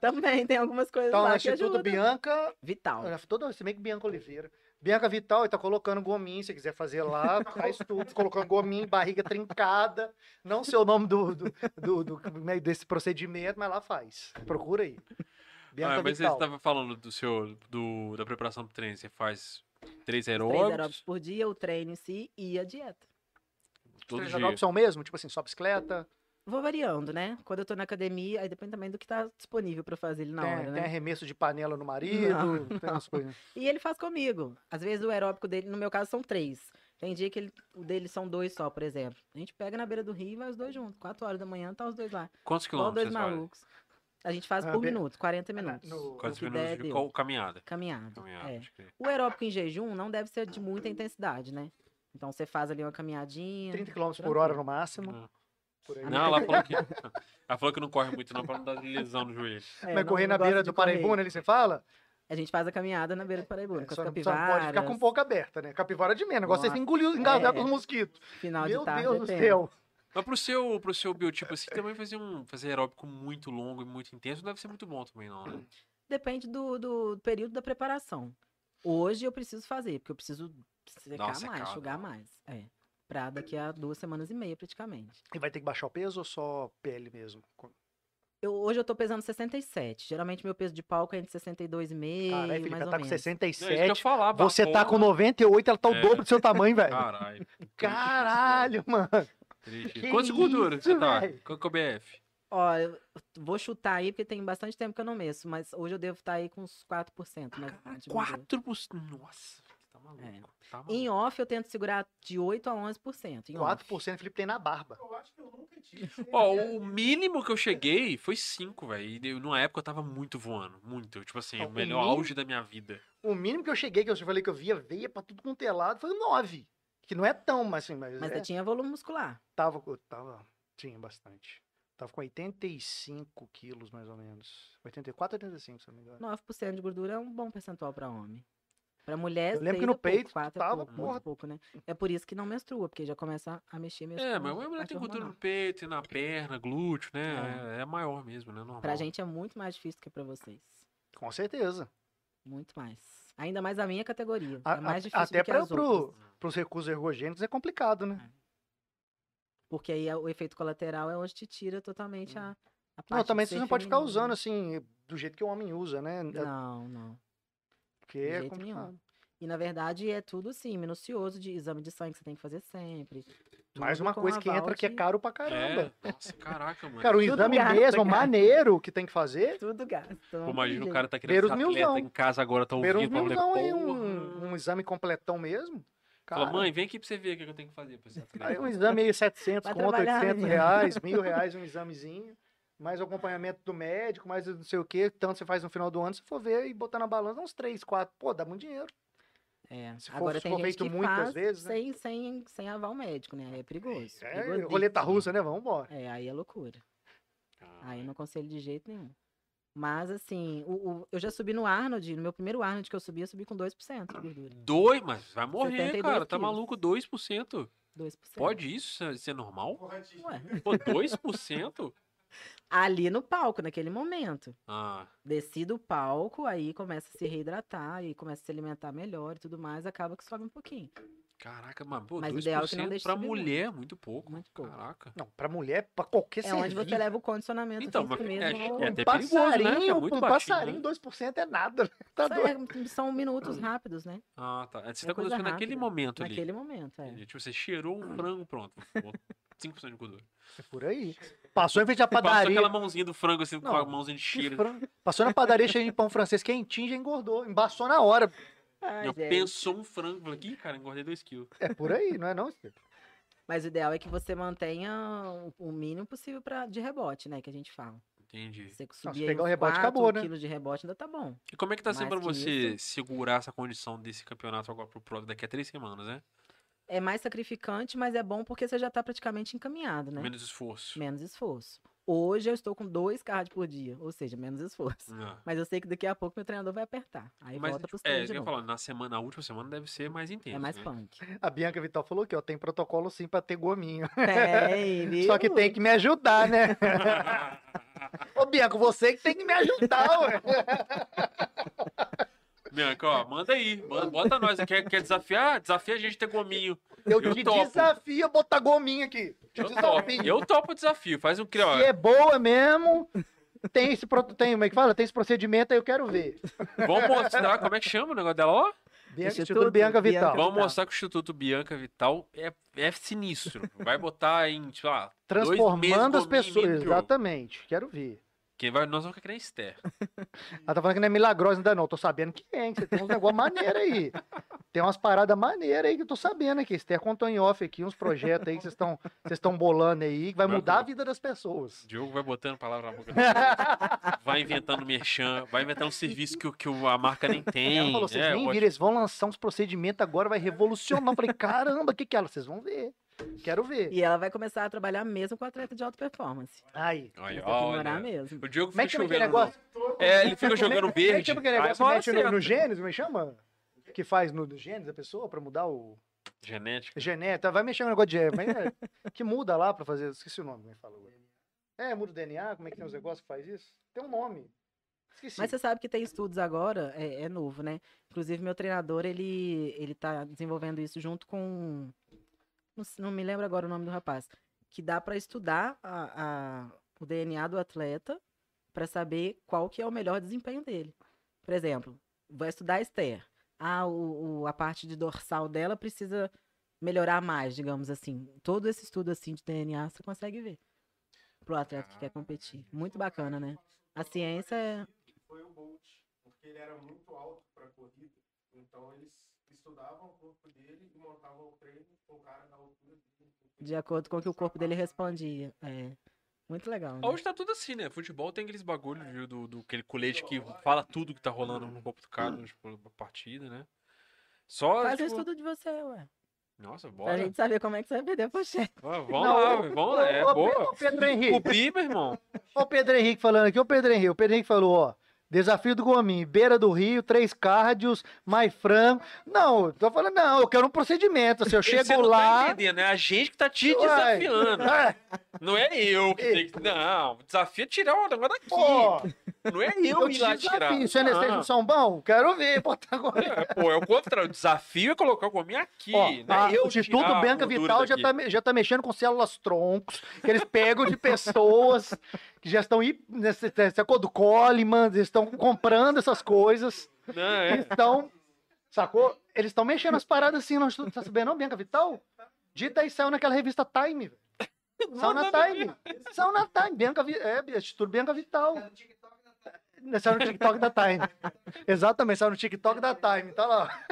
Speaker 3: Também tem algumas coisas
Speaker 1: Então,
Speaker 3: lá
Speaker 1: no
Speaker 3: que
Speaker 1: Instituto Ah.
Speaker 3: ajudam.
Speaker 1: Bianca.
Speaker 3: Vital.
Speaker 1: olha, Toda, se bem que Bianca Oliveira. Bianca Vital, ele tá colocando gominho. Se quiser fazer lá, faz tudo. Colocando gominho, barriga trincada. Não sei o nome do, do, do- do- desse procedimento, mas lá faz. Procura aí. Bianca
Speaker 2: Ah, mas você
Speaker 1: Vital.
Speaker 2: estava falando do seu, do, da preparação pro treino. Você faz três
Speaker 3: Três
Speaker 2: aeróbicos
Speaker 3: aeróbicos por dia, o treino em si e a dieta.
Speaker 1: Os
Speaker 2: todo
Speaker 1: três
Speaker 2: dia.
Speaker 1: aeróbicos são o mesmo? Tipo assim, só bicicleta?
Speaker 3: Vou variando, né? Quando eu tô na academia, aí depende também do que tá disponível pra fazer ele na
Speaker 1: tem,
Speaker 3: hora,
Speaker 1: tem
Speaker 3: né?
Speaker 1: arremesso de panela no marido?
Speaker 3: Não,
Speaker 1: tem umas coisas.
Speaker 3: E ele faz comigo. Às vezes o aeróbico dele, no meu caso, são três. Tem dia que ele, o dele são dois só, por exemplo. A gente pega na beira do rio e vai os dois juntos. Quatro horas da manhã, tá os dois lá.
Speaker 2: Quantos
Speaker 3: Só
Speaker 2: quilômetros
Speaker 3: dois
Speaker 2: vocês fazem?
Speaker 3: malucos. A gente faz
Speaker 1: Ah,
Speaker 3: por
Speaker 1: be-
Speaker 3: minuto, 40 minutos.
Speaker 1: no-
Speaker 3: O
Speaker 2: Quantos
Speaker 3: que
Speaker 2: minutos
Speaker 1: é
Speaker 3: der,
Speaker 2: de
Speaker 3: deu.
Speaker 2: co- caminhada?
Speaker 3: Caminhada.
Speaker 2: Caminhada,
Speaker 3: é.
Speaker 2: pode crer.
Speaker 3: O aeróbico em jejum não deve ser de
Speaker 1: Ah.
Speaker 3: muita intensidade, né? Então você faz ali uma caminhadinha.
Speaker 1: 30 km por hora no máximo.
Speaker 2: Não,
Speaker 1: Por aí.
Speaker 2: Uhum.
Speaker 3: Ah,
Speaker 2: Hum. Não, ela falou que. Ela falou que não corre muito, não, pra não dar lesão no joelho.
Speaker 3: É,
Speaker 1: Vai
Speaker 3: não-
Speaker 1: correr
Speaker 3: não
Speaker 1: na
Speaker 3: gosto
Speaker 1: beira
Speaker 3: de
Speaker 1: do
Speaker 3: correr.
Speaker 1: Paraibuna, ali você fala?
Speaker 3: A gente faz a caminhada na beira do Paraibuna, com as
Speaker 1: só, não- só não pode ficar com
Speaker 3: capivaras,
Speaker 1: boca aberta, né? Capivara de menos. Negócio é você
Speaker 3: Nossa,
Speaker 1: engolir, engasgar
Speaker 3: é.
Speaker 1: com os mosquitos.
Speaker 3: final
Speaker 1: Meu
Speaker 3: de tarde.
Speaker 1: Deus do
Speaker 3: é tenso.
Speaker 1: céu.
Speaker 2: Mas pro seu, pro seu biotipo, assim, também fazer um fazer aeróbico muito longo e muito intenso não deve ser muito bom também, não, né?
Speaker 3: Depende do, do período da preparação. Hoje eu preciso fazer, porque eu preciso secar
Speaker 2: Nossa, é
Speaker 3: mais,
Speaker 2: caro,
Speaker 3: sugar
Speaker 2: né?
Speaker 3: mais. É. Pra daqui a duas semanas e meia, praticamente.
Speaker 1: E vai ter que baixar o peso ou só pele mesmo?
Speaker 3: Eu, hoje eu tô pesando 67. Geralmente meu peso de palco é entre 62,5.
Speaker 1: Caralho,
Speaker 3: mais
Speaker 1: Felipe, ela
Speaker 3: ou
Speaker 1: tá com
Speaker 3: menos.
Speaker 1: 67.
Speaker 2: falar,
Speaker 1: Você tá com 98, ela tá o
Speaker 2: É.
Speaker 1: dobro do seu tamanho, velho.
Speaker 2: Caralho.
Speaker 1: Caralho, mano. Que
Speaker 2: Triste. Quantos gorduras você
Speaker 1: isso,
Speaker 2: tá?
Speaker 1: velho?
Speaker 2: Qual que é o BF?
Speaker 3: Ó, eu vou chutar aí, porque tem bastante tempo que eu não meço, mas hoje eu devo estar aí com uns 4%. Né,
Speaker 1: Ah,
Speaker 3: de
Speaker 1: Tipo,
Speaker 3: gordura.
Speaker 2: 4%. Nossa, tá
Speaker 1: É.
Speaker 2: maluco. Tá maluco.
Speaker 1: um
Speaker 3: Em off eu tento segurar de 8% a 11%. Em off.
Speaker 1: 4% Felipe tem na barba.
Speaker 4: Eu acho que eu nunca tive.
Speaker 2: Ó, o mínimo que eu cheguei foi 5, velho. E eu- numa época eu tava muito voando, muito. Eu, Tipo assim,
Speaker 1: Não,
Speaker 2: o
Speaker 1: É, o
Speaker 2: melhor
Speaker 1: mínimo-
Speaker 2: auge da minha vida.
Speaker 1: O mínimo que eu cheguei, que eu falei que eu via veia pra tudo quanto é lado, foi 9. Que não é tão, mas assim, mas,
Speaker 3: Mas
Speaker 1: é,
Speaker 3: eu tinha volume muscular.
Speaker 1: tava, eu tava, tinha bastante. Tava com 85 quilos, mais ou menos. 84, 85, se eu não me engano.
Speaker 3: 9% de gordura é um bom percentual pra homem. Pra mulher,
Speaker 1: Eu lembro que no
Speaker 3: seis é pouco,
Speaker 1: peito tu
Speaker 3: quatro é
Speaker 1: tava,
Speaker 3: pouco, muito
Speaker 1: porra.
Speaker 3: pouco, né? É por isso que não menstrua, porque já começa a mexer mesmo.
Speaker 2: É,
Speaker 3: com
Speaker 2: mas
Speaker 3: a
Speaker 2: a mulher
Speaker 3: parte
Speaker 2: tem gordura no
Speaker 3: hormonal.
Speaker 2: peito, e na perna, glúteo, né? É, é maior mesmo, né? Normal.
Speaker 3: Pra gente é muito mais difícil do que pra vocês.
Speaker 1: Com certeza.
Speaker 3: Muito mais. Ainda mais a minha categoria.
Speaker 1: A-
Speaker 3: é mais
Speaker 1: a-
Speaker 3: difícil
Speaker 1: até
Speaker 3: do que
Speaker 1: pra-
Speaker 3: as
Speaker 1: pro-
Speaker 3: outras.
Speaker 1: Pros recursos ergogênicos é complicado, né?
Speaker 3: Porque aí é- o efeito colateral é onde te tira totalmente a, a parte
Speaker 1: Hum. Não,
Speaker 3: de
Speaker 1: também
Speaker 3: Ah, ser
Speaker 1: você não pode ficar
Speaker 3: feminino,
Speaker 1: usando
Speaker 3: né?
Speaker 1: assim, do jeito que o homem usa, né?
Speaker 3: Não, não.
Speaker 1: Porque
Speaker 3: De
Speaker 1: é
Speaker 3: jeito nenhum.
Speaker 1: complicado.
Speaker 3: E na verdade é tudo assim, minucioso de exame de sangue que você tem que fazer sempre.
Speaker 1: Mais
Speaker 3: tudo
Speaker 1: uma
Speaker 3: com
Speaker 1: coisa que
Speaker 3: aval
Speaker 1: entra que é
Speaker 3: de-
Speaker 1: caro pra
Speaker 2: É,
Speaker 1: caramba.
Speaker 2: nossa, caraca, mano.
Speaker 1: Cara, o
Speaker 3: Tudo
Speaker 1: exame
Speaker 3: gasta,
Speaker 1: mesmo, é
Speaker 3: cara.
Speaker 1: maneiro que tem que fazer.
Speaker 3: Tudo gasto. não
Speaker 2: Pô,
Speaker 3: tem
Speaker 2: imagina o
Speaker 3: jeito.
Speaker 2: cara tá
Speaker 1: Beira
Speaker 2: querendo
Speaker 1: os
Speaker 2: ser
Speaker 1: milzão.
Speaker 2: atleta em casa agora, tá
Speaker 1: Primeiro
Speaker 2: ouvindo,
Speaker 1: uns
Speaker 2: pra mulher,
Speaker 1: milzão aí,
Speaker 2: porra.
Speaker 1: um, um exame completão mesmo.
Speaker 2: Fala,
Speaker 1: Cara,
Speaker 2: mãe, né?" vem aqui pra você ver o que eu tenho que fazer pra ser atleta.
Speaker 1: aí um exame aí 700
Speaker 3: Vai
Speaker 1: conto,
Speaker 3: trabalhar,
Speaker 1: 800
Speaker 3: menino.
Speaker 1: reais, mil reais um examezinho. Mais o acompanhamento do médico, mais não sei o que, tanto você faz no final do ano, se for ver e botar na balança uns 3, 4, pô, dá muito dinheiro.
Speaker 3: É.
Speaker 1: Se for-
Speaker 3: Agora
Speaker 1: se
Speaker 3: tem
Speaker 1: for
Speaker 3: gente
Speaker 1: feito
Speaker 3: que
Speaker 1: muitas
Speaker 3: faz
Speaker 1: vezes, né?
Speaker 3: sem, sem, sem aval médico, né? Aí é perigoso.
Speaker 1: É,
Speaker 3: perigosíssimo.
Speaker 1: roleta russa, Ah, é. né? Vamos embora.
Speaker 3: É, aí é loucura.
Speaker 2: Cara,
Speaker 3: Aí eu não aconselho de jeito nenhum. Mas assim, o, o- eu já subi no Arnold, no meu primeiro Arnold que eu subi, eu subi com 2% de gordura.
Speaker 2: é Dois, mas vai morrer,
Speaker 3: 72
Speaker 2: cara. Tá
Speaker 3: quilos.
Speaker 2: maluco, 2%.
Speaker 3: 2%.
Speaker 2: Pode isso? Isso é normal?
Speaker 3: Ué,
Speaker 2: Pô, 2%?
Speaker 3: ali no palco, naquele momento.
Speaker 2: Ah,
Speaker 3: Desci do palco, aí começa a se reidratar e começa a se alimentar melhor e tudo mais, acaba que sobe um pouquinho.
Speaker 2: caraca, mano. Pô,
Speaker 3: Mas o
Speaker 2: 2%
Speaker 3: ideal é que não deixe
Speaker 2: pra
Speaker 3: subir muito.
Speaker 2: mulher, muito pouco.
Speaker 3: Muito pouco.
Speaker 2: Caraca.
Speaker 1: Não, pra mulher, pra qualquer
Speaker 3: É onde você
Speaker 1: serviço.
Speaker 3: leva o condicionamento
Speaker 2: assim, Então, mas
Speaker 3: físico mesmo.
Speaker 2: é-
Speaker 3: ao-
Speaker 2: é
Speaker 1: Um
Speaker 2: até perigoso, né? Que é
Speaker 1: passarinho,
Speaker 2: muito
Speaker 1: um
Speaker 2: baixinho,
Speaker 1: passarinho,
Speaker 2: né?
Speaker 1: 2% é nada. né? Tá
Speaker 3: Isso
Speaker 1: doido.
Speaker 3: é- são minutos rápidos, né?
Speaker 2: Ah, tá. Você
Speaker 3: É
Speaker 2: tá com
Speaker 3: coisa
Speaker 2: dois naquele
Speaker 3: rápida.
Speaker 2: momento ali.
Speaker 3: Naquele momento, é.
Speaker 2: Entendi. Tipo, você cheirou um frango, pronto. pô, 5% de gordura.
Speaker 1: É por aí. Passou em frente à
Speaker 2: Passou
Speaker 1: padaria.
Speaker 2: aquela mãozinha do frango, assim, com a
Speaker 1: Não,
Speaker 2: mãozinha de
Speaker 1: de
Speaker 2: cheiro.
Speaker 1: fran- Passou na padaria cheia de pão francês quentinho, já engordou. Embaçou na hora.
Speaker 3: Ai,
Speaker 2: Eu
Speaker 3: é, gente.
Speaker 2: pensou um frango. Falei, Ih, cara, engordei 2 quilos.
Speaker 1: É por aí, não é não? Estevam?
Speaker 3: Mas o ideal é que você mantenha o- o mínimo possível pra, de rebote, né? Que a gente fala.
Speaker 2: Entendi.
Speaker 3: Você
Speaker 1: se
Speaker 3: subir aí
Speaker 1: pegar o
Speaker 3: uns
Speaker 1: rebote,
Speaker 3: 4
Speaker 1: acabou, né?
Speaker 3: quilos de rebote, ainda tá bom.
Speaker 2: E como é que tá sendo pra
Speaker 3: Mais que
Speaker 2: você segurar essa condição desse campeonato agora pro próximo, daqui a três semanas, né?
Speaker 3: É mais sacrificante, mas é bom porque você já tá praticamente encaminhado, né?
Speaker 2: Menos esforço.
Speaker 3: Menos esforço. Hoje eu estou com dois cards por dia, ou seja, menos esforço.
Speaker 2: Ah.
Speaker 3: Mas eu sei que daqui a pouco meu treinador vai apertar. Aí
Speaker 2: Mas,
Speaker 3: volta
Speaker 2: tipo,
Speaker 3: pros
Speaker 2: é,
Speaker 3: treinos
Speaker 2: eu
Speaker 3: de
Speaker 2: ia
Speaker 3: novo.
Speaker 2: falar, na semana, na última semana deve ser mais intenso.
Speaker 3: É mais
Speaker 2: né?
Speaker 3: punk.
Speaker 1: A Bianca Vital falou que ó, tem protocolo sim pra ter gominho.
Speaker 3: Tem, viu?
Speaker 1: Só que tem que me ajudar, né? Ô, Bianca, você que tem que me ajudar, ué.
Speaker 2: Bianca, ó, manda aí. Manda, bota nós. Quer, quer desafiar? Desafia a gente ter gominho.
Speaker 1: Eu,
Speaker 2: Eu
Speaker 1: te
Speaker 2: topo.
Speaker 1: desafio a botar gominho aqui. Te
Speaker 2: Eu topo,
Speaker 1: desafio.
Speaker 2: eu topo o desafio. Faz um cri, ó.
Speaker 1: Se é boa mesmo, tem esse pro- tem, como é que fala? Tem esse procedimento aí, eu quero ver.
Speaker 2: Vamos mostrar como é que chama o negócio dela, ó.
Speaker 1: Bianca,
Speaker 3: Instituto
Speaker 1: Instituto é Bianca Vital.
Speaker 3: Bianca-
Speaker 2: Vamos
Speaker 3: Vital.
Speaker 2: mostrar que o Instituto Bianca Vital é, é sinistro. Vai botar em, sei lá, dois meses
Speaker 1: Transformando as
Speaker 2: gominho em
Speaker 1: pessoas.
Speaker 2: milho.
Speaker 1: Exatamente. Quero ver.
Speaker 2: Quem vai, nós vamos ficar que nem Esther.
Speaker 1: Ela tá falando que não é milagrosa ainda não. Tô sabendo que é, hein? que Você tem uns negócio maneiro aí. Tem umas paradas maneiras aí que eu tô sabendo aqui. Esther contou em off aqui uns projetos aí que vocês estão vocês estão bolando aí, que vai
Speaker 2: Vai
Speaker 1: mudar a
Speaker 2: mudar.
Speaker 1: vida das pessoas.
Speaker 2: Diogo vai botando palavra na boca do outro, vai inventando merchan, vai inventando um serviço que, o- que o- a marca nem tem.
Speaker 1: Ela falou, vocês
Speaker 2: é,
Speaker 1: nem
Speaker 2: eu acho-
Speaker 1: viram, eles vão lançar uns procedimentos agora, vai revolucionar. Eu falei, caramba, o que que é? Ela, Vocês vão ver. Quero ver.
Speaker 3: E ela vai começar a trabalhar mesmo com atleta de alta performance.
Speaker 1: Aí.
Speaker 2: Olha,
Speaker 3: Vai aprimorar
Speaker 2: olha.
Speaker 3: mesmo.
Speaker 2: O Diogo
Speaker 1: Como é
Speaker 2: fica
Speaker 1: que chama aquele
Speaker 2: chovendo.
Speaker 1: negócio?
Speaker 2: É, ele fica
Speaker 1: Como é-
Speaker 2: jogando
Speaker 1: como é que
Speaker 2: verde.
Speaker 1: chama aquele
Speaker 2: Aí assim,
Speaker 1: negócio
Speaker 2: uma
Speaker 1: que mexe no,
Speaker 2: seta.
Speaker 1: no Gênesis, como é que chama? Que faz no, no Gênesis a pessoa pra mudar o
Speaker 2: Genética.
Speaker 1: genética. Vai mexer no negócio de gene, mas é- que muda lá pra fazer. Esqueci o nome, né, me falou. É, muda o DNA, como é que tem uns negócios que faz isso? Tem um nome. Esqueci.
Speaker 3: Mas você sabe que tem estudos agora, é, é novo, né? Inclusive, meu treinador, ele, ele tá desenvolvendo isso junto com. Não, se- não me lembro agora o nome do rapaz. Que dá para estudar a- a- o DNA do atleta para saber qual que é o melhor desempenho dele. Por exemplo, vai estudar a Esther. Ah, o, o- a parte de dorsal dela precisa melhorar mais, digamos assim. Todo esse estudo assim de DNA você consegue ver pro atleta que quer
Speaker 2: Ah,
Speaker 3: competir. Muito bacana, né? A ciência é,
Speaker 5: foi o Bolt, porque ele era muito alto para corrida. Então eles estudavam o corpo dele e montavam o treino com o cara da altura dele.
Speaker 3: De acordo com o que o corpo dele respondia. É. Muito legal. né?
Speaker 2: Hoje tá tudo assim, né? Futebol tem aqueles bagulho
Speaker 5: É.
Speaker 2: viu, do, do aquele colete que fala tudo que tá rolando no corpo do cara,
Speaker 1: Hum.
Speaker 2: tipo, da partida, né? Só.
Speaker 3: Faz o
Speaker 2: tipo,
Speaker 3: estudo de você, ué.
Speaker 2: Nossa,
Speaker 3: Pra
Speaker 2: bora.
Speaker 3: gente saber como é que você vai perder a pochete.
Speaker 2: Ah, Vamos
Speaker 1: Não,
Speaker 2: lá,
Speaker 1: ô,
Speaker 2: velho, vamos lá. É
Speaker 1: ô, ô,
Speaker 2: boa.
Speaker 1: Ô, Pedro Henrique.
Speaker 2: Cobrir, meu irmão.
Speaker 1: Ó o Pedro Henrique falando aqui. Ô, Pedro Henrique. O Pedro Henrique falou, ó. Desafio do Gominho, beira do Rio, três cardios, mais frango. Não, eu tô falando, não, eu quero um procedimento. Se eu
Speaker 2: Você
Speaker 1: chego
Speaker 2: não Tá
Speaker 1: lá.
Speaker 2: entendendo, é a gente que tá te
Speaker 1: Uai.
Speaker 2: desafiando.
Speaker 1: Ah,
Speaker 2: Não é eu que tem que. Não, o desafio é tirar o negócio daqui.
Speaker 1: pô,
Speaker 2: Não é eu,
Speaker 1: eu
Speaker 2: ir
Speaker 1: te
Speaker 2: lá tirar.
Speaker 1: desafio. Se é nesse
Speaker 2: Não.
Speaker 1: são bom, quero ver, botar agora.
Speaker 2: É, pô, é o contrário. O desafio é colocar o gominho aqui.
Speaker 1: Ó,
Speaker 2: né?
Speaker 1: a-
Speaker 2: eu
Speaker 1: o Instituto
Speaker 2: tirar a
Speaker 1: Bianca
Speaker 2: gordura
Speaker 1: Vital já
Speaker 2: daqui.
Speaker 1: tá, me- já tá mexendo com células troncos, que eles pegam de pessoas que já estão aí nesse, nessa cor do Coleman, eles estão comprando essas coisas,
Speaker 2: Não, é.
Speaker 1: estão. Sacou? Eles estão mexendo as paradas assim, não estu- tá sabendo, não, Bianca Vital? Dita aí saiu naquela revista Time. velho. Saiu na Time. Saiu na Time. Bianca, Vi- é, Instituto Bianca Vital. Saiu no TikTok da Time. Exatamente, saiu no TikTok da Time. Tá lá.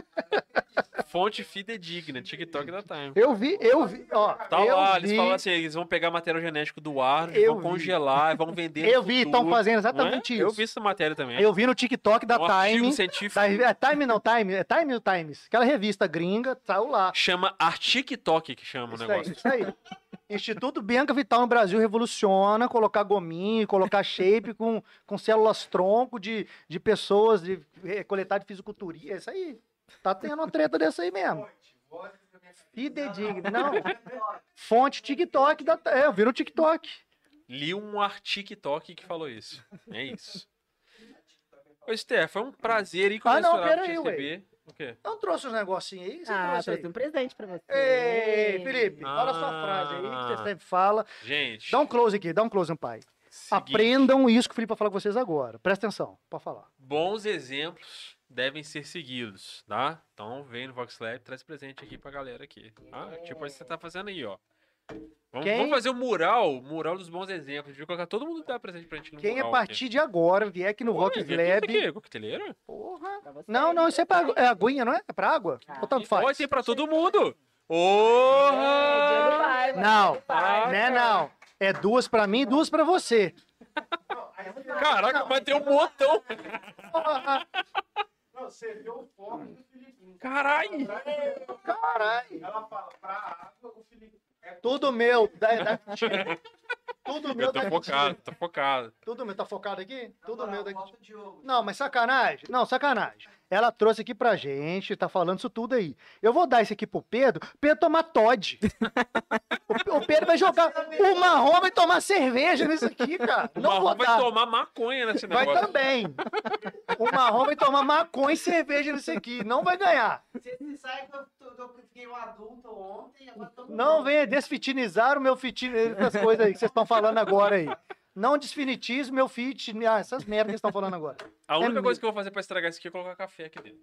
Speaker 2: é Fonte fidedigna, TikTok da Time.
Speaker 1: Eu vi, eu vi, ó.
Speaker 2: Tá
Speaker 1: eu
Speaker 2: lá,
Speaker 1: vi,
Speaker 2: eles falam assim, eles vão pegar material genético do ar,
Speaker 1: Eu
Speaker 2: vão
Speaker 1: vi.
Speaker 2: congelar, vão vender. no
Speaker 1: Eu vi, estão
Speaker 2: futuro,
Speaker 1: fazendo
Speaker 2: não é?
Speaker 1: exatamente isso.
Speaker 2: Eu vi essa matéria também.
Speaker 1: Eu vi no TikTok da
Speaker 2: um artigo
Speaker 1: Time.
Speaker 2: científico
Speaker 1: da revi- é Time não, Time. É Time ou Times? Aquela revista gringa, saiu lá.
Speaker 2: chama Artiktok que chama o
Speaker 1: Isso aí,
Speaker 2: negócio.
Speaker 1: isso aí. Instituto Bianca Vital no Brasil revoluciona colocar gominho, colocar shape com, com células tronco de, de pessoas, de eh, coletar de fisiculturia. É isso aí. Tá tendo uma treta dessa aí mesmo. Fidedigno. Não. Fonte TikTok da. É, eu vi no TikTok.
Speaker 2: Li um artiktok que falou isso. É isso. Ô, Esther, foi um prazer ir com
Speaker 1: Ah, não,
Speaker 2: esse horário pra
Speaker 1: pera
Speaker 2: te
Speaker 1: aí,
Speaker 2: receber. O quê?
Speaker 1: Eu Então trouxe uns negocinhos aí. Você
Speaker 3: Ah,
Speaker 1: trouxe aí?
Speaker 3: trouxe um presente pra você.
Speaker 1: Ei, Felipe, fala
Speaker 2: Ah.
Speaker 1: sua frase aí que você sempre fala.
Speaker 2: Gente,
Speaker 1: Dá um close aqui, dá um close no pai.
Speaker 2: seguinte,
Speaker 1: Aprendam isso que o Felipe vai falar com vocês agora. Presta atenção, pode falar.
Speaker 2: bons exemplos devem ser seguidos, tá? Então vem no Vox Lab, traz presente aqui pra galera aqui, tá? Tipo esse que você tá fazendo aí, ó. Vamos,
Speaker 1: É. Quem-
Speaker 2: vamos fazer o mural, o mural dos bons exemplos. A gente vai colocar todo mundo que dá presente pra gente no
Speaker 1: Quem
Speaker 2: mural.
Speaker 1: a
Speaker 2: aqui.
Speaker 1: partir de agora vier aqui no
Speaker 2: Ué,
Speaker 1: Vox
Speaker 2: o que é isso
Speaker 1: Lab.
Speaker 2: aqui? Coqueteleira?
Speaker 1: Porra.
Speaker 3: Pra você.
Speaker 1: Não, não, isso é pra agu- é aguinha, não é? É pra água? Ou tanto
Speaker 2: Pode
Speaker 1: faz?
Speaker 2: ser Então, assim, pra todo mundo. Porra!
Speaker 3: É,
Speaker 1: Ah! Não,
Speaker 2: Vai,
Speaker 1: É né, não. É duas pra mim e duas pra você.
Speaker 2: Caraca, mas tem um montão.
Speaker 1: Ah,
Speaker 5: Não, você vê o foco do Filipinho.
Speaker 2: Caralho.
Speaker 1: Caralho.
Speaker 5: Ela fala, pra água, o
Speaker 4: tá
Speaker 5: Filipinho. É
Speaker 1: Tudo meu. Da, da... Tudo meu.
Speaker 2: Eu tô
Speaker 1: da-
Speaker 2: focado, tô focado.
Speaker 1: Tudo meu. Tá focado aqui? Tudo meu daqui.
Speaker 4: Bota o Diogo.
Speaker 1: Não, mas sacanagem. Não, sacanagem. Ela trouxe aqui pra gente, tá falando isso tudo aí. Eu vou dar isso aqui pro Pedro, Pedro tomar Todd. o, o Pedro vai jogar. O Marrom vai tomar cerveja nisso aqui, cara.
Speaker 2: O
Speaker 1: Não vou
Speaker 2: Marrom vai
Speaker 1: dar.
Speaker 2: tomar maconha nesse
Speaker 1: Vai
Speaker 2: negócio.
Speaker 1: também. O Marrom vai tomar maconha e cerveja nisso aqui. Não vai ganhar.
Speaker 4: Você você sabe que eu, tô- tô- que eu fiquei um adulto ontem, agora tô
Speaker 1: Não
Speaker 4: vem.
Speaker 1: venha desfitinizar o meu fitin... Essas coisas aí que vocês estão falando agora aí. Não desfinitize o meu fit. Ah, essas merdas que vocês estão falando agora.
Speaker 2: A única
Speaker 1: É
Speaker 2: coisa que eu vou fazer pra estragar isso aqui é colocar café aqui dentro.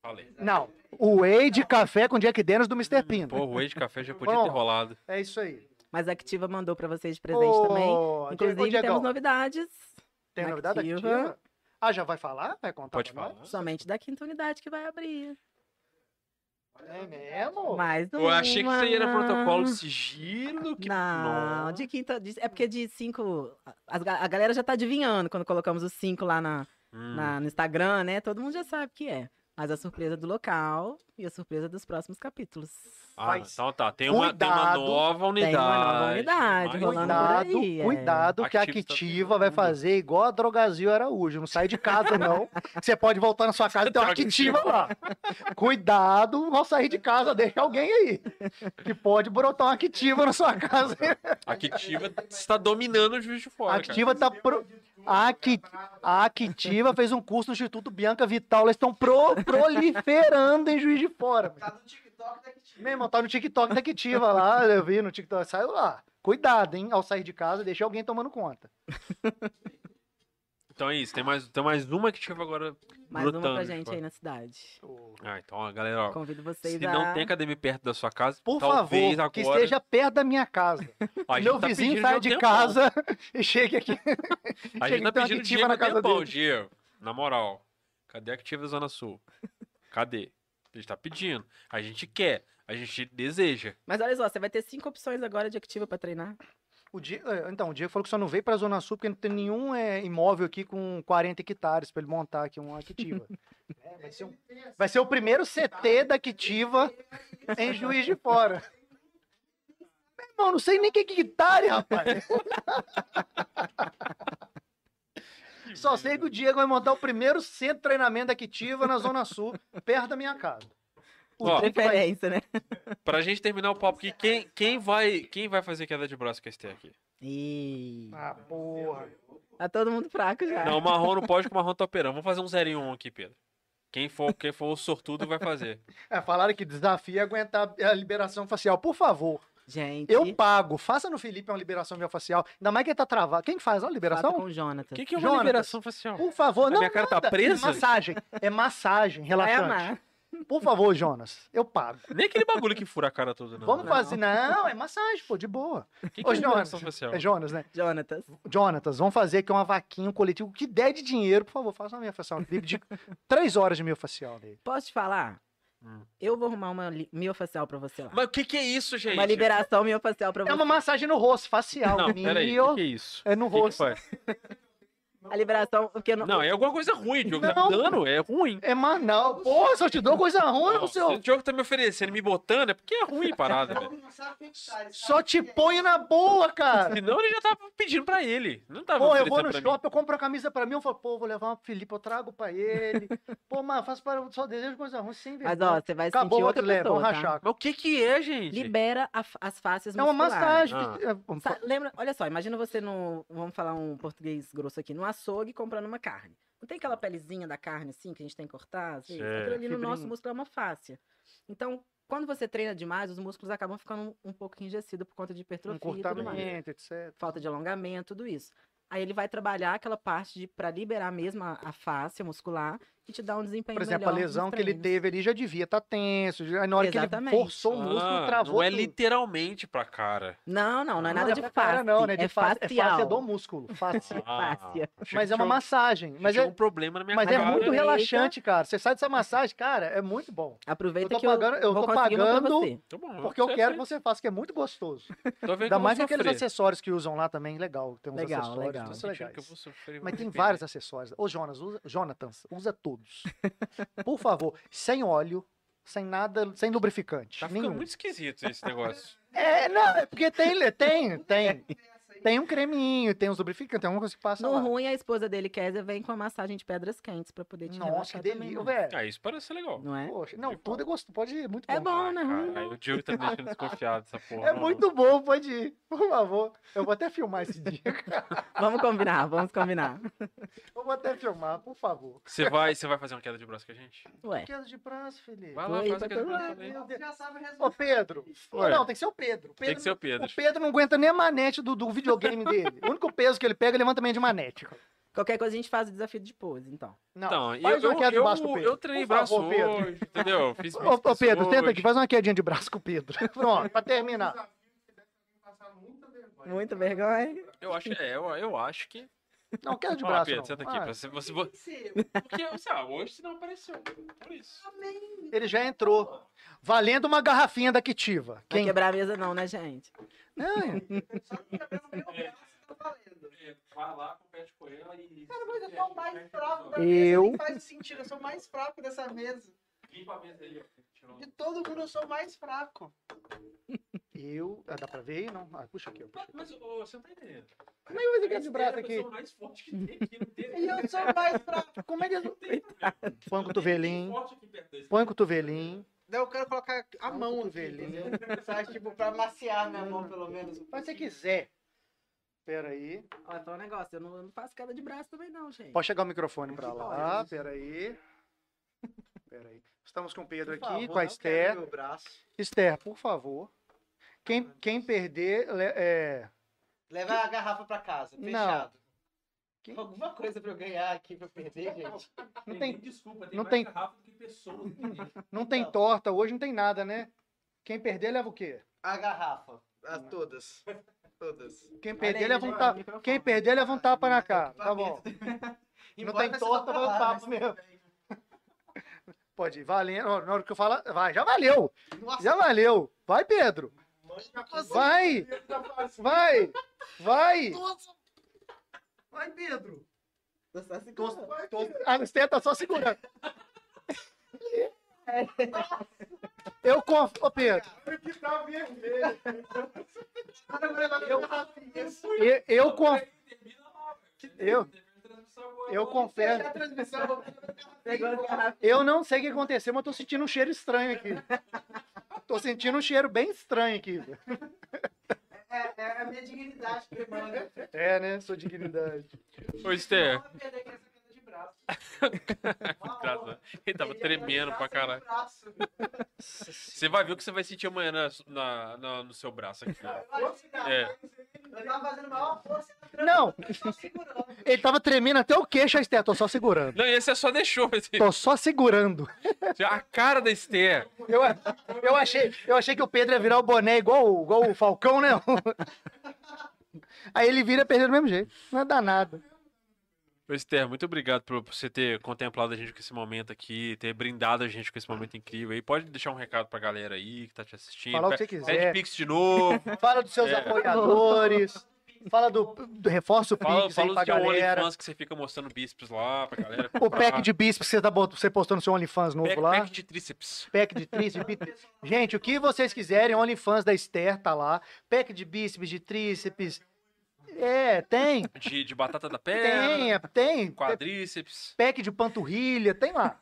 Speaker 2: Falei.
Speaker 1: Não. O whey de café com Jack Daniels do Mr. Pino.
Speaker 2: Pô, o whey de café já podia
Speaker 1: Bom,
Speaker 2: ter rolado.
Speaker 1: É isso aí.
Speaker 3: Mas a Activa mandou pra vocês de presente também.
Speaker 1: Ô, Diego,
Speaker 3: Inclusive,
Speaker 1: Diego,
Speaker 3: temos novidades.
Speaker 1: Tem novidade
Speaker 3: Activa.
Speaker 1: ativa? Ah, já vai falar? Vai contar
Speaker 2: Pode
Speaker 1: pra nós?
Speaker 2: falar.
Speaker 3: Somente da quinta unidade que vai abrir.
Speaker 1: É mesmo?
Speaker 3: Mais
Speaker 2: Eu achei que isso aí era
Speaker 3: uma.
Speaker 2: protocolo de sigilo. Que...
Speaker 3: Não, de quinta. de- é porque de cinco. as ga- a galera já tá adivinhando quando colocamos os cinco lá na,
Speaker 2: Hum.
Speaker 3: na- no Instagram, né? Todo mundo já sabe que é. Mas a surpresa do local e a surpresa dos próximos capítulos.
Speaker 2: Ah,
Speaker 1: Faz.
Speaker 2: então tá. Tem uma, tem uma
Speaker 1: Cuidado.
Speaker 2: nova unidade.
Speaker 3: Tem uma nova unidade
Speaker 2: Mas-
Speaker 3: rolando por
Speaker 1: Cuidado,
Speaker 3: aí, é.
Speaker 1: cuidado que a
Speaker 2: Activa tá
Speaker 1: Activa vai
Speaker 2: pegando tudo.
Speaker 1: fazer igual a Drogazil Araújo. Não sai de casa, não. Você pode voltar na sua casa e ter uma
Speaker 2: Drogasil.
Speaker 1: Activa lá. Cuidado ao sair de casa, deixa alguém aí. Que pode brotar uma Activa na sua casa.
Speaker 2: A Kitiva está dominando o juiz de fora.
Speaker 1: A
Speaker 2: cara.
Speaker 1: Activa tá pro... a Acti- A Activa fez um curso no Instituto Bianca Vital. Elas estão pro- proliferando em Juiz de Fora. meu.
Speaker 4: Tá no TikTok daqui de
Speaker 1: Meu irmão, tá no TikTok da Activa lá, eu vi no TikTok, saiu lá. Cuidado, hein, ao sair de casa, deixa alguém tomando conta.
Speaker 2: Então é isso. Tem mais, tem mais uma Kitiva agora.
Speaker 3: Mais uma
Speaker 2: brotando
Speaker 3: pra
Speaker 2: de
Speaker 3: gente
Speaker 2: fora.
Speaker 3: aí na cidade.
Speaker 2: Ah, então, ó, galera, ó.
Speaker 3: Convido vocês
Speaker 2: Se
Speaker 3: a.
Speaker 2: não tem academia perto da sua casa,
Speaker 1: Por
Speaker 2: talvez
Speaker 1: favor,
Speaker 2: agora...
Speaker 1: que esteja perto da minha casa.
Speaker 2: Ó, a gente
Speaker 1: Meu
Speaker 2: tá
Speaker 1: vizinho
Speaker 2: pedindo já
Speaker 1: sai
Speaker 2: um
Speaker 1: de
Speaker 2: tempão.
Speaker 1: casa e chega aqui.
Speaker 2: A
Speaker 1: chega
Speaker 2: gente
Speaker 1: e
Speaker 2: tá
Speaker 1: tem uma
Speaker 2: pedindo
Speaker 1: Activa
Speaker 2: Diego
Speaker 1: na
Speaker 2: há
Speaker 1: casa
Speaker 2: tempão,
Speaker 1: dele.
Speaker 2: Diego. Na moral, cadê a Activa Zona Sul? Cadê? A gente tá pedindo. A gente quer. A gente deseja.
Speaker 3: Mas olha só, você vai ter cinco opções agora de Activa pra treinar.
Speaker 1: O Di- eh, Então, o Diego falou que só não veio pra Zona Sul porque não tem nenhum eh, imóvel aqui com 40 hectares pra ele montar aqui uma Activa. É, vai, ser um- vai ser o primeiro CT da Activa em Juiz de Fora. Meu irmão, não sei nem que que hectare, rapaz. Só sei que o Diego vai montar o primeiro centro de treinamento da Activa na Zona Sul, perto da minha casa. O
Speaker 2: Ó.
Speaker 1: trem que vai-
Speaker 3: Preferência, né?
Speaker 2: Pra gente terminar o papo aqui, quem, quem, vai, quem vai fazer queda de braço com a Esté aqui?
Speaker 3: Ih,
Speaker 1: Ah,
Speaker 4: um
Speaker 1: porra.
Speaker 3: tá todo mundo fraco já.
Speaker 2: Não, o Marrom não pode, que o Marrom tá operando. Vamos fazer um 0 em 1 aqui, Pedro. Quem for, quem for o sortudo vai fazer.
Speaker 1: É, falaram que desafio é aguentar a liberação facial. Por favor,
Speaker 3: Gente,
Speaker 1: eu pago. Faça no Felipe uma liberação facial. Ainda mais que ele tá travado. Quem faz a
Speaker 3: fato
Speaker 1: liberação?
Speaker 3: com o
Speaker 2: O
Speaker 3: Jonathan.
Speaker 2: que, que é uma
Speaker 1: Então, Jonatas.
Speaker 2: liberação facial?
Speaker 1: Por favor,
Speaker 2: A
Speaker 1: não.
Speaker 2: minha cara tá
Speaker 1: nada.
Speaker 2: presa?
Speaker 1: É massagem. É massagem,
Speaker 3: Vai
Speaker 1: relaxante.
Speaker 3: amar.
Speaker 1: Por favor, Jonas, eu pago.
Speaker 2: Nem aquele bagulho que fura a cara toda, não.
Speaker 1: Vamos
Speaker 2: né?
Speaker 1: fazer. Não, é massagem, pô, de boa.
Speaker 2: O que, que
Speaker 1: Ô,
Speaker 2: é liberação
Speaker 1: Jonas,
Speaker 2: facial?
Speaker 1: É Jonas, né?
Speaker 3: Jonathan.
Speaker 1: Jonatas, vamos fazer aqui uma vaquinha, um coletivo. O que der de dinheiro, por favor, faça uma minha facial. Um clipe de três horas de minha facial dele.
Speaker 3: Posso te falar?
Speaker 2: Hum.
Speaker 3: Eu vou arrumar uma li- miofacial pra você lá.
Speaker 2: Mas o que, que é isso, gente?
Speaker 3: Uma liberação miofacial pra você.
Speaker 1: É uma massagem no rosto, facial.
Speaker 2: Não, peraí. O que,
Speaker 1: Mio-
Speaker 2: que é isso?
Speaker 1: É no
Speaker 2: O que que
Speaker 1: rosto.
Speaker 2: faz?
Speaker 3: A liberação, porque eu não...
Speaker 2: Não, é alguma coisa ruim, Diogo. Tá
Speaker 1: Não.
Speaker 2: me dando, é ruim.
Speaker 1: É Manaus. Porra, só te dou coisa ruim,
Speaker 2: Não,
Speaker 1: não, é
Speaker 2: se
Speaker 1: seu.
Speaker 2: o Diogo tá me oferecendo, me botando, é porque é ruim a parada, velho.
Speaker 4: tá,
Speaker 1: Só te
Speaker 4: é
Speaker 1: ponho na boa, cara.
Speaker 2: Senão ele já tava pedindo pra ele. Não tava
Speaker 1: Pô, eu
Speaker 2: oferecendo
Speaker 1: vou no
Speaker 2: pra mim.
Speaker 1: shopping, eu compro uma camisa pra mim, eu falo, pô, vou levar uma pro Felipe, eu trago pra ele. Pô, mas faço para só desejo coisa ruim, sem
Speaker 3: Mas,
Speaker 1: vergonha.
Speaker 3: ó, você vai
Speaker 1: Acabou,
Speaker 3: sentir
Speaker 1: outro
Speaker 3: outra
Speaker 1: leva,
Speaker 3: pessoa,
Speaker 1: vamos
Speaker 3: tá?
Speaker 1: rachar.
Speaker 2: Mas o que que é, gente?
Speaker 3: Libera a f- as faces
Speaker 1: É uma
Speaker 3: musculares.
Speaker 1: massagem.
Speaker 2: Ah.
Speaker 1: É,
Speaker 3: Sa- lembra, olha só, imagina você no, vamos falar um português grosso aqui, no açougue comprando uma carne. Não tem aquela pelezinha da carne assim que a gente tem que cortar? Às vezes?
Speaker 2: Certo.
Speaker 3: Aquilo ali no nosso
Speaker 1: Fibrinha.
Speaker 3: músculo é uma fáscia. Então, quando você treina demais, os músculos acabam ficando um, um pouco enrijecidos por conta de
Speaker 1: Um
Speaker 3: hipertrofia e tudo mais.
Speaker 1: cortamento, etc.
Speaker 3: falta de alongamento, tudo isso. Aí ele vai trabalhar aquela parte de para liberar mesmo a, a fáscia muscular e te dar um desempenho
Speaker 1: Por exemplo, a
Speaker 3: melhor nos
Speaker 1: lesão que ele
Speaker 3: treinos.
Speaker 1: teve ali já devia estar tenso. já- Aí na hora
Speaker 3: Exatamente.
Speaker 1: que ele forçou o músculo,
Speaker 2: Ah,
Speaker 1: travou.
Speaker 2: não é
Speaker 1: tudo.
Speaker 2: literalmente pra cara.
Speaker 3: Não, não, não é
Speaker 1: Não
Speaker 3: nada
Speaker 1: é
Speaker 3: de
Speaker 1: pra
Speaker 3: fáscia.
Speaker 1: cara, não, né?
Speaker 3: É
Speaker 1: De face, é
Speaker 3: facial.
Speaker 1: face do músculo. Face.
Speaker 2: Ah,
Speaker 3: fáscia.
Speaker 1: é Mas
Speaker 2: achei que
Speaker 1: é uma
Speaker 2: tinha-
Speaker 1: massagem. Mas
Speaker 2: tinha
Speaker 1: é,
Speaker 2: um problema na minha
Speaker 1: mas é
Speaker 2: cara.
Speaker 1: muito
Speaker 3: Aproveita.
Speaker 1: relaxante, cara. Você sai dessa massagem, cara, é muito bom.
Speaker 3: Aproveita
Speaker 1: Eu tô
Speaker 3: que eu
Speaker 1: pagando- eu
Speaker 3: vou
Speaker 1: tô
Speaker 3: conseguir uma pra
Speaker 1: pagando-
Speaker 3: você.
Speaker 2: Tá bom,
Speaker 1: Porque eu
Speaker 2: certo
Speaker 1: quero que
Speaker 2: aí.
Speaker 1: você faça, que é muito gostoso.
Speaker 2: Tô vendo que
Speaker 1: Ainda
Speaker 2: eu vou
Speaker 1: mais aqueles
Speaker 2: sofrer.
Speaker 1: acessórios que usam lá também, legal. Tem uns
Speaker 3: Legal,
Speaker 1: acessórios legal.
Speaker 2: Tô
Speaker 1: Isso é
Speaker 2: sentindo
Speaker 1: legal.
Speaker 2: que eu vou um sofrer uma
Speaker 1: Mas tem
Speaker 2: arrependimento.
Speaker 1: vários acessórios. Ô, Jonas, usa, Jonathans, usa todos. Por favor, sem óleo, sem nada, sem lubrificante.
Speaker 2: Tá ficando
Speaker 1: nenhum.
Speaker 2: muito esquisito esse negócio.
Speaker 1: É, não, é porque tem, tem, tem.
Speaker 4: Essa aí.
Speaker 1: Tem um creminho, tem uns lubrificantes, tem alguma coisa que passa
Speaker 3: No
Speaker 1: lá.
Speaker 3: ruim, a esposa dele, Kézia, vem com a massagem de pedras quentes pra poder te
Speaker 1: Nossa, que
Speaker 3: relaxar também,
Speaker 1: delírio,
Speaker 3: né?
Speaker 1: velho.
Speaker 2: Ah, isso parece ser legal.
Speaker 3: Não é?
Speaker 1: Poxa, não, tudo é gostoso, pode ir, muito
Speaker 3: É
Speaker 1: bom.
Speaker 3: bom,
Speaker 2: Ah,
Speaker 3: né? Ruim
Speaker 2: cara,
Speaker 3: não.
Speaker 2: aí o Diego tá me deixando desconfiado essa porra.
Speaker 1: É
Speaker 2: não.
Speaker 1: muito bom, pode ir, por favor. Eu vou até filmar esse dia.
Speaker 3: Vamos combinar, vamos combinar.
Speaker 1: Eu vou até filmar, por favor.
Speaker 2: Você vai, você vai fazer uma queda de braço com a gente?
Speaker 3: Ué,
Speaker 1: Queda de prazo, Felipe.
Speaker 2: Vai lá,
Speaker 3: Oi,
Speaker 2: faz a queda de
Speaker 3: papai.
Speaker 2: braço também.
Speaker 1: né? Meu
Speaker 4: Você
Speaker 1: Deus.
Speaker 4: já sabe resolver.
Speaker 1: Ô, Pedro.
Speaker 2: Ué.
Speaker 1: Não, tem que ser o Pedro. O Pedro
Speaker 2: Tem que ser o Pedro.
Speaker 1: O Pedro não aguenta nem a manete do, do videogame dele. O único peso que ele pega, ele levanta também de manete. cara.
Speaker 3: qualquer coisa a gente faz o desafio de pose, então.
Speaker 1: Não,
Speaker 2: Então, eu,
Speaker 1: faz uma
Speaker 2: eu,
Speaker 1: queda de braço com o
Speaker 2: eu,
Speaker 1: Pedro.
Speaker 2: eu treinei
Speaker 1: Por favor,
Speaker 2: braço
Speaker 1: Pedro.
Speaker 2: hoje, entendeu? Fiz
Speaker 1: Ô, ô,
Speaker 2: bíceps
Speaker 1: Pedro, tenta
Speaker 2: hoje.
Speaker 1: aqui, faz uma quedinha de braço com o Pedro. Pronto, pra terminar.
Speaker 3: Muita vergonha.
Speaker 2: Eu acho, é, eu, eu acho que...
Speaker 1: Não, queda de
Speaker 2: Vai lá,
Speaker 1: braço.
Speaker 2: Pedro,
Speaker 1: não.
Speaker 2: senta aqui.
Speaker 1: Ah,
Speaker 2: pra Você, você,
Speaker 4: Tem que ser. Eu
Speaker 2: porque, sei lá, hoje você não apareceu. Por isso.
Speaker 4: também.
Speaker 1: ele já entrou. Valendo uma garrafinha da Kitiva.
Speaker 3: Quem
Speaker 1: Quem...
Speaker 3: quebrar a mesa não, né, gente?
Speaker 1: É,
Speaker 4: Só que tá vendo meu braço tá valendo.
Speaker 2: É, Vai lá, compete com ela e...
Speaker 4: Cara, mas eu sou
Speaker 2: É,
Speaker 4: mais fraco da
Speaker 1: Eu-
Speaker 4: mesa. nem Faz sentido, eu sou mais fraco dessa mesa.
Speaker 2: Limpa a mesa aí, ó. Tirou.
Speaker 4: De todo mundo eu sou mais fraco.
Speaker 1: eu... Ah, dá pra ver aí? Não? Ah, puxa aqui. ó, puxa
Speaker 2: Mas,
Speaker 1: aqui.
Speaker 2: mas, ô, você não tá entendendo.
Speaker 1: Como é que eu vou fazer queda de braço
Speaker 2: Essa é a
Speaker 1: aqui?
Speaker 2: pessoa mais forte que tem aqui, não tem-
Speaker 4: E eu sou mais fraco.
Speaker 1: Como é que... eu-
Speaker 2: não Então, tem problema.
Speaker 1: Põe o cotovelinho.
Speaker 2: Forte aqui perto desse.
Speaker 1: Põe um o cotovelinho.
Speaker 4: Daí eu quero colocar a
Speaker 1: Não,
Speaker 4: mão aqui,
Speaker 1: cotovelinho.
Speaker 4: entendeu? Sabe, tipo, pra maciar minha mão, pelo menos. um
Speaker 1: Mas se você
Speaker 4: pouquinho.
Speaker 1: quiser... Pera aí.
Speaker 3: Ó, então é um negócio, eu não, eu não faço queda de braço também não, gente.
Speaker 1: Pode chegar o microfone pra
Speaker 3: Pode,
Speaker 1: lá,
Speaker 3: isso.
Speaker 1: peraí. Peraí. Estamos com o Pedro
Speaker 4: Por
Speaker 1: aqui,
Speaker 4: favor,
Speaker 1: com a
Speaker 4: não
Speaker 1: Esther.
Speaker 4: quebra meu braço.
Speaker 1: Esther, por favor. Quem, quem perder, le- é,
Speaker 4: Leva a garrafa pra casa,
Speaker 1: Não.
Speaker 4: fechado.
Speaker 1: Que-
Speaker 4: Alguma coisa pra eu ganhar aqui, pra eu perder, gente.
Speaker 1: não, tem,
Speaker 2: nem desculpa, tem
Speaker 1: não
Speaker 2: mais
Speaker 1: tem-
Speaker 2: garrafa do que pessoas. aqui.
Speaker 1: não tem
Speaker 3: Então.
Speaker 4: Não.
Speaker 1: torta hoje, não tem nada, né? Quem perder, leva o quê?
Speaker 4: A garrafa. A todas. Todas.
Speaker 1: Quem
Speaker 3: Olha
Speaker 1: perder,
Speaker 3: aí,
Speaker 1: leva um
Speaker 3: gente,
Speaker 1: tapa.
Speaker 3: o microfone.
Speaker 1: Quem perder, leva um tapa na cara. Tá bom.
Speaker 4: Embora
Speaker 1: tem
Speaker 4: vai ser
Speaker 1: torta,
Speaker 4: só pra
Speaker 1: vai o
Speaker 3: né?
Speaker 4: lá, né?
Speaker 1: papo
Speaker 4: mas tudo
Speaker 1: Pode ir. Valendo. Ó, Na hora que eu falar, vai. Já valeu.
Speaker 4: bem. Nossa,
Speaker 1: Já valeu. Vai, Pedro. Vai.
Speaker 3: tá
Speaker 1: Vai. Vai.
Speaker 4: Nossa. Vai, Pedro. Tô só se
Speaker 1: Tô,
Speaker 4: coçando.
Speaker 1: tô, a Esther tá só segurando. Eu confio. Ô, Pedro.
Speaker 5: Que tá vermelho.
Speaker 4: Agora vai levar minha
Speaker 1: Eu-
Speaker 4: garrafinha.
Speaker 1: Eu, eu, conf-
Speaker 2: Termina lá, velho.
Speaker 1: Eu-
Speaker 2: Termina a transmissão agora.
Speaker 1: eu confesso.
Speaker 4: Fechar a transmissão, eu vou pegar minha
Speaker 3: Negócio de
Speaker 4: garrafinha.
Speaker 3: garrafa.
Speaker 1: eu não sei o que aconteceu, mas tô sentindo um cheiro estranho aqui. Tô sentindo um cheiro bem estranho aqui.
Speaker 4: É, é a minha dignidade que manda.
Speaker 1: É, né? Sua dignidade.
Speaker 2: Ô, Esther.
Speaker 4: Não, eu perder com essa queda de braço. Uma honra.
Speaker 2: Engraçado. Ele tava
Speaker 4: Perdi a
Speaker 2: tremendo
Speaker 4: queda de
Speaker 2: pra
Speaker 4: braço e
Speaker 2: caralho.
Speaker 4: o tá braço.
Speaker 2: Você vai ver o que você vai sentir amanhã na, na- na- no seu braço aqui. ó.
Speaker 4: Eu acho que não.
Speaker 2: É.
Speaker 4: Eu tava fazendo maior força na trança,
Speaker 1: Não,
Speaker 4: eu tô segurando.
Speaker 1: ele tava tremendo até o queixo, a Esther. Tô só segurando.
Speaker 2: Não, esse é só deixou. mas-
Speaker 1: Tô só segurando.
Speaker 2: A cara da Esther.
Speaker 1: Eu, eu, achei, eu achei que o Pedro ia virar o boné igual, o- igual o Falcão, né? Aí ele vira perdendo do mesmo jeito. Não é danado.
Speaker 2: Ô, Esther, muito obrigado por por você ter contemplado a gente com esse momento aqui, ter brindado a gente com esse momento incrível. aí. pode deixar um recado pra galera aí que tá te assistindo.
Speaker 1: Falar o que você
Speaker 2: Pede-
Speaker 1: quiser.
Speaker 2: Pede Pix de novo.
Speaker 1: Fala dos seus
Speaker 2: É.
Speaker 1: apoiadores. Fala do, do reforço
Speaker 2: Fala,
Speaker 1: Pix aí
Speaker 2: fala
Speaker 1: pra
Speaker 2: do seu
Speaker 1: galera.
Speaker 2: OnlyFans que você fica mostrando bíceps lá pra galera.
Speaker 1: O pack
Speaker 2: comprar.
Speaker 1: de bíceps que você, tá bot- você postou no seu OnlyFans novo
Speaker 2: pack,
Speaker 1: lá.
Speaker 2: pack de tríceps.
Speaker 1: Pack de tríceps. bíceps. Gente, o que vocês quiserem, OnlyFans da Esther tá lá. Pack de bíceps, de tríceps. É, tem.
Speaker 2: De, de batata da perna.
Speaker 1: Tem, é, tem.
Speaker 2: Quadríceps.
Speaker 1: Pack de panturrilha, tem lá.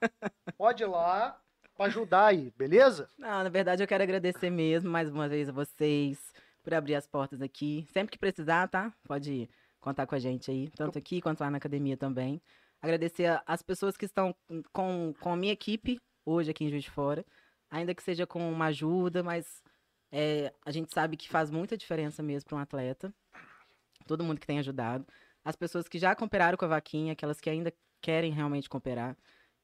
Speaker 1: Pode ir lá pra ajudar aí, beleza?
Speaker 3: Não, na verdade eu quero agradecer mesmo mais uma vez a vocês por abrir as portas aqui. Sempre que precisar, tá? Pode contar com a gente aí, tanto aqui quanto lá na academia também. Agradecer a- as pessoas que estão com, com a minha equipe hoje aqui em Juiz de Fora, ainda que seja com uma ajuda, mas é, a gente sabe que faz muita diferença mesmo para um atleta. Todo mundo que tem ajudado. As pessoas que já cooperaram com a vaquinha, aquelas que ainda querem realmente cooperar.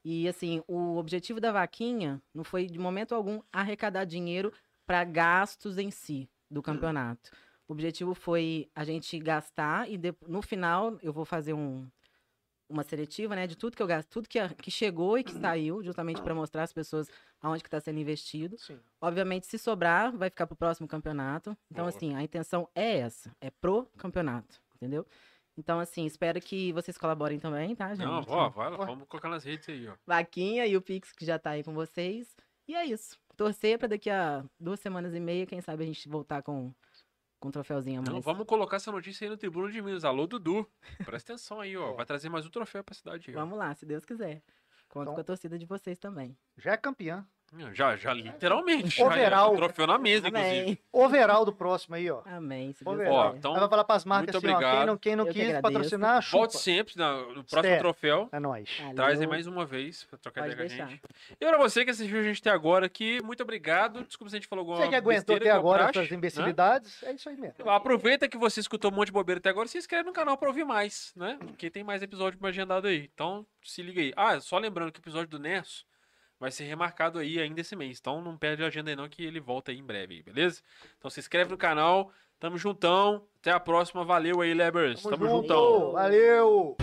Speaker 3: E assim, o objetivo da vaquinha não foi de momento algum arrecadar dinheiro para gastos em si do campeonato. O objetivo foi a gente gastar e de- no final eu vou fazer um- uma seletiva, né, de tudo que eu gasto, tudo que, a- que chegou e que saiu, justamente para mostrar às pessoas aonde que está sendo investido.
Speaker 1: Sim.
Speaker 3: Obviamente, se sobrar, vai ficar pro próximo campeonato. Então,
Speaker 2: Boa.
Speaker 3: assim, a intenção é essa, é pro campeonato, entendeu? Então, assim, espero que vocês colaborem também, tá, gente?
Speaker 2: Não,
Speaker 1: né?
Speaker 2: ó, vai lá, vamos colocar nas redes aí, ó.
Speaker 3: Vaquinha e o Pix que já tá aí com vocês. E é isso. Torcer pra daqui a duas semanas e meia, quem sabe a gente voltar com, com um troféuzinho a mais.
Speaker 2: Não, vamos colocar essa notícia aí no Tribuno de Minas. Alô, Dudu. Presta atenção aí, ó. Vai trazer mais um troféu pra cidade aí, ó.
Speaker 3: Vamos lá, se Deus quiser. Conto
Speaker 1: Então-
Speaker 3: com a torcida de vocês também.
Speaker 1: Já é campeã.
Speaker 2: Não, Já, já, literalmente.
Speaker 1: Overall.
Speaker 2: Já, é um troféu na mesa, inclusive.
Speaker 3: Amém.
Speaker 1: Overall do próximo aí, ó.
Speaker 3: Amém. Se Deus
Speaker 1: Overall.
Speaker 2: Ó,
Speaker 3: quiser.
Speaker 2: então,
Speaker 1: Ela vai falar pras marcas
Speaker 2: muito
Speaker 1: assim, ó, quem
Speaker 2: obrigado.
Speaker 1: não, quem não
Speaker 3: Eu que
Speaker 1: quis
Speaker 3: agradeço.
Speaker 1: patrocinar, chupa.
Speaker 2: volte sempre na- no próximo
Speaker 1: Certo.
Speaker 2: troféu.
Speaker 1: É nóis.
Speaker 3: Valeu.
Speaker 2: Traz aí mais uma vez pra trocar
Speaker 3: Pode
Speaker 2: ideia com a gente.
Speaker 3: deixar.
Speaker 2: E pra você que assistiu a gente até agora aqui, muito obrigado. Desculpa se a gente falou alguma
Speaker 1: Você que aguentou
Speaker 2: besteira,
Speaker 1: até
Speaker 2: que é o
Speaker 1: agora
Speaker 2: praxe,
Speaker 1: essas
Speaker 2: né?
Speaker 1: imbecilidades, é isso aí mesmo.
Speaker 2: Então, Aproveita que você escutou um monte de bobeira até agora, se inscreve no canal pra ouvir mais, né? Porque tem mais episódio agendado aí. Então, se liga aí. Ah, só lembrando que o episódio do Nerso vai ser remarcado aí ainda esse mês. Então, não perde a agenda aí não que ele volta aí em breve, aí, beleza? Então, se inscreve no canal. Tamo juntão. Até a próxima. Valeu aí, Lebers. Tamo,
Speaker 1: junto.
Speaker 2: juntão.
Speaker 1: Valeu!